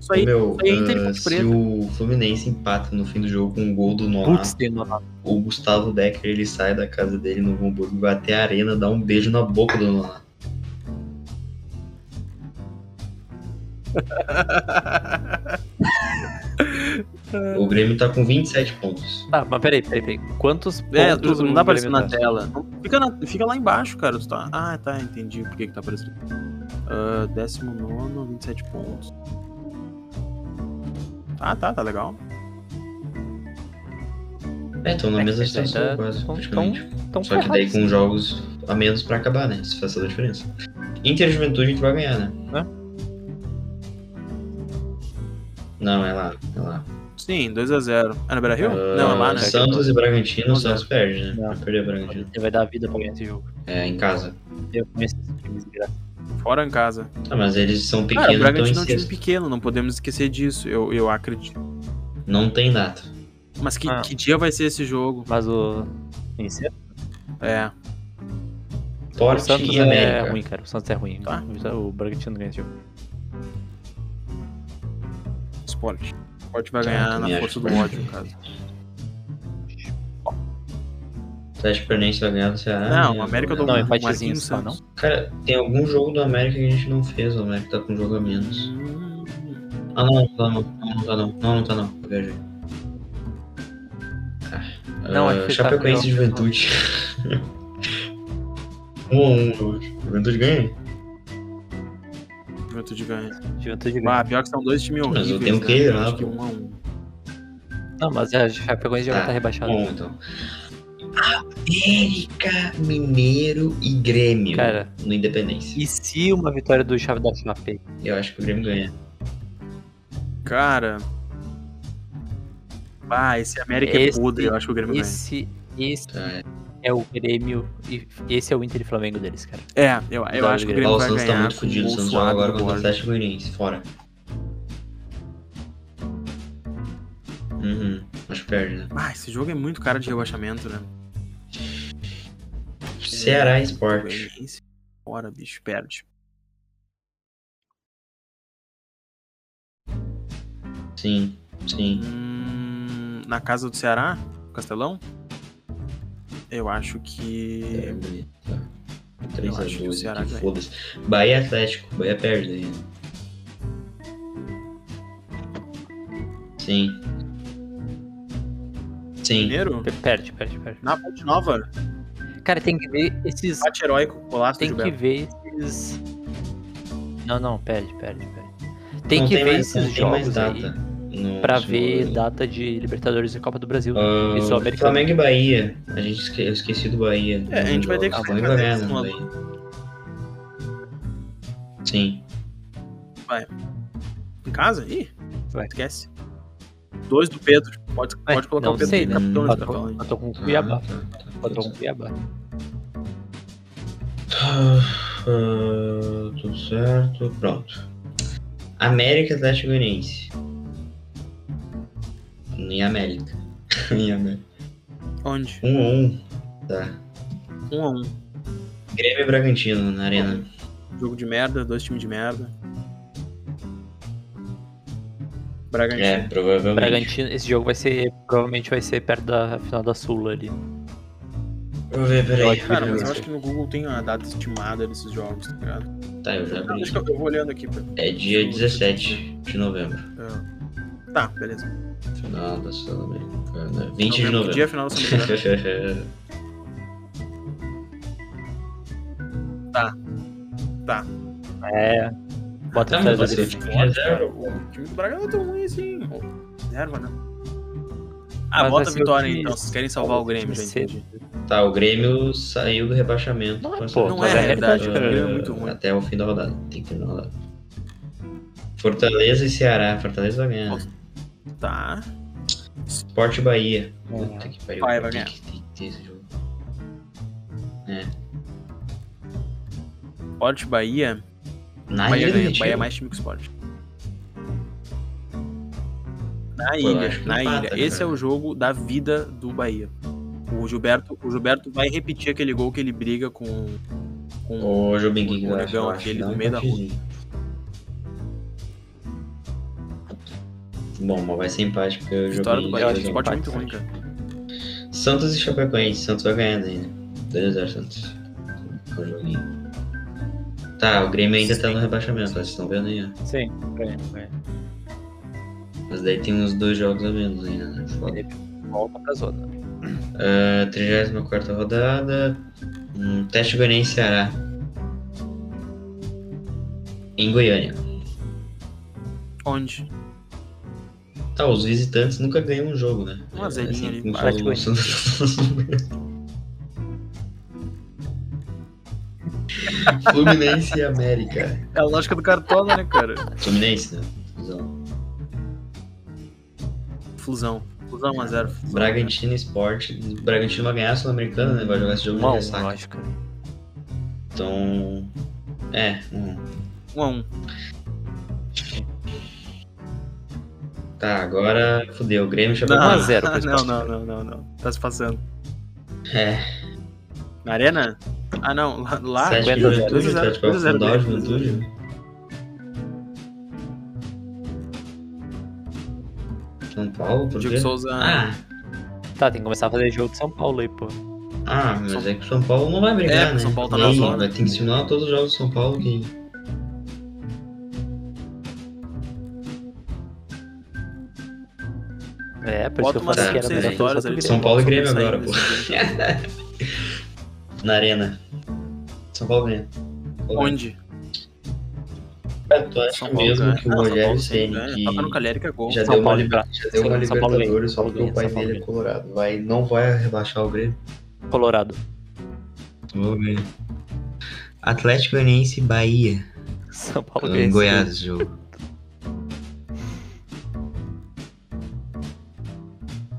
Speaker 3: Isso aí,
Speaker 1: o meu,
Speaker 3: aí é Inter e
Speaker 1: ah,
Speaker 3: Ponte
Speaker 1: se
Speaker 3: Preta.
Speaker 1: o Fluminense empata no fim do jogo com um gol do
Speaker 2: Putz,
Speaker 1: Nonato,
Speaker 2: tem Nonato.
Speaker 1: o Gustavo Decker ele sai da casa dele no Hamburgo, vai até a arena, dá um beijo na boca do Nonato. O Grêmio tá com 27 pontos.
Speaker 2: Tá, mas peraí, peraí, peraí. Quantos
Speaker 3: É,
Speaker 2: pontos
Speaker 3: tu- não
Speaker 2: o Grêmio
Speaker 3: dá pra aparecendo na
Speaker 2: tá?
Speaker 3: tela. Não- Fica, na- fica lá embaixo, cara. Tu tá... Ah, tá, entendi por que, que tá aparecendo. Ah, 19, 27 pontos. Ah, tá, tá legal.
Speaker 1: É, estão na
Speaker 2: É,
Speaker 1: mesma
Speaker 2: é,
Speaker 1: situação
Speaker 2: tá-
Speaker 1: quase,
Speaker 2: tão-
Speaker 1: praticamente.
Speaker 2: Tão
Speaker 1: Só que daí
Speaker 2: ferrados.
Speaker 1: com jogos a menos pra acabar, né? Isso faz toda a diferença. Inter e Juventude a gente vai ganhar, né?
Speaker 2: Hã?
Speaker 1: Não, é lá, é lá.
Speaker 3: Sim, 2x0. É no Beira Rio?
Speaker 1: Ah,
Speaker 3: não, é lá, né?
Speaker 1: Santos e Bragantino, o
Speaker 3: Não,
Speaker 1: Santos perde, né?
Speaker 2: Não.
Speaker 1: Vai perder o Bragantino.
Speaker 2: Ele vai dar a vida pra ganhar esse jogo.
Speaker 1: É, em casa.
Speaker 2: Eu conheço esse time desgraçado.
Speaker 3: Fora em casa.
Speaker 1: Ah, mas eles são
Speaker 3: Cara, o
Speaker 1: pequenos, então em
Speaker 3: Bragantino é um time
Speaker 1: sexto.
Speaker 3: pequeno, não podemos esquecer disso, eu, eu acredito.
Speaker 1: Não tem nada.
Speaker 3: Mas que,
Speaker 2: Ah.
Speaker 3: que dia vai ser esse jogo?
Speaker 2: Mas o. em si,
Speaker 3: É.
Speaker 2: O
Speaker 1: Porte
Speaker 2: Santos
Speaker 1: e
Speaker 2: é
Speaker 1: América.
Speaker 2: ruim, cara. O Santos é ruim.
Speaker 3: Tá.
Speaker 2: O Bragantino ganha esse jogo.
Speaker 3: Sport. Sport vai
Speaker 1: Ah,
Speaker 3: ganhar
Speaker 1: também
Speaker 3: na
Speaker 1: acho
Speaker 3: força
Speaker 1: que
Speaker 3: do
Speaker 1: vai.
Speaker 3: ódio, cara.
Speaker 1: O Atlético Paranaense vai ganhar do Ceará.
Speaker 3: não,
Speaker 1: né?
Speaker 3: o América do
Speaker 2: Não, então.
Speaker 3: o
Speaker 2: empatezinho
Speaker 3: Marquinhos
Speaker 2: só, não?
Speaker 3: Santos.
Speaker 1: Cara, tem algum jogo do América que a gente não fez. O América tá com um jogo a menos.
Speaker 3: Hum,
Speaker 1: Ah, não, não tá não. Não, não tá não. Não, não tá não. Eu viajei. Tá.
Speaker 2: Não,
Speaker 1: Ah,
Speaker 2: acho que tá
Speaker 1: Chapecoense e
Speaker 2: melhor.
Speaker 1: Juventude. *laughs* 1 um a 1 um, eu acho. Juventude ganha?
Speaker 3: Juventude ganha.
Speaker 2: Juventude ganha.
Speaker 3: Ah, pior que são dois times
Speaker 1: Mas
Speaker 3: horríveis.
Speaker 1: eu tenho
Speaker 3: né?
Speaker 1: que ir lá,
Speaker 3: Acho que
Speaker 1: pô.
Speaker 3: um a um.
Speaker 2: Não, mas a Chapecoense já vai
Speaker 1: Tá.
Speaker 2: estar rebaixada.
Speaker 1: Bom, então. América, Mineiro e Grêmio.
Speaker 2: Cara.
Speaker 1: No Independência.
Speaker 2: E se uma vitória do Chave da Chape?
Speaker 1: Eu acho que o Grêmio ganha.
Speaker 3: Cara. Ah, esse América
Speaker 2: Esse-
Speaker 3: é podre, eu acho que o Grêmio
Speaker 2: Esse, esse
Speaker 1: Tá, é.
Speaker 2: é o Grêmio e esse é o Inter e Flamengo deles, cara.
Speaker 3: ganha. É, eu, eu
Speaker 2: Tá,
Speaker 3: acho que o
Speaker 1: Ó,
Speaker 2: o
Speaker 3: Grêmio
Speaker 1: o
Speaker 3: vai
Speaker 1: Santos tá
Speaker 3: ganhar.
Speaker 1: muito
Speaker 3: com
Speaker 1: fodido. O
Speaker 3: gol
Speaker 1: Santos joga
Speaker 3: suado
Speaker 1: agora
Speaker 3: do
Speaker 1: contra o
Speaker 3: Borja.
Speaker 1: Atlético Goianiense. Fora. Uhum. Acho que perde, né?
Speaker 3: Ah, esse jogo é muito cara de rebaixamento, né? É,
Speaker 1: Ceará e Sport.
Speaker 3: Goianiense. Fora, bicho, perde.
Speaker 1: Sim, sim.
Speaker 3: Hum, na casa do Ceará? Castelão? Eu acho
Speaker 1: É,
Speaker 3: que.
Speaker 1: bonito. Tá. 3
Speaker 3: Eu
Speaker 1: a
Speaker 3: acho que o
Speaker 1: 12,
Speaker 3: Ceará
Speaker 1: que
Speaker 3: ganha.
Speaker 1: foda-se. Bahia e Atlético, Bahia perde né? aí. Sim. Sim.
Speaker 3: Mineiro?
Speaker 2: P- Perde, perde, perde.
Speaker 3: Na Ponte Nova?
Speaker 2: Cara, tem que ver esses.
Speaker 3: Bate heróico, golaço
Speaker 2: Tem
Speaker 3: do
Speaker 2: que
Speaker 3: Gilberto.
Speaker 2: ver esses. Não, não, perde, perde, perde. Tem
Speaker 1: Não
Speaker 2: que ver
Speaker 1: mais-
Speaker 2: esses
Speaker 1: não
Speaker 2: jogos aí
Speaker 1: no- né?
Speaker 2: pra
Speaker 1: no-
Speaker 2: ver data de Libertadores e Copa do Brasil. né?
Speaker 1: Ah,
Speaker 2: e Sul-Americano.
Speaker 1: Flamengo e Bahia. A gente esque... eu esqueci do Bahia.
Speaker 3: É, a gente vai ter que
Speaker 1: Ah,
Speaker 3: fazer
Speaker 1: Flamengo vai ganhar,
Speaker 3: esse
Speaker 1: né,
Speaker 3: modo.
Speaker 1: Bahia. Sim.
Speaker 3: Em casa? Ih,
Speaker 2: Vai.
Speaker 3: esquece. Dois do Pedro. Pode,
Speaker 2: É,
Speaker 3: pode colocar
Speaker 2: não
Speaker 3: o Pedro
Speaker 2: sei,
Speaker 3: como
Speaker 2: né?
Speaker 3: capitão nesse
Speaker 2: Empatou,
Speaker 3: papel aí.
Speaker 2: empatou com o
Speaker 1: Tá,
Speaker 2: Cuiabá.
Speaker 1: tá, tá.
Speaker 2: Empatou com o Cuiabá.
Speaker 1: Ah, ah, tudo certo. Pronto. América Atlético Goianiense. Em América. *laughs* em América.
Speaker 3: Onde?
Speaker 1: 1 a 1 Tá.
Speaker 3: Um a um.
Speaker 1: Grêmio e Bragantino na arena.
Speaker 3: Jogo de merda, dois times de merda.
Speaker 1: É,
Speaker 3: Bragantino.
Speaker 1: provavelmente.
Speaker 2: Bragantino, esse jogo vai ser. Provavelmente vai ser perto da final da Sula ali.
Speaker 1: Vou ver,
Speaker 2: Eu
Speaker 1: peraí.
Speaker 2: acho-
Speaker 3: Cara, mas eu acho que no Google tem a data estimada desses jogos, tá ligado?
Speaker 1: Tá, eu já
Speaker 3: Não,
Speaker 1: abri.
Speaker 3: deixa que eu, eu vou olhando aqui. Pra...
Speaker 1: É dia 17 de novembro.
Speaker 3: É. Tá, beleza.
Speaker 1: Final da Sul-Americana. 20 É, né? de
Speaker 3: Novembro, que Dia
Speaker 1: novembro.
Speaker 3: final do São
Speaker 1: *laughs*
Speaker 3: Miguel.
Speaker 2: É. Bota
Speaker 1: Tá,
Speaker 2: atrás
Speaker 1: mas
Speaker 2: da
Speaker 1: você
Speaker 2: defesa.
Speaker 1: fica em reserva.
Speaker 3: Cara, o time do Braga não é tão ruim assim. Reserva, né?
Speaker 2: Mas
Speaker 3: Ah,
Speaker 2: vai
Speaker 3: bota a
Speaker 2: ser
Speaker 3: vitória
Speaker 2: o que-
Speaker 3: então. Vocês querem salvar o Grêmio,
Speaker 2: Vai
Speaker 3: gente.
Speaker 2: ser-
Speaker 1: Tá, o Grêmio saiu do rebaixamento.
Speaker 2: Não é,
Speaker 1: Com essa
Speaker 2: pô,
Speaker 1: vitória.
Speaker 3: não é realidade,
Speaker 1: Ah,
Speaker 3: cara. O Grêmio é muito ruim.
Speaker 1: Até o fim da rodada. Tem que terminar a rodada. Fortaleza e Ceará. Fortaleza vai ganhar.
Speaker 3: Nossa. Tá.
Speaker 1: Sport Bahia.
Speaker 2: Hum.
Speaker 1: Puta que pariu.
Speaker 3: Uhum. Bahia vai
Speaker 1: Tem
Speaker 3: ganhar.
Speaker 1: que- tem que ter esse jogo.
Speaker 3: Sport Bahia.
Speaker 1: Na
Speaker 3: Bahia
Speaker 1: ilha do
Speaker 3: ganha.
Speaker 1: Retiro.
Speaker 3: é Bahia é mais time que o Sport. Na
Speaker 1: Pô, eu
Speaker 3: ilha,
Speaker 1: acho que
Speaker 3: na
Speaker 1: empata, né,
Speaker 3: ilha.
Speaker 1: cara.
Speaker 3: Esse é o jogo da vida do Bahia. O Gilberto, o Gilberto vai repetir aquele gol que ele briga com. com-
Speaker 1: O Jobim
Speaker 3: O
Speaker 1: King
Speaker 3: Negão, aquele
Speaker 1: um
Speaker 3: no meio da rua.
Speaker 1: Bom, mas vai ser empate porque o
Speaker 3: Vitória do
Speaker 1: Jobim
Speaker 3: Bahia,
Speaker 1: já
Speaker 3: acho que
Speaker 1: jogou
Speaker 3: esporte
Speaker 1: empate.
Speaker 3: muito ruim, cara.
Speaker 1: Santos e Chapecoense. Santos vai ganhando ainda. 2x0 Santos. Com o joguinho. Tá, o Grêmio ainda tá no rebaixamento, vocês estão vendo aí, ó.
Speaker 2: Sim, ganha, ganha.
Speaker 1: Mas daí tem uns dois jogos a menos ainda, né? Foda.
Speaker 2: Volta pra zona.
Speaker 1: Ah, 34 rodada. Hum, teste Goianiense e Ceará. Em Goiânia.
Speaker 3: Onde?
Speaker 1: Tá, os visitantes nunca ganham um jogo, né?
Speaker 3: Um azerinho ali.
Speaker 1: como
Speaker 2: Bate
Speaker 1: falou o Santos. Fluminense e América.
Speaker 3: É a lógica do Cartola, né, cara?
Speaker 1: Fluminense, né? Fusão.
Speaker 3: Fusão. Fusão 1x0.
Speaker 1: Bragantino e Sport. O Bragantino vai ganhar a Sul-Americana, né? Vai jogar esse jogo de
Speaker 2: Uma
Speaker 1: ressaca.
Speaker 2: lógica.
Speaker 1: Então. É, um.
Speaker 3: 1x1.
Speaker 1: Tá, agora fudeu. O Grêmio chegou
Speaker 2: Não, um a zero
Speaker 3: *laughs*
Speaker 2: pro
Speaker 3: não,
Speaker 2: esporte.
Speaker 3: não, não, não, não. Tá se passando.
Speaker 1: É,
Speaker 3: Na arena? Ah, não. Lá. lá?
Speaker 1: 7 de
Speaker 2: 2 a 0,
Speaker 1: juventude,
Speaker 3: 2 a 0,
Speaker 1: Atlético vai
Speaker 3: 2 a 0,
Speaker 1: fundar o
Speaker 3: 2 a 0.
Speaker 1: juventude. né? São Paulo, por
Speaker 3: Diego
Speaker 1: quê?
Speaker 3: Souza. né?
Speaker 1: Ah,
Speaker 2: Tá, tem que começar a fazer jogo de São Paulo aí, pô.
Speaker 1: Ah, mas é que o São Paulo não vai brigar,
Speaker 3: É,
Speaker 1: né?
Speaker 3: o São Paulo tá
Speaker 1: E
Speaker 3: na
Speaker 1: aí,
Speaker 3: zona.
Speaker 1: Vai ter que simular todos os jogos do São Paulo que...
Speaker 2: É, por isso que
Speaker 3: Bota
Speaker 2: eu
Speaker 3: umas
Speaker 2: falei que
Speaker 1: cinco,
Speaker 2: era melhor
Speaker 3: 5,
Speaker 1: seis
Speaker 3: 6
Speaker 2: fazer
Speaker 3: vitórias
Speaker 2: só
Speaker 3: ali.
Speaker 2: pro
Speaker 1: São
Speaker 2: Grêmio.
Speaker 1: Paulo e
Speaker 3: pra
Speaker 1: Grêmio
Speaker 3: sair
Speaker 2: tá
Speaker 1: agora,
Speaker 3: desse
Speaker 1: pô.
Speaker 3: jeito.
Speaker 1: na arena. São Paulo ganha.
Speaker 3: Onde?
Speaker 1: Cara, É, tu acha
Speaker 3: São Paulo
Speaker 1: mesmo
Speaker 3: ganha.
Speaker 1: que o
Speaker 3: Ah, São
Speaker 1: Rogério
Speaker 3: Paulo sim,
Speaker 1: Ceni,
Speaker 2: né?
Speaker 3: ganha.
Speaker 1: que
Speaker 3: Toca no Caleri que é gol.
Speaker 1: já
Speaker 2: São
Speaker 1: deu uma,
Speaker 2: Paulo
Speaker 1: liber-
Speaker 2: ganha.
Speaker 1: já deu uma
Speaker 2: São Paulo ganha.
Speaker 1: Libertadores só
Speaker 2: São
Speaker 1: porque o
Speaker 2: Paulo
Speaker 1: pai
Speaker 2: ganha, São
Speaker 1: dele é
Speaker 2: Paulo
Speaker 1: colorado, vai, não vai rebaixar o Grêmio?
Speaker 2: Colorado.
Speaker 1: Vou ver. Atlético Goianiense e Bahia.
Speaker 2: São Paulo ganha.
Speaker 1: Em
Speaker 2: esse
Speaker 1: Goiás, esse jogo.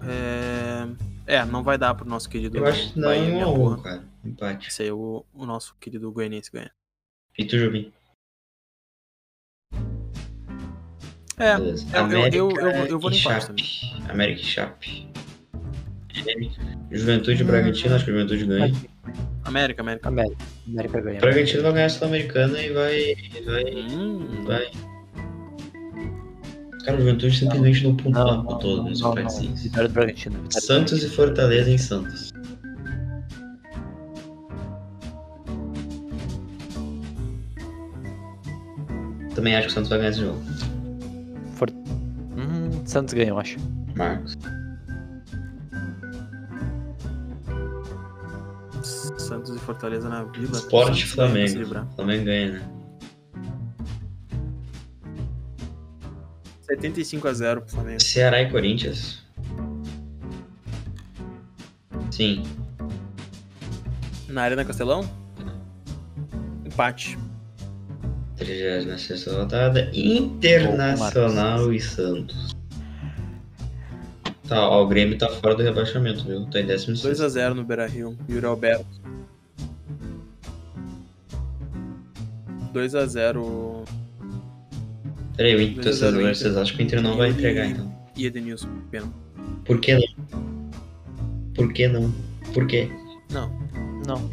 Speaker 3: É... é, não vai dar pro nosso querido.
Speaker 1: Eu acho que não
Speaker 3: Bahia,
Speaker 1: é um
Speaker 3: minha
Speaker 1: a
Speaker 3: porra.
Speaker 1: um, cara. Empate.
Speaker 3: Isso aí é o, o nosso querido goianiense ganha.
Speaker 1: E tu, Jobim?
Speaker 3: É,
Speaker 1: Beleza.
Speaker 3: eu- eu-
Speaker 1: América
Speaker 3: eu- eu- eu vou
Speaker 1: e
Speaker 3: no empate
Speaker 1: Chape. América e Chape.
Speaker 3: Hum.
Speaker 1: Juventude e Bragantino, acho que o Juventude ganha.
Speaker 2: jogo.
Speaker 3: América, América.
Speaker 2: América. América ganha.
Speaker 1: Bragantino vai ganhar a Sul-Americana e vai, e vai,
Speaker 3: Hum,
Speaker 1: vai. Cara, o Juventude simplesmente não
Speaker 2: Não,
Speaker 1: pontua
Speaker 2: não,
Speaker 1: com
Speaker 2: não,
Speaker 1: um todo
Speaker 2: não,
Speaker 1: nos
Speaker 2: não, não.
Speaker 1: partidos.
Speaker 2: Vitória do Bragantino. vitória do
Speaker 1: Santos e
Speaker 2: Bragantino.
Speaker 1: Fortaleza em Santos. Também acho que o Santos vai ganhar esse jogo.
Speaker 2: Hum, Santos ganha, eu acho.
Speaker 1: Marcos.
Speaker 3: Santos e Fortaleza na Vila.
Speaker 1: Sport e
Speaker 3: Santos ganha pra se
Speaker 1: Flamengo.
Speaker 3: livrar.
Speaker 1: Flamengo ganha, né?
Speaker 3: 75 a 0 pro Flamengo.
Speaker 1: Ceará e Corinthians. Sim.
Speaker 3: Na Arena Castelão? Empate.
Speaker 1: 36 rodada. Internacional e Santos. Tá, ó, o Grêmio tá fora do rebaixamento, viu? Tá em 16.
Speaker 3: 2x0 no Beira Rio. Yuri Alberto. 2x0
Speaker 1: Peraí, o Inter,
Speaker 3: dois a zero,
Speaker 1: vocês-
Speaker 3: Inter.
Speaker 1: vocês acham que o Inter não vai
Speaker 3: E-
Speaker 1: entregar, então?
Speaker 3: e Edenilson. Pena.
Speaker 1: Por que não? Por que não? Por quê?
Speaker 3: Não.
Speaker 2: Não.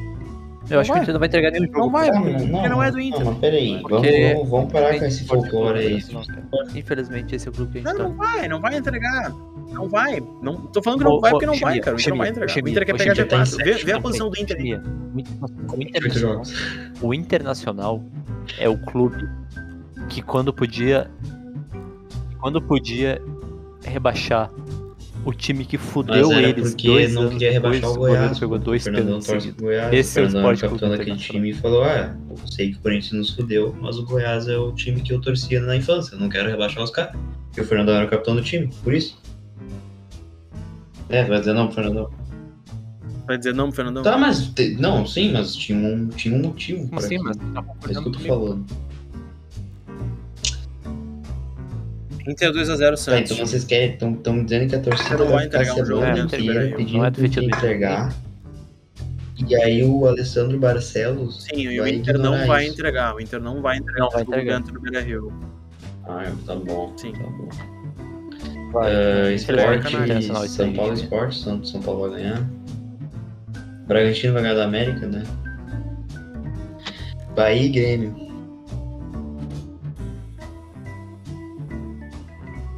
Speaker 2: Eu acho que o
Speaker 3: vai.
Speaker 2: Inter não vai entregar nenhum jogo.
Speaker 3: Não vai,
Speaker 2: cara.
Speaker 3: porque não é do Inter.
Speaker 1: mas peraí,
Speaker 2: Porque- é
Speaker 1: vamos, vamos, vamos parar com esse
Speaker 2: Infelizmente,
Speaker 1: folclore aí.
Speaker 2: esse nosso- Infelizmente, esse é o grupo que a gente
Speaker 3: Não,
Speaker 2: tá.
Speaker 3: não vai, não vai entregar. Não vai. Não, tô falando que
Speaker 2: Ô,
Speaker 3: não vai
Speaker 2: ô,
Speaker 3: porque não vai,
Speaker 2: Chimia,
Speaker 3: cara. O Inter não vai
Speaker 2: Chimia,
Speaker 3: entregar. O
Speaker 2: Chimia,
Speaker 3: Inter
Speaker 2: ô,
Speaker 3: quer pegar
Speaker 1: Chimia, tá em
Speaker 3: G4. Vê,
Speaker 1: sétimo,
Speaker 3: vê a
Speaker 1: não
Speaker 3: posição do Inter aí.
Speaker 2: Chimia, o Inter- o
Speaker 1: Oito
Speaker 2: Internacional,
Speaker 1: jogos.
Speaker 2: o Internacional é o clube que quando podia. Quando podia rebaixar o time que fudeu
Speaker 1: Mas era
Speaker 2: eles
Speaker 1: porque
Speaker 2: dois
Speaker 1: não
Speaker 2: anos
Speaker 1: queria rebaixar
Speaker 2: depois,
Speaker 1: o Goiás.
Speaker 2: Pegou
Speaker 1: o
Speaker 2: dois
Speaker 1: Fernandão
Speaker 2: pênaltis
Speaker 1: torce
Speaker 2: seguidos.
Speaker 1: pro Goiás.
Speaker 2: Esse é o
Speaker 1: o Fernandão
Speaker 2: esporte
Speaker 1: era o capitão
Speaker 2: clube
Speaker 1: daquele
Speaker 2: internacional.
Speaker 1: time e falou: Ah, eu sei que o Corinthians nos fudeu, mas o Goiás é o time que eu torcia na infância. eu Não quero rebaixar os caras. E o Fernandão era o capitão do time, por isso. É, vai dizer não, pro Fernandão.
Speaker 3: Vai dizer não, pro Fernandão?
Speaker 1: Tá, mas. te- Não, sim, mas tinha um, tinha um motivo.
Speaker 2: Como
Speaker 1: pra
Speaker 2: assim, tá
Speaker 1: aquilo.
Speaker 2: mano? Tá
Speaker 1: É isso que
Speaker 2: concordando
Speaker 1: eu tô
Speaker 2: comigo?
Speaker 1: falando.
Speaker 3: Inter 2x0
Speaker 1: Tá, então
Speaker 3: Santos.
Speaker 1: vocês querem. Estão dizendo que a torcida
Speaker 3: Não vai
Speaker 1: ficar
Speaker 3: entregar um jogo,
Speaker 1: semana
Speaker 2: né?
Speaker 1: inteira
Speaker 2: Não é
Speaker 1: pedindo pra
Speaker 2: efetivo isso.
Speaker 1: entregar. E aí o Alessandro Barcelos.
Speaker 3: Sim, e o
Speaker 1: vai
Speaker 3: Inter não
Speaker 1: ignorar
Speaker 3: vai
Speaker 1: isso.
Speaker 3: entregar. O Inter não vai entregar
Speaker 2: Não
Speaker 3: o
Speaker 2: vai
Speaker 3: jogo
Speaker 2: entregar.
Speaker 3: dentro do Beira Rio.
Speaker 1: Ah, é, tá bom.
Speaker 3: Sim.
Speaker 1: Tá bom.
Speaker 2: Vai.
Speaker 1: Ah,
Speaker 2: Infelizmente,
Speaker 1: esporte,
Speaker 2: Internacional e
Speaker 1: São Paulo
Speaker 2: Santos, né?
Speaker 1: Esporte, São, São Paulo vai ganhar. Bragantino vai ganhar da América, né? Bahia e Grêmio.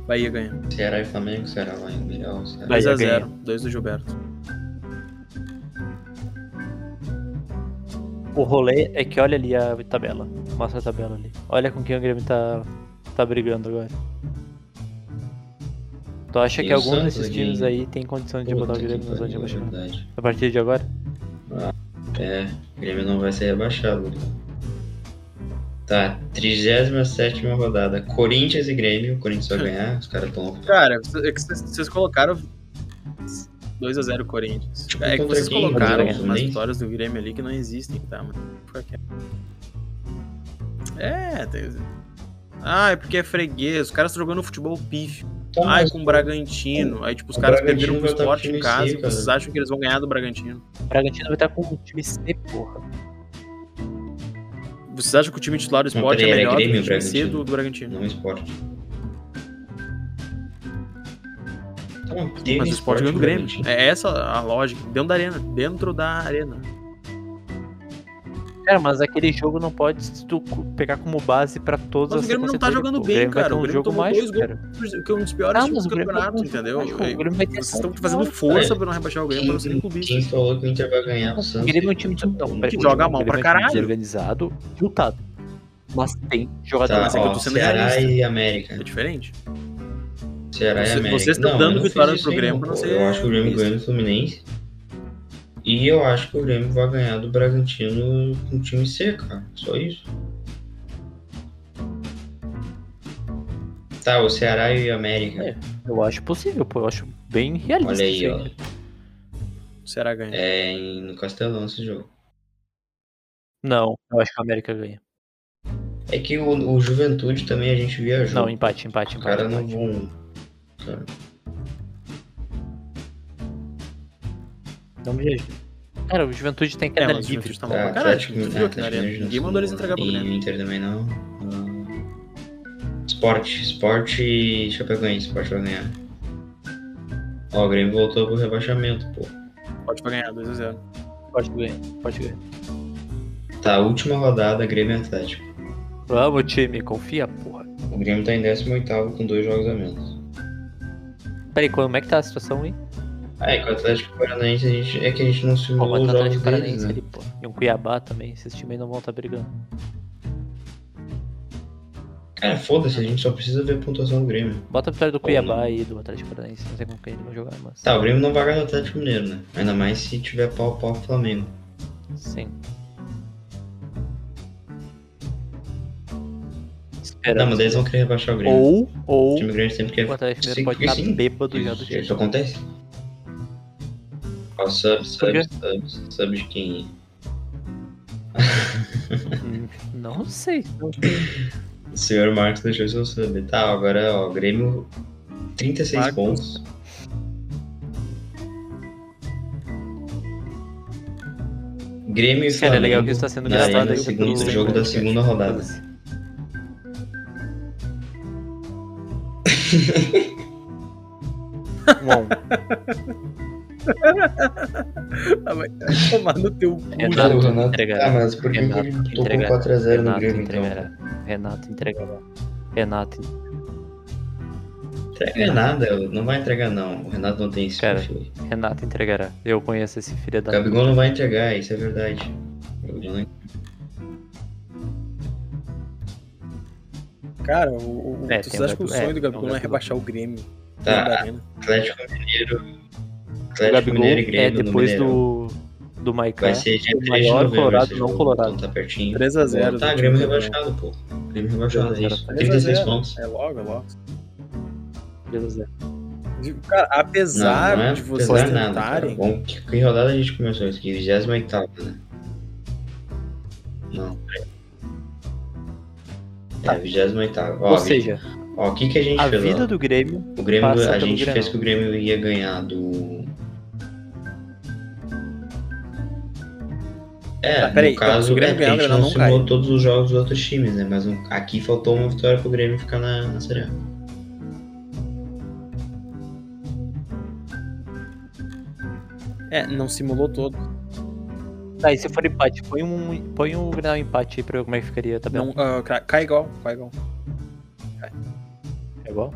Speaker 3: Bahia ganha.
Speaker 1: Ceará e Flamengo, Ceará lá em Milhão, Ceará.
Speaker 2: Bahia
Speaker 3: 2x0. 2 do Gilberto.
Speaker 2: O rolê é que olha ali a tabela. Mostra a tabela ali. Olha com quem o Grêmio tá, tá brigando agora. Tu acha
Speaker 1: Tem
Speaker 2: que
Speaker 1: o
Speaker 2: algum
Speaker 1: Santos
Speaker 2: desses
Speaker 1: aqui,
Speaker 2: times
Speaker 1: hein?
Speaker 2: aí tem condição de botar
Speaker 1: Puta
Speaker 2: o Grêmio
Speaker 1: que
Speaker 2: na zona de
Speaker 1: pariu, é
Speaker 2: rebaixamento?
Speaker 1: verdade.
Speaker 2: A partir de agora?
Speaker 1: É, o Grêmio não vai ser rebaixado. Tá, 37 rodada. Corinthians e Grêmio. Corinthians
Speaker 3: É.
Speaker 1: vai ganhar, os caras estão.
Speaker 3: Cara, é que vocês vocês colocaram 2x0 Corinthians.
Speaker 1: Tipo,
Speaker 3: É que
Speaker 1: contra
Speaker 3: vocês
Speaker 1: quem?
Speaker 3: colocaram
Speaker 1: Contra o
Speaker 3: umas
Speaker 1: Fluminense?
Speaker 3: vitórias do Grêmio ali que não existem, tá? Mas fica quieto. É, tem... Ah, é porque é freguês. Os caras estão jogando futebol pífio.
Speaker 1: Então,
Speaker 3: Ai, com o Bragantino. Aí, tipo, os
Speaker 1: assim? O
Speaker 3: caras
Speaker 1: Bragantino
Speaker 3: perderam pro
Speaker 1: vai estar com
Speaker 3: esporte em
Speaker 1: time
Speaker 3: casa.
Speaker 1: C,
Speaker 3: e Vocês
Speaker 1: cara.
Speaker 3: acham que eles vão ganhar do Bragantino?
Speaker 2: O Bragantino vai estar com um time C, porra.
Speaker 3: Vocês acham que o time titular do
Speaker 1: Não,
Speaker 3: esporte é
Speaker 1: peraí, era
Speaker 3: melhor
Speaker 1: Grêmio
Speaker 3: do
Speaker 1: e
Speaker 3: que o time C
Speaker 1: Bragantino?
Speaker 3: do do Bragantino?
Speaker 1: Não esporte. Então,
Speaker 3: Mas o Sport ganhou do Grêmio. É essa a lógica. Dentro da arena. Dentro da arena.
Speaker 2: Cara, mas aquele jogo não pode se tu cu- pegar como base pra todas
Speaker 3: Mas o
Speaker 2: as
Speaker 3: Grêmio não tá
Speaker 2: categorias,
Speaker 3: jogando
Speaker 2: pô.
Speaker 3: bem,
Speaker 2: vai
Speaker 3: cara.
Speaker 2: ter um
Speaker 3: O Grêmio tomou dois gols.
Speaker 2: cara.
Speaker 3: Que é um dos piores
Speaker 2: Ah,
Speaker 3: times
Speaker 2: mas
Speaker 3: do
Speaker 2: o Grêmio
Speaker 3: campeonato,
Speaker 2: vai-
Speaker 3: entendeu?
Speaker 2: Mas, pô, o Grêmio vai ter
Speaker 3: Vocês estão
Speaker 2: sete
Speaker 3: fazendo
Speaker 2: pontos,
Speaker 3: força
Speaker 1: cara.
Speaker 3: pra não rebaixar o Grêmio, pra não ser nem
Speaker 1: Quem,
Speaker 3: clubista.
Speaker 1: quem falou que o Inter vai ganhar o
Speaker 2: O
Speaker 1: Santos?
Speaker 2: Grêmio é um time de... não, peraí,
Speaker 3: Que
Speaker 2: o
Speaker 3: joga
Speaker 2: Grêmio
Speaker 3: mal
Speaker 2: é um
Speaker 3: pra
Speaker 2: time
Speaker 3: caralho.
Speaker 2: Desorganizado, resultado. Mas tem jogador.
Speaker 1: Tá,
Speaker 3: mas é que eu
Speaker 1: ó,
Speaker 3: tô sendo
Speaker 1: Ceará
Speaker 3: realista.
Speaker 1: e
Speaker 3: É
Speaker 1: América.
Speaker 3: diferente.
Speaker 1: Ceará e
Speaker 3: Vocês-
Speaker 1: América.
Speaker 3: vocês estão
Speaker 1: Não,
Speaker 3: dando
Speaker 1: eu não fiz
Speaker 3: vitória
Speaker 1: isso
Speaker 3: pro
Speaker 1: aí,
Speaker 3: Grêmio
Speaker 1: não,
Speaker 3: pra não
Speaker 1: pô.
Speaker 3: ser
Speaker 1: Eu acho que o Grêmio
Speaker 3: isso.
Speaker 1: ganha do Fluminense. E eu acho que o Grêmio vai ganhar do Bragantino com time C, cara. Só isso. Tá, o Ceará e América.
Speaker 2: É. Eu acho possível, pô. Eu acho bem realista.
Speaker 1: Olha aí,
Speaker 2: isso né?
Speaker 1: ó.
Speaker 3: O Ceará ganha.
Speaker 1: É em- no Castelão esse jogo.
Speaker 2: Não, eu acho que o América ganha.
Speaker 1: É que o, o Juventude também a gente viajou.
Speaker 2: Não, empate, empate,
Speaker 1: Os
Speaker 2: empate.
Speaker 1: caras não
Speaker 2: empate.
Speaker 1: vão. Cara,
Speaker 2: Não viaja. um Cara, o Juventude tem
Speaker 3: É,
Speaker 2: queda
Speaker 3: mas o
Speaker 2: livre.
Speaker 3: Juventude tá mal
Speaker 1: tá,
Speaker 3: pra caralho.
Speaker 1: Atlético,
Speaker 3: Tu viu aqui na
Speaker 1: Atlético
Speaker 3: arena.
Speaker 1: Mineiro
Speaker 3: Ninguém
Speaker 1: não
Speaker 3: mandou eles
Speaker 1: sumou,
Speaker 3: entregar pro
Speaker 1: E
Speaker 3: Grêmio.
Speaker 1: o Inter também não. Ah, Esporte, esporte. Chapecoense, esporte vai ganhar. Ó, o Grêmio voltou pro rebaixamento, pô.
Speaker 3: Pode pra ganhar, 2x0.
Speaker 2: Pode ganhar, pode ganhar.
Speaker 1: Tá, última rodada, Grêmio e Atlético.
Speaker 2: Vamos, time, confia, porra.
Speaker 1: O Grêmio tá em 18 com dois jogos a menos.
Speaker 2: Peraí, como é que tá a situação, hein?
Speaker 1: Ah, é que o Atlético Paranaense a gente, é que a gente não
Speaker 2: Pô,
Speaker 1: simulou
Speaker 2: mas
Speaker 1: os
Speaker 2: tá
Speaker 1: jogos
Speaker 2: Atlético
Speaker 1: deles,
Speaker 2: Paranaense
Speaker 1: né?
Speaker 2: ali, pô. E um Cuiabá também, esses times aí não vão estar brigando.
Speaker 1: Cara, foda-se, a gente só precisa ver a pontuação do Grêmio.
Speaker 2: Bota a vitória do
Speaker 1: Ou
Speaker 2: Cuiabá
Speaker 1: não.
Speaker 2: aí, do Atlético Paranaense, não sei como que eles vão jogar, mas.
Speaker 1: Tá, o Grêmio não vai ganhar do Atlético Mineiro, né? Ainda mais se tiver pau a pau com o Flamengo.
Speaker 2: Sim.
Speaker 1: Não,
Speaker 2: Esperamos.
Speaker 1: mas eles vão querer rebaixar o Grêmio.
Speaker 2: Ou, ou,
Speaker 1: O time grande sempre quer
Speaker 2: o Atlético Mineiro
Speaker 1: Sim,
Speaker 2: pode estar
Speaker 1: sim.
Speaker 2: bêbado já do
Speaker 1: Isso,
Speaker 2: time.
Speaker 1: isso acontece. Ó, sub,
Speaker 2: Por
Speaker 1: sub,
Speaker 2: quê?
Speaker 1: sub, sub de quem?
Speaker 2: Hum, Não sei. Não
Speaker 1: O senhor Marcos deixou seu sub. Tá, agora, ó, Grêmio 36
Speaker 3: Marcos.
Speaker 1: pontos. Grêmio e
Speaker 2: Cara, é
Speaker 1: Flamengo.
Speaker 2: legal que isso tá sendo
Speaker 1: na
Speaker 2: gravado
Speaker 1: Arena,
Speaker 2: aí.
Speaker 1: segundo
Speaker 2: pelo-
Speaker 1: jogo da segunda rodada.
Speaker 2: *laughs* Um a um.
Speaker 3: Tomar no teu cu.
Speaker 2: É
Speaker 1: Cara, o
Speaker 2: Renato
Speaker 1: Renato.
Speaker 2: entregará.
Speaker 1: Ah, mas por que que ele
Speaker 2: Renato
Speaker 1: tocou
Speaker 2: entregará.
Speaker 1: 4x0 no
Speaker 2: Renato
Speaker 1: Grêmio, então?
Speaker 2: entregará. Renato entregará. Renato.
Speaker 1: Entrega nada, não vai entregar, não. O Renato não tem esse
Speaker 2: Cara, tá.
Speaker 1: perfil.
Speaker 2: Renato entregará. Eu conheço esse filho
Speaker 1: O
Speaker 2: da.
Speaker 1: Gabigol não vai entregar, isso é verdade. Gabigol não-
Speaker 3: Cara, o, o,
Speaker 2: É, tem
Speaker 3: tu vocês acham
Speaker 2: o
Speaker 3: que o
Speaker 2: Gabi-
Speaker 3: sonho
Speaker 2: é,
Speaker 3: do
Speaker 2: tem o
Speaker 3: Gabigol não é
Speaker 2: Gabi-
Speaker 3: rebaixar o Grêmio?
Speaker 1: Tá.
Speaker 3: dentro da arena?
Speaker 1: Atlético Mineiro.
Speaker 2: O
Speaker 1: Atlético
Speaker 2: Gabigol
Speaker 1: Mineiro e
Speaker 2: é
Speaker 1: Grêmio no
Speaker 2: depois
Speaker 1: Mineirão.
Speaker 2: do. Do Maicon.
Speaker 1: Vai ser dia
Speaker 2: o
Speaker 1: 3 de
Speaker 2: maior
Speaker 1: novembro.
Speaker 2: colorado,
Speaker 1: esse
Speaker 2: não
Speaker 1: jogo,
Speaker 2: colorado.
Speaker 1: Então tá pertinho.
Speaker 3: 3x0.
Speaker 1: Tá,
Speaker 3: do
Speaker 1: Grêmio
Speaker 3: time do
Speaker 1: rebaixado,
Speaker 2: né?
Speaker 1: pô. Grêmio rebaixado, é
Speaker 2: tá
Speaker 1: isso.
Speaker 3: 3 a
Speaker 1: 36
Speaker 3: 0.
Speaker 1: pontos.
Speaker 3: É logo, é logo.
Speaker 2: Beleza.
Speaker 3: Cara,
Speaker 1: Não,
Speaker 3: apesar
Speaker 1: não é
Speaker 3: de vocês
Speaker 1: pesar nada. cara.
Speaker 3: tentarem.
Speaker 1: Bom, que, que rodada a gente começou isso aqui? 28 né? Não, peraí. É, 28 Ó,
Speaker 2: Tá. Ou
Speaker 1: vi-
Speaker 2: seja,
Speaker 1: ó, o que, que a gente
Speaker 2: a
Speaker 1: fez? ó?
Speaker 2: vida do Grêmio
Speaker 1: O Grêmio,
Speaker 2: passa
Speaker 1: a
Speaker 2: pelo
Speaker 1: gente fez
Speaker 2: Grenal.
Speaker 1: que o Grêmio ia ganhar do. É,
Speaker 3: Tá, peraí,
Speaker 1: no caso,
Speaker 3: então, se o Grêmio
Speaker 1: é,
Speaker 3: ganhar, o
Speaker 1: porque a gente
Speaker 3: Grenal
Speaker 1: não
Speaker 3: não cai.
Speaker 1: simulou todos os jogos dos outros times, né? Mas um- aqui faltou uma vitória pro Grêmio ficar na, na Série A.
Speaker 3: É, não simulou todo.
Speaker 2: Tá, e se for empate, põe um, põe um Grenal empate aí pra ver como é que ficaria a tabela.
Speaker 3: Não, ah, cra- cai igual, cai igual.
Speaker 2: É igual?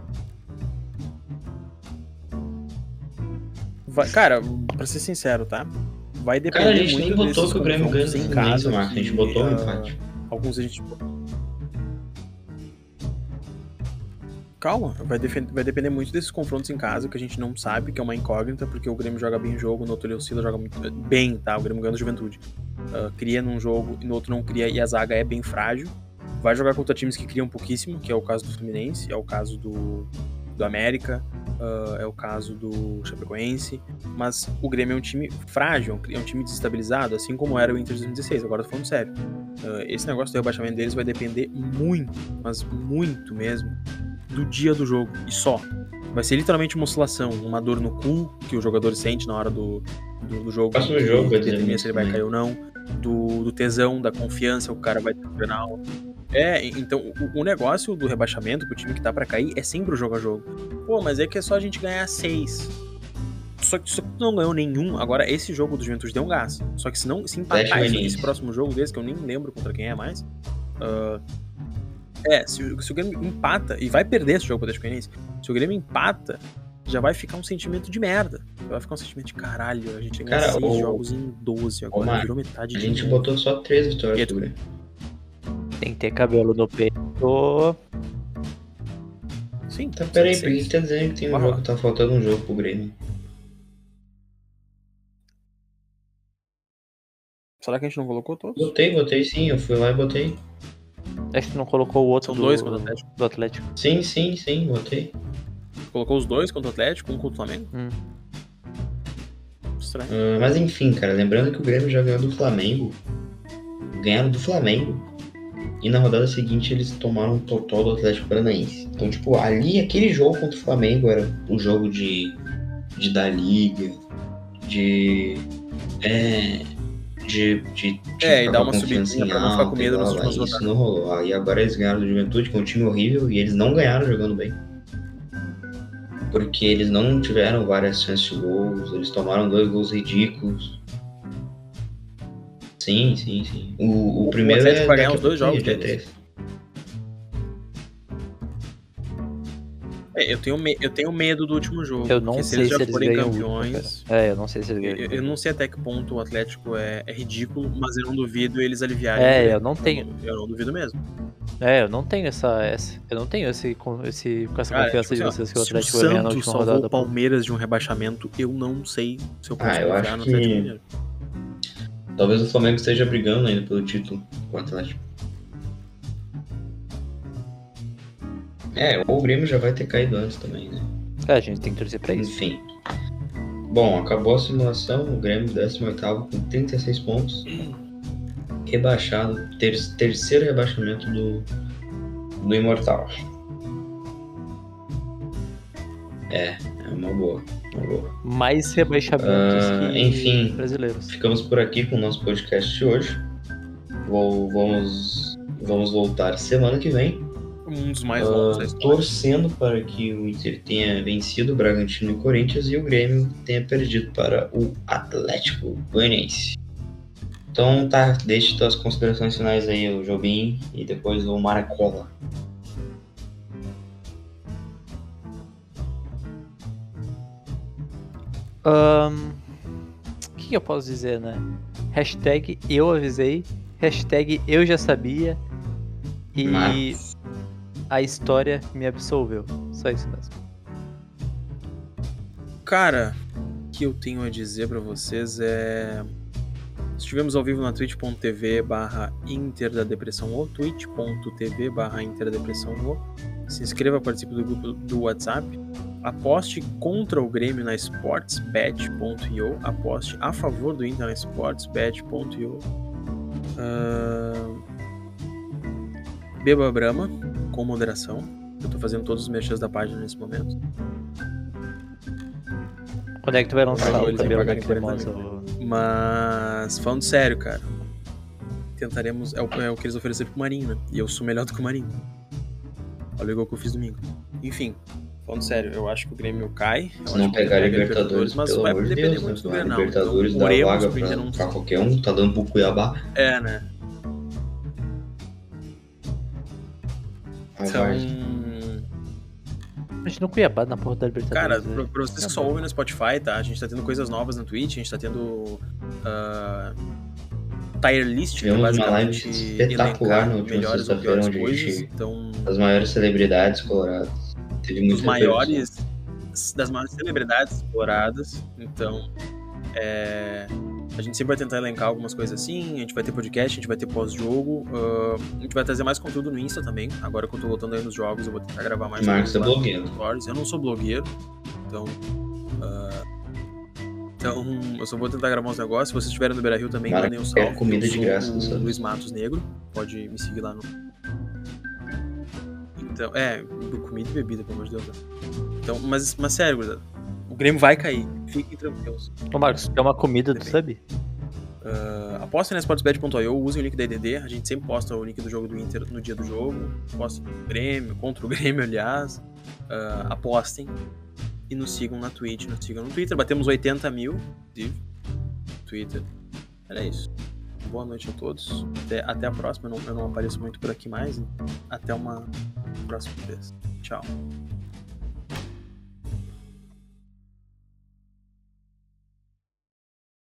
Speaker 3: Vai- cara, pra ser sincero, tá? Vai depender
Speaker 1: Cara, a gente
Speaker 3: muito
Speaker 1: nem botou
Speaker 3: desses
Speaker 1: que o Grêmio ganha
Speaker 3: confrontos
Speaker 1: do
Speaker 3: em
Speaker 1: Fluminense,
Speaker 3: casa,
Speaker 1: Marcos. A gente
Speaker 3: que,
Speaker 1: botou um
Speaker 3: ah,
Speaker 1: empate.
Speaker 3: Alguns a gente. Calma, vai, defen- vai depender muito desses confrontos em casa, que a gente não sabe, que é uma incógnita, porque o Grêmio joga bem em jogo, no outro ele oscila, joga muito bem, tá? O Grêmio ganha na juventude. Ah, cria num jogo e no outro não cria, e a zaga é bem frágil. Vai jogar contra times que criam pouquíssimo, que é o caso do Fluminense, é o caso do, do América, ah, é o caso do Chapecoense. Mas o Grêmio é um time frágil, é um time desestabilizado, assim como era o Inter de 2016, agora tô falando sério. Uh, esse negócio do rebaixamento deles vai depender muito, mas muito mesmo, do dia do jogo e só. Vai ser literalmente uma oscilação, uma dor no cu que o jogador sente na hora do, do, do jogo.
Speaker 1: Próximo
Speaker 3: que
Speaker 1: jogo vai dizer
Speaker 3: determina
Speaker 1: isso né?
Speaker 3: se ele vai
Speaker 1: também.
Speaker 3: cair ou não, do, do tesão, da confiança, o cara vai ter um penal. É, e- então o, o negócio do rebaixamento pro time que tá pra cair é sempre o jogo a jogo. Pô, mas é que é só a gente ganhar seis. Só que, só que tu não ganhou nenhum. Agora, esse jogo do Juventude deu um gás. Só que se não se
Speaker 1: Teste
Speaker 3: empatar
Speaker 1: no
Speaker 3: esse,
Speaker 1: início.
Speaker 3: esse próximo jogo desse, que eu nem lembro contra quem é mais. ah, é, se, o- se o Grêmio empata, e vai perder esse jogo pro Atlético Goianiense, se o Grêmio empata, já vai ficar um sentimento de merda. Vai ficar um sentimento de caralho. A gente tem
Speaker 1: Cara,
Speaker 3: 6
Speaker 1: o-
Speaker 3: jogos em 12 agora.
Speaker 1: Marcos,
Speaker 3: virou metade
Speaker 1: A
Speaker 3: de um."
Speaker 1: gente
Speaker 3: novo.
Speaker 1: botou só três vitórias do Grêmio.
Speaker 2: Tem que ter cabelo no peito.
Speaker 3: Sim,
Speaker 1: Tá, peraí, por
Speaker 3: seis.
Speaker 1: que que tá dizendo que tem um
Speaker 3: Vai
Speaker 1: jogo
Speaker 3: é lá.
Speaker 1: que tá faltando um jogo pro Grêmio?
Speaker 3: Será que a gente não colocou todos?
Speaker 1: Botei, botei sim, eu fui lá e botei.
Speaker 2: Acho É que tu não colocou o outro
Speaker 3: São
Speaker 2: do,
Speaker 3: dois contra o Atlético.
Speaker 2: do Atlético.
Speaker 1: Sim, sim, sim, botei.
Speaker 3: Colocou os dois contra o Atlético, um contra o Flamengo?
Speaker 2: Hum.
Speaker 3: Estranho.
Speaker 1: Ah, mas enfim, cara, lembrando que o Grêmio já ganhou do Flamengo. Ganharam do Flamengo. E na rodada seguinte eles tomaram um total do Atlético Paranaense. Então, tipo, ali aquele jogo contra o Flamengo era o jogo de, de da liga, de. É. De, de, de
Speaker 3: É, e
Speaker 1: ficar
Speaker 3: dar
Speaker 1: com a
Speaker 3: uma
Speaker 1: confiança
Speaker 3: subidinha
Speaker 1: em
Speaker 3: pra não ficar com
Speaker 1: alta e
Speaker 3: medo
Speaker 1: blá,
Speaker 3: nas
Speaker 1: blá,
Speaker 3: últimas
Speaker 1: blá. Isso
Speaker 3: rodadas.
Speaker 1: não rolou. Aí agora eles ganharam do Juventude, que é um time horrível, e eles não ganharam jogando bem porque eles não tiveram várias chances de gols, eles tomaram dois gols ridículos. Sim, sim, sim. O, o primeiro
Speaker 3: Atlético
Speaker 1: é
Speaker 3: vai ganhar
Speaker 1: daqui
Speaker 3: os dois
Speaker 1: a pouquinho,
Speaker 3: jogos
Speaker 1: dia
Speaker 3: deles.
Speaker 1: 3.
Speaker 3: É, eu tenho, me- eu tenho medo do último jogo.
Speaker 2: Eu não
Speaker 3: porque
Speaker 2: sei se eles ganham o último,
Speaker 3: campeões.
Speaker 2: É, eu não sei se eles
Speaker 3: Eu, eu
Speaker 2: ganham.
Speaker 3: não sei até que ponto o Atlético é, é ridículo, mas eu não duvido eles aliviarem. o
Speaker 2: É,
Speaker 3: Grêmio.
Speaker 2: eu não tenho.
Speaker 3: Eu, não duvido mesmo.
Speaker 2: É, eu não tenho essa. essa eu não tenho esse, con- esse, com essa
Speaker 3: Cara,
Speaker 2: confiança
Speaker 3: tipo
Speaker 2: de
Speaker 3: assim, ó,
Speaker 2: vocês que o
Speaker 3: se o
Speaker 2: Atlético vai ganhar na
Speaker 3: Santos
Speaker 2: última
Speaker 3: salvou
Speaker 2: rodada.
Speaker 3: o Palmeiras de um rebaixamento, eu não sei se eu posso
Speaker 1: Ah, eu
Speaker 3: confiar
Speaker 1: acho
Speaker 3: no
Speaker 1: que-
Speaker 3: Atlético Mineiro.
Speaker 1: Talvez o Flamengo esteja brigando ainda pelo título com o Atlético. É, ou o Grêmio já vai ter caído antes também, né?
Speaker 2: É, a gente tem que torcer pra isso.
Speaker 1: Enfim. Bom, acabou a simulação, o Grêmio 18 com 36 pontos. Rebaixado, ter- terceiro rebaixamento do, do Imortal. É, é uma boa, uma boa.
Speaker 2: Mais rebaixamentos
Speaker 1: Ah,
Speaker 2: que
Speaker 1: enfim.
Speaker 2: brasileiros.
Speaker 1: Ficamos por aqui com o nosso podcast de hoje. Vou- vamos, vamos voltar semana que vem.
Speaker 3: Um dos mais
Speaker 1: Ah,
Speaker 3: longos da história.
Speaker 1: torcendo para que o Inter tenha vencido o Bragantino e o Corinthians e o Grêmio tenha perdido para o Atlético Goianiense. Então tá, deixe tuas considerações finais aí, o Jobim e depois o Maracola.
Speaker 2: Ahn, O que, que eu posso dizer, né? Hashtag eu avisei. Hashtag eu já sabia. E
Speaker 1: Mas-
Speaker 2: a história me absolveu. Só isso mesmo.
Speaker 3: Cara, o que eu tenho a dizer pra vocês é. Estivemos ao vivo na twitch.tv barra Inter da Depressão ou twitch.tv barra Inter da Depressão ou. Se inscreva, participe do grupo do WhatsApp. Aposte contra o Grêmio na sportsbet.io. Aposte a favor do Inter na sportsbet.io. Ah, Beba Brahma, com moderação. Eu tô fazendo todos os mexas da página nesse momento.
Speaker 2: Quando é que tu vai lançar
Speaker 3: Pagou,
Speaker 2: o
Speaker 3: eles vão
Speaker 2: cabelo
Speaker 3: pagar
Speaker 2: da
Speaker 3: em 40
Speaker 2: cremosa?
Speaker 3: Mas falando sério, cara. Tentaremos. É o, é o que eles ofereceram pro Marinho, né? E eu sou melhor do que o Marinho. Olha o gol que eu fiz domingo. Enfim. Falando sério, eu acho que o Grêmio cai. eu
Speaker 1: Se
Speaker 3: acho
Speaker 1: não
Speaker 3: que o Grêmio
Speaker 1: pegar a
Speaker 3: pega
Speaker 1: Libertadores,
Speaker 3: mas
Speaker 1: pelo
Speaker 3: vai
Speaker 1: amor de
Speaker 3: depender
Speaker 1: Deus, né?
Speaker 3: muito do
Speaker 1: cara? A
Speaker 3: Grenal.
Speaker 1: Libertadores
Speaker 3: então,
Speaker 1: dá
Speaker 3: oremos
Speaker 1: vaga
Speaker 3: pro Inter
Speaker 1: pra,
Speaker 3: não-
Speaker 1: pra qualquer um, tá dando pro Cuiabá.
Speaker 3: É, né?
Speaker 1: a
Speaker 3: Então,
Speaker 1: Vargas.
Speaker 2: A gente não Cuiabá na porra da Libertadores. né?
Speaker 3: cara, pra, pra vocês que só ouvem no Spotify, tá? A gente tá tendo coisas novas no Twitch, a gente tá tendo. ah, tier list, que é
Speaker 1: Tivemos uma
Speaker 3: basicamente
Speaker 1: live espetacular
Speaker 3: elencar
Speaker 1: na última
Speaker 3: melhores ou
Speaker 1: sexta-feira,
Speaker 3: piores
Speaker 1: onde a
Speaker 3: coisas.
Speaker 1: gente-
Speaker 3: Então,
Speaker 1: As maiores celebridades coloradas. Teve muita
Speaker 3: dos maiores, das maiores celebridades exploradas. Então, é, a gente sempre vai tentar elencar algumas coisas assim. A gente vai ter podcast, a gente vai ter pós-jogo. ah, a gente vai trazer mais conteúdo no Insta também. Agora que eu tô voltando aí nos jogos, eu vou tentar gravar mais.
Speaker 1: Marcos
Speaker 3: coisas lá
Speaker 1: é blogueiro.
Speaker 3: nos stories. Eu não sou blogueiro, então. ah, então, eu só vou tentar gravar uns negócios. Se vocês estiverem no Beira Rio também,
Speaker 1: Mara-
Speaker 3: mandem um salve.
Speaker 1: é comida
Speaker 3: Eu
Speaker 1: de
Speaker 3: sou
Speaker 1: graça,
Speaker 3: o
Speaker 1: sabe?
Speaker 3: Luiz Matos Negro. Pode me seguir lá no. Então, é, comida e bebida, pelo amor de Deus. né? Então, mas, mas sério, gurizada, o Grêmio vai cair. Fiquem tranquilos.
Speaker 2: Ô, Marcos, quer uma comida, tu
Speaker 3: Depende.
Speaker 2: sabe?
Speaker 3: Uh, apostem na sportsbet.io, usem o link da IDD, a gente sempre posta o link do jogo do Inter no dia do jogo, posta o Grêmio, contra o *laughs* Grêmio, aliás. Uh, apostem e nos sigam na Twitch, nos sigam no Twitter, batemos 80 mil, inclusive, no Twitter. Era isso. Boa noite a todos, até, até a próxima, eu não, eu não apareço muito por aqui mais, até uma próxima vez. Tchau.